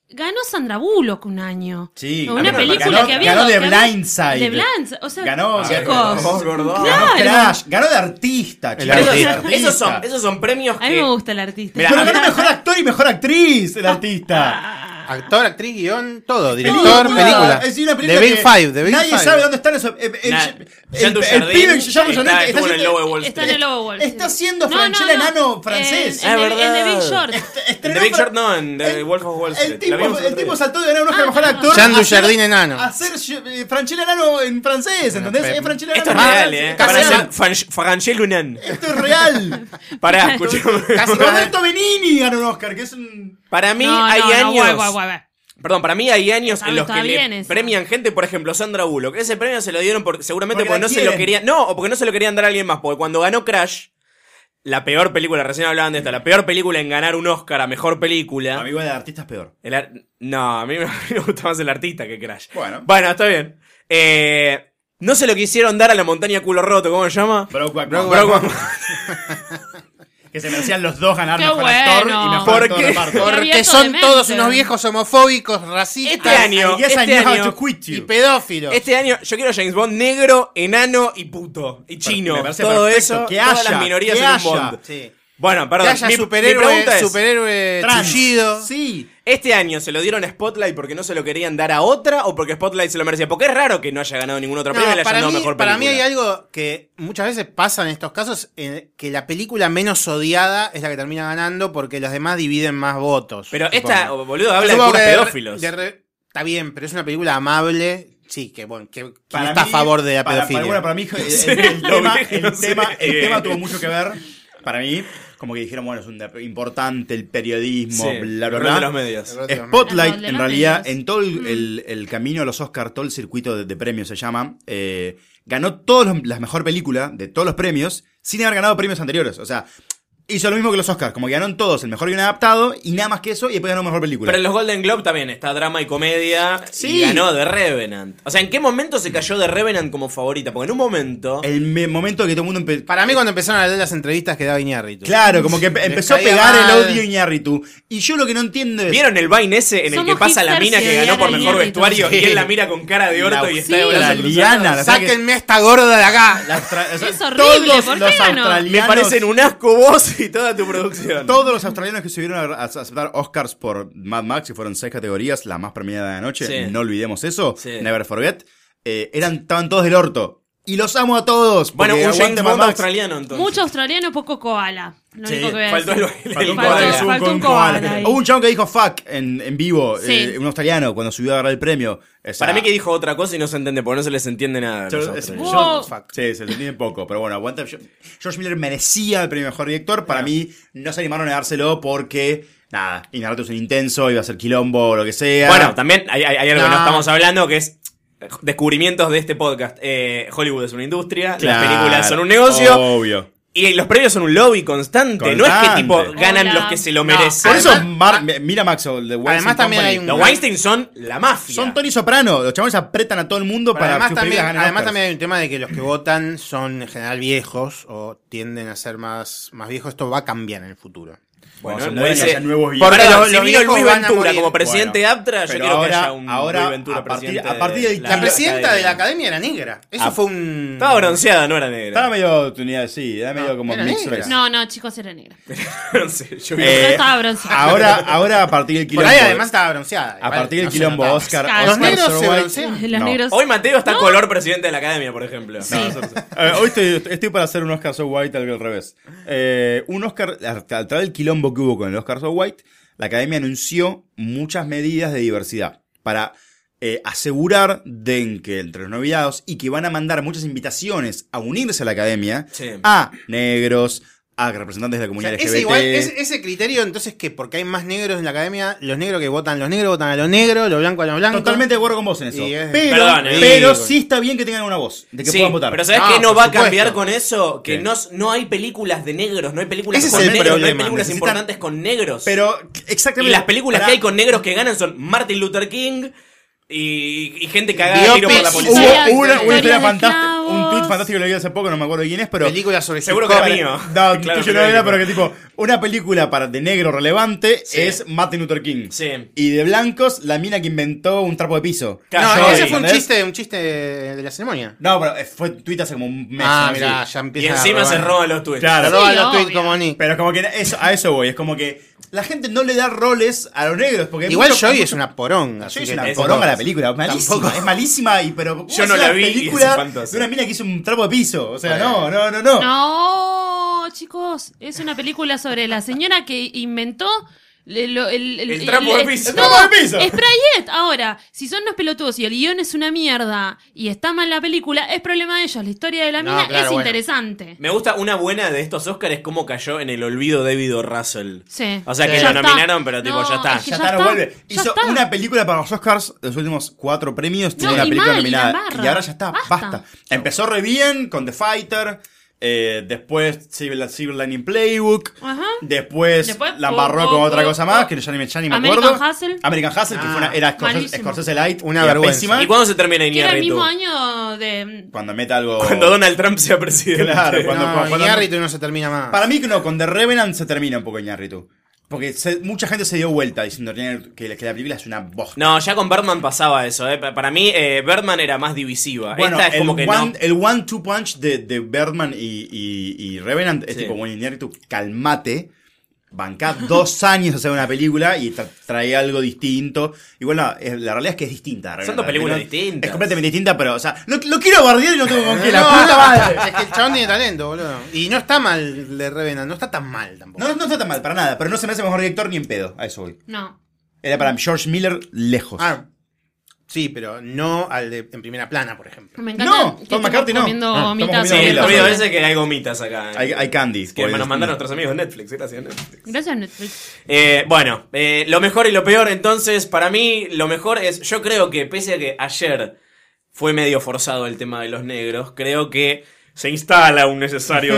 Speaker 7: Ganó Sandra Bullock un año.
Speaker 14: Sí,
Speaker 7: Una
Speaker 14: ganó-
Speaker 7: película
Speaker 14: ganó-
Speaker 7: que había.
Speaker 14: ganó de
Speaker 7: que había-
Speaker 14: Blindside.
Speaker 7: De Blindside. O sea,
Speaker 14: Ganó,
Speaker 7: chicos.
Speaker 14: ganó,
Speaker 1: Gordon.
Speaker 14: ganó
Speaker 7: Claro.
Speaker 14: Crash, ganó de artista, chicos.
Speaker 1: Esos-
Speaker 14: de artista.
Speaker 1: Esos, son, esos son premios
Speaker 7: A mí
Speaker 1: que-
Speaker 7: me gusta el artista.
Speaker 14: Pero ganó mejor actor y mejor actriz, el artista.
Speaker 15: Actor, actriz, guión, todo. Director,
Speaker 14: Película.
Speaker 15: película.
Speaker 14: Es una película
Speaker 15: The Big
Speaker 14: que
Speaker 15: Five, The Big
Speaker 14: nadie
Speaker 15: Five.
Speaker 14: sabe dónde están esos. eh, eh,
Speaker 1: Nah,
Speaker 14: el-
Speaker 1: Jean
Speaker 14: el-
Speaker 1: Dujardin
Speaker 14: el pibe Jean Dujardin
Speaker 1: está-
Speaker 14: está
Speaker 1: estuvo en el
Speaker 14: haciendo-
Speaker 1: Lobo de Wall
Speaker 7: Está en el Overwatch.
Speaker 14: Está haciendo
Speaker 7: No,
Speaker 14: Franchella
Speaker 7: no, no.
Speaker 14: enano francés.
Speaker 7: En, en,
Speaker 1: Es
Speaker 7: el- en The Big
Speaker 1: verdad.
Speaker 7: Short.
Speaker 1: En The Big Short no, en The Wolf of Wall Street.
Speaker 14: El
Speaker 1: La
Speaker 14: tipo,
Speaker 1: vimos el
Speaker 14: el
Speaker 1: otro
Speaker 14: tipo
Speaker 1: día.
Speaker 14: saltó de ganar un Oscar a
Speaker 7: Ah.
Speaker 14: mejor actor.
Speaker 15: Jean
Speaker 14: a hacer-
Speaker 15: Dujardin enano.
Speaker 14: A hacer eh, Franchella enano en francés, ¿entendés? Es Franchella enano.
Speaker 1: Esto es real, eh.
Speaker 14: Casi
Speaker 1: Para
Speaker 14: nada.
Speaker 1: ser Fan- Farangel Unan.
Speaker 14: Esto es real.
Speaker 1: Pará, escuchame.
Speaker 14: Roberto Benini ganó un Oscar, que es un.
Speaker 1: Para mí
Speaker 7: No,
Speaker 1: hay
Speaker 7: no, no,
Speaker 1: años.
Speaker 7: guay, guay, guay, guay.
Speaker 1: Perdón, para mí hay años
Speaker 7: Está-
Speaker 1: en los
Speaker 7: está
Speaker 1: que
Speaker 7: bien
Speaker 1: le
Speaker 7: eso.
Speaker 1: premian gente, por ejemplo, Sandra Bullock. Ese premio se lo dieron por- seguramente
Speaker 14: Porque
Speaker 1: porque,
Speaker 14: la
Speaker 1: no se lo
Speaker 14: quieren.
Speaker 1: querían. No, o porque no se lo querían dar a alguien más. Porque cuando ganó Crash, la peor película, recién hablaban de esta, la peor película en ganar un Oscar a mejor película.
Speaker 14: Amigo de artista es peor.
Speaker 1: El ar- No, a mí, me, a mí me gusta más el artista que Crash.
Speaker 14: Bueno.
Speaker 1: Bueno, está bien. Eh, no se lo quisieron dar a la montaña culo roto, ¿cómo se llama?
Speaker 14: Brokeback
Speaker 1: Brokeback
Speaker 14: Mountain.
Speaker 1: Mountain.
Speaker 14: Que se merecían los dos ganar
Speaker 7: Qué
Speaker 14: mejor actor y mejor
Speaker 1: ¿Por
Speaker 14: actor
Speaker 1: qué?
Speaker 14: reparto.
Speaker 15: Porque
Speaker 7: Abierto
Speaker 15: son
Speaker 7: de ¿eh?
Speaker 15: todos
Speaker 7: mente.
Speaker 15: unos viejos homofóbicos, racistas
Speaker 1: Este año,
Speaker 14: I guess I
Speaker 1: este
Speaker 14: know how
Speaker 1: año,
Speaker 14: to quit
Speaker 15: y
Speaker 14: you.
Speaker 15: pedófilos.
Speaker 1: Este año yo quiero James Bond negro, enano y puto. Y chino.
Speaker 14: Me parece
Speaker 1: Todo
Speaker 14: perfecto.
Speaker 1: eso,
Speaker 14: Que
Speaker 1: todas
Speaker 14: haya,
Speaker 1: las minorías
Speaker 14: que
Speaker 1: en un
Speaker 14: haya.
Speaker 1: Bond.
Speaker 15: Sí.
Speaker 1: Bueno,
Speaker 15: Que
Speaker 1: perdón.
Speaker 15: haya
Speaker 1: mi, mi pregunta
Speaker 15: superhéroe,
Speaker 1: es,
Speaker 15: superhéroe
Speaker 14: Trans.
Speaker 15: chullido.
Speaker 14: Sí.
Speaker 1: ¿este año se lo dieron a Spotlight porque no se lo querían dar a otra o porque Spotlight se lo merecía? Porque es raro que no haya ganado ningún otro
Speaker 15: No,
Speaker 1: premio y le hayan
Speaker 15: para,
Speaker 1: dado
Speaker 15: mí,
Speaker 1: mejor
Speaker 15: para mí
Speaker 1: película.
Speaker 15: hay algo que muchas veces pasa en estos casos, eh, que la película menos odiada es la que termina ganando porque los demás dividen más votos.
Speaker 1: Pero
Speaker 15: supongo.
Speaker 1: esta, oh, boludo, habla de
Speaker 15: Supongo
Speaker 1: puros
Speaker 15: que re-
Speaker 1: pedófilos.
Speaker 15: de re- está bien, pero es una película amable. Sí, que bueno, que, ¿quién
Speaker 14: Para
Speaker 15: está
Speaker 14: mí-
Speaker 15: a favor de la
Speaker 14: para-
Speaker 15: pedofilia.
Speaker 14: Para, bueno, para mí, el-
Speaker 1: Sí,
Speaker 14: el, el
Speaker 1: lo
Speaker 14: tema,
Speaker 1: vi,
Speaker 14: el
Speaker 1: no sé.
Speaker 14: tema, el tema tuvo mucho que ver. Para mí, como que dijeron, bueno, es un de- importante el periodismo,
Speaker 1: Sí,
Speaker 14: bla, bla,
Speaker 1: el
Speaker 14: bla.
Speaker 1: rol de los medios.
Speaker 15: Pero-
Speaker 14: Spotlight,
Speaker 7: El rol de
Speaker 14: en
Speaker 7: los
Speaker 14: realidad,
Speaker 7: medios.
Speaker 14: en todo el, el- el camino a los Oscars, todo el circuito de, de premios se llama, eh, ganó todas los- las mejor películas de todos los premios sin haber ganado premios anteriores. O sea, hizo lo mismo que los Oscars, como que ganó en todos el mejor guion adaptado y nada más que eso y después ganó mejor película.
Speaker 1: Pero en los Golden Globe también está drama y comedia.
Speaker 14: Sí.
Speaker 1: Y ganó The Revenant. O sea, ¿en qué momento se cayó The Revenant como favorita? Porque en un momento.
Speaker 14: el me- momento que todo el mundo empe-
Speaker 15: Para mí cuando empezaron a leer las entrevistas que daba Iñárritu.
Speaker 14: Claro, como que
Speaker 15: Les
Speaker 14: empezó a
Speaker 15: caía
Speaker 14: pegar el
Speaker 15: mal.
Speaker 14: odio Iñárritu. Y yo lo que no entiendo es.
Speaker 1: ¿Vieron el vaina ese en el que
Speaker 7: Somos
Speaker 1: pasa la
Speaker 7: hipsters
Speaker 1: mina
Speaker 7: que
Speaker 1: que ganó por
Speaker 7: odiaron
Speaker 1: mejor
Speaker 7: a
Speaker 1: vestuario
Speaker 15: Iñárritu.
Speaker 1: y él la mira con cara de orto y está de
Speaker 14: la
Speaker 1: brazos cruzados?
Speaker 14: liana, la
Speaker 15: Sáquenme a esta gorda de acá.
Speaker 14: La tra- o sea,
Speaker 7: Es horrible,
Speaker 14: todos
Speaker 7: ¿por qué
Speaker 14: los
Speaker 7: ganó?
Speaker 1: Me
Speaker 14: australianos.
Speaker 1: parecen un asco vos y toda tu producción.
Speaker 14: Todos los australianos que subieron a, a aceptar Oscars por Mad Max, que fueron seis categorías, la más premiada de la noche,
Speaker 1: Sí.
Speaker 14: no olvidemos eso,
Speaker 1: Sí.
Speaker 14: never forget, eh, eran, estaban todos del orto. Y los amo a todos.
Speaker 1: bueno,
Speaker 14: porque
Speaker 1: un
Speaker 14: aguante
Speaker 1: James
Speaker 14: Mad
Speaker 1: Bond
Speaker 14: Max.
Speaker 1: australiano entonces.
Speaker 7: Mucho australiano, poco koala. Lo
Speaker 14: Sí,
Speaker 7: único que voy a
Speaker 1: faltó
Speaker 7: decir.
Speaker 1: el- el
Speaker 7: Faltó-
Speaker 1: koala.
Speaker 7: faltó un koala ahí.
Speaker 14: Hubo un chabón que dijo fuck en, en vivo,
Speaker 7: Sí.
Speaker 14: eh, un australiano, cuando subió a agarrar el premio. O sea,
Speaker 1: Para mí que dijo otra cosa y no se entiende porque no se les entiende nada. a
Speaker 14: Yo-
Speaker 1: los
Speaker 14: es-
Speaker 1: australianos.
Speaker 7: Wow.
Speaker 14: yo- fuck. Sí, se entiende poco, pero bueno, aguanta. yo- George Miller merecía el premio mejor director. Para mí, no se animaron a dárselo porque, nada, Inarritu es un intenso, iba a ser quilombo o lo que sea.
Speaker 1: Bueno, también hay, hay- hay algo que no
Speaker 15: No.
Speaker 1: estamos hablando que es eh, descubrimientos de este podcast. Eh, Hollywood es una industria, las películas son un negocio
Speaker 14: Obvio.
Speaker 1: y los premios son un lobby constante. No es que
Speaker 14: Constante.
Speaker 1: tipo ganan
Speaker 7: Hola.
Speaker 1: los que se lo
Speaker 15: No,
Speaker 1: merecen.
Speaker 14: Por
Speaker 15: Además-
Speaker 14: eso, Mar- mira Max, o The Weinstein
Speaker 15: Además también
Speaker 14: Company,
Speaker 15: hay un-
Speaker 1: Los Weinstein son la mafia.
Speaker 14: Son Tony Soprano, los chavales apretan a todo el mundo
Speaker 15: Pero
Speaker 14: para
Speaker 15: además
Speaker 14: sus películas
Speaker 15: también,
Speaker 14: ganen
Speaker 15: además
Speaker 14: Oscars.
Speaker 15: también hay un tema de que los que votan son en general viejos o tienden a ser más, más viejos. Esto va a cambiar en el futuro.
Speaker 1: Bueno,
Speaker 14: Vamos a
Speaker 1: no
Speaker 14: hablar de
Speaker 1: dice-
Speaker 14: que haya nuevos
Speaker 1: Por
Speaker 15: Porque
Speaker 14: guiones.
Speaker 1: ejemplo,
Speaker 15: los-
Speaker 1: si
Speaker 15: los
Speaker 1: vino
Speaker 15: viejos
Speaker 1: Luis
Speaker 15: van a
Speaker 1: Ventura
Speaker 15: morir.
Speaker 1: como presidente de Aptra, yo
Speaker 14: pero
Speaker 1: quiero que
Speaker 14: ahora-
Speaker 1: haya un
Speaker 14: ahora,
Speaker 1: Luis Ventura
Speaker 14: a partir-
Speaker 1: presidente
Speaker 14: a partir de
Speaker 15: La,
Speaker 14: La-
Speaker 15: presidenta de la academia
Speaker 1: academia.
Speaker 15: era negra. Eso
Speaker 14: Ah.
Speaker 15: fue un.
Speaker 1: Estaba bronceada, no era negra.
Speaker 14: Estaba medio tunida, sí, era medio como
Speaker 15: era
Speaker 14: mixed
Speaker 15: negra.
Speaker 14: race.
Speaker 7: No, no, chicos, era negra.
Speaker 1: Bronce, yo vi-
Speaker 14: Eh,
Speaker 7: Yo estaba bronceada.
Speaker 14: Ahora, ahora a partir del
Speaker 15: Por
Speaker 14: quilombo. Ah,
Speaker 15: ahí además estaba bronceada.
Speaker 14: a partir del
Speaker 15: no se
Speaker 14: quilombo
Speaker 15: notaba.
Speaker 14: Oscar,
Speaker 7: Claro.
Speaker 15: Los
Speaker 14: Oscar
Speaker 15: negros se
Speaker 14: Sorwhite.
Speaker 15: broncean.
Speaker 7: Los
Speaker 14: No.
Speaker 7: negros.
Speaker 1: Hoy Mateo está color presidente de la academia, por ejemplo.
Speaker 14: No, eso- eh, hoy estoy, estoy para hacer un Oscar So White al revés. Eh, un Oscar, al al través del quilombo que hubo con el Oscar So White, la academia anunció muchas medidas de diversidad para eh, asegurar de que entre los noviados y que van a mandar muchas invitaciones a unirse a la academia
Speaker 1: Sí.
Speaker 14: a negros, a representantes de la
Speaker 15: Ah, O
Speaker 14: comunidad
Speaker 15: sea,
Speaker 14: LGBT.
Speaker 15: ese, igual- ese- ese criterio, entonces, que porque hay más negros en la academia, los negros que votan, los negros votan a los negros, los blancos a los blancos.
Speaker 14: Totalmente de acuerdo con vos en eso.
Speaker 15: Y es-
Speaker 14: Pero,
Speaker 1: Perdón, eh.
Speaker 14: pero
Speaker 15: Sí,
Speaker 14: sí está bien que tengan una voz, de que
Speaker 1: Sí,
Speaker 14: puedan votar.
Speaker 1: pero ¿sabes
Speaker 15: Ah,
Speaker 1: qué no
Speaker 15: por
Speaker 1: va a
Speaker 15: supuesto.
Speaker 1: cambiar con eso? Que
Speaker 14: ¿Qué?
Speaker 1: no, no hay películas de negros, no hay películas
Speaker 15: Ese es
Speaker 1: con
Speaker 15: el
Speaker 1: negros, no hay
Speaker 15: problema.
Speaker 1: películas
Speaker 14: Necesitan-
Speaker 1: importantes con negros.
Speaker 14: Pero,
Speaker 1: y
Speaker 14: exactamente.
Speaker 1: las películas
Speaker 14: Pará.
Speaker 1: que hay con negros que ganan son Martin Luther King y, y gente cagada a
Speaker 15: Dios,
Speaker 1: tiro por la
Speaker 15: Pepsi.
Speaker 1: policía.
Speaker 14: Hubo una,
Speaker 7: Historias-
Speaker 14: una
Speaker 7: historias
Speaker 14: historia
Speaker 7: de
Speaker 14: fantástica,
Speaker 7: esclavos.
Speaker 14: un tweet un fantástico lo vi hace poco, no me acuerdo quién es, pero.
Speaker 15: Película sobre
Speaker 14: Seguro
Speaker 15: hip hop.
Speaker 14: que era mío. No,
Speaker 15: Claro,
Speaker 14: tuyo no
Speaker 15: película.
Speaker 14: era, pero que tipo. Una película para de negro relevante es Martin Luther King.
Speaker 1: Sí.
Speaker 14: Y de blancos, la mina que inventó un trapo de piso.
Speaker 15: No,
Speaker 14: Joy,
Speaker 15: ese fue un
Speaker 14: ¿entendés?
Speaker 15: chiste, un chiste de la ceremonia.
Speaker 14: No, pero eh, fue tweet hace como un mes.
Speaker 15: Ah,
Speaker 14: ¿no?
Speaker 15: mirá,
Speaker 14: Sí.
Speaker 15: ya empieza Y encima a robar. se roban los tweets.
Speaker 14: Claro,
Speaker 15: Se roban Sí, los tweets obvio. como
Speaker 14: Pero es como que eso, a eso voy, es como que la gente no le da roles a los negros. Porque
Speaker 15: Igual
Speaker 14: mucho-
Speaker 15: Joy es una poronga.
Speaker 14: Joy es una poronga la película, malísima, ¿eh? es malísima y pero ¿cómo
Speaker 15: Yo
Speaker 14: es
Speaker 15: no
Speaker 14: una
Speaker 15: la vi y es
Speaker 14: película
Speaker 15: espantosa.
Speaker 14: de una mina que hizo un trapo de piso, o sea, no, no, no, no.
Speaker 7: No, chicos, es una película sobre la señora que inventó le- lo- el,
Speaker 14: El trapo de piso.
Speaker 7: No,
Speaker 14: El trapo de piso.
Speaker 7: Sprayet. Ahora, si son unos pelotudos y el guión es una mierda y está mal la película, es problema de ellos. La historia de la
Speaker 1: No,
Speaker 7: mina
Speaker 1: claro,
Speaker 7: es
Speaker 1: bueno.
Speaker 7: interesante.
Speaker 1: Me gusta una buena de estos Oscars es cómo cayó en el olvido David O. Russell.
Speaker 7: Sí.
Speaker 1: O sea que
Speaker 7: Ya
Speaker 1: lo
Speaker 7: está.
Speaker 1: nominaron, pero tipo,
Speaker 7: No,
Speaker 1: ya está.
Speaker 7: es que
Speaker 14: Ya
Speaker 7: ya
Speaker 14: está, no
Speaker 7: está,
Speaker 14: vuelve.
Speaker 7: ya
Speaker 14: Hizo
Speaker 7: está.
Speaker 14: una película para los Oscars, los últimos cuatro premios, tiene
Speaker 7: No,
Speaker 14: una
Speaker 7: y
Speaker 14: película
Speaker 7: mal, y la
Speaker 14: nominada.
Speaker 7: embarra.
Speaker 14: Y ahora ya está, basta.
Speaker 7: Basta.
Speaker 14: Empezó re bien con The Fighter, eh, después Civil, Civil Line in Playbook,
Speaker 7: Ajá.
Speaker 14: después,
Speaker 7: Después,
Speaker 14: la embarró
Speaker 7: oh,
Speaker 14: con
Speaker 7: oh,
Speaker 14: otra
Speaker 7: oh,
Speaker 14: cosa más, que ya ni, me- ya ni me
Speaker 7: American
Speaker 14: acuerdo.
Speaker 7: Hustle. Ah,
Speaker 14: American Hustle, que fue una, era Scorsese,
Speaker 7: malísimo.
Speaker 14: Scorsese Light,
Speaker 1: Una
Speaker 14: era
Speaker 1: vergüenza.
Speaker 14: pésima.
Speaker 1: ¿Y cuándo se termina
Speaker 7: Que era el mismo
Speaker 1: Iñárritu?
Speaker 7: año de.
Speaker 14: Cuando meta algo.
Speaker 1: Cuando Donald Trump sea presidente.
Speaker 14: Claro, cuando,
Speaker 15: No,
Speaker 14: cuando-
Speaker 15: Iñárritu no se termina más.
Speaker 14: Para mí que no, con The Revenant se termina un poco Iñárritu. Porque se- mucha gente se dio vuelta diciendo que, la- que la película es una bosta.
Speaker 1: No, ya con Birdman pasaba eso. eh. Pa- Para mí, eh, Birdman era más divisiva.
Speaker 14: Bueno,
Speaker 1: Esta es
Speaker 14: el,
Speaker 1: como que
Speaker 14: one,
Speaker 1: no.
Speaker 14: el one-two punch de, de Birdman y, y- y Revenant es tipo, bueno, Iñárritu, calmate, bancá dos años a hacer una película y tra- trae algo distinto. Igual la, eh, la realidad es que es distinta. Revenant.
Speaker 1: dos películas
Speaker 14: Revenant
Speaker 1: distintas.
Speaker 14: Es completamente distinta, pero, o sea, lo, lo quiero bardear y no tengo con qué, la
Speaker 15: No,
Speaker 14: puta madre.
Speaker 15: Es que el chabón tiene talento, boludo. Y no está mal de Revenant, no está tan mal tampoco.
Speaker 14: No, no está tan mal, para nada, pero no se me hace mejor director ni en pedo, a eso voy.
Speaker 7: No.
Speaker 14: Era para George Miller lejos.
Speaker 15: Ah, sí, pero no al de en primera plana, por ejemplo.
Speaker 7: Me encanta
Speaker 14: No,
Speaker 7: que
Speaker 14: Tom
Speaker 7: estamos
Speaker 14: McCarthy no.
Speaker 7: comiendo
Speaker 14: Ah, estamos
Speaker 7: gomitas.
Speaker 14: comiendo
Speaker 1: Sí, el
Speaker 14: gomitas.
Speaker 1: ruido ese que hay gomitas acá. eh.
Speaker 14: Hay, hay candies.
Speaker 1: que
Speaker 14: por
Speaker 1: nos
Speaker 14: el-
Speaker 1: mandaron nuestros amigos de Netflix. Gracias, Netflix.
Speaker 7: Gracias, Netflix.
Speaker 1: Eh, bueno, eh, lo mejor y lo peor, entonces, para mí, lo mejor es. Yo creo que, pese a que ayer fue medio forzado el tema de los negros, creo que se instala un necesario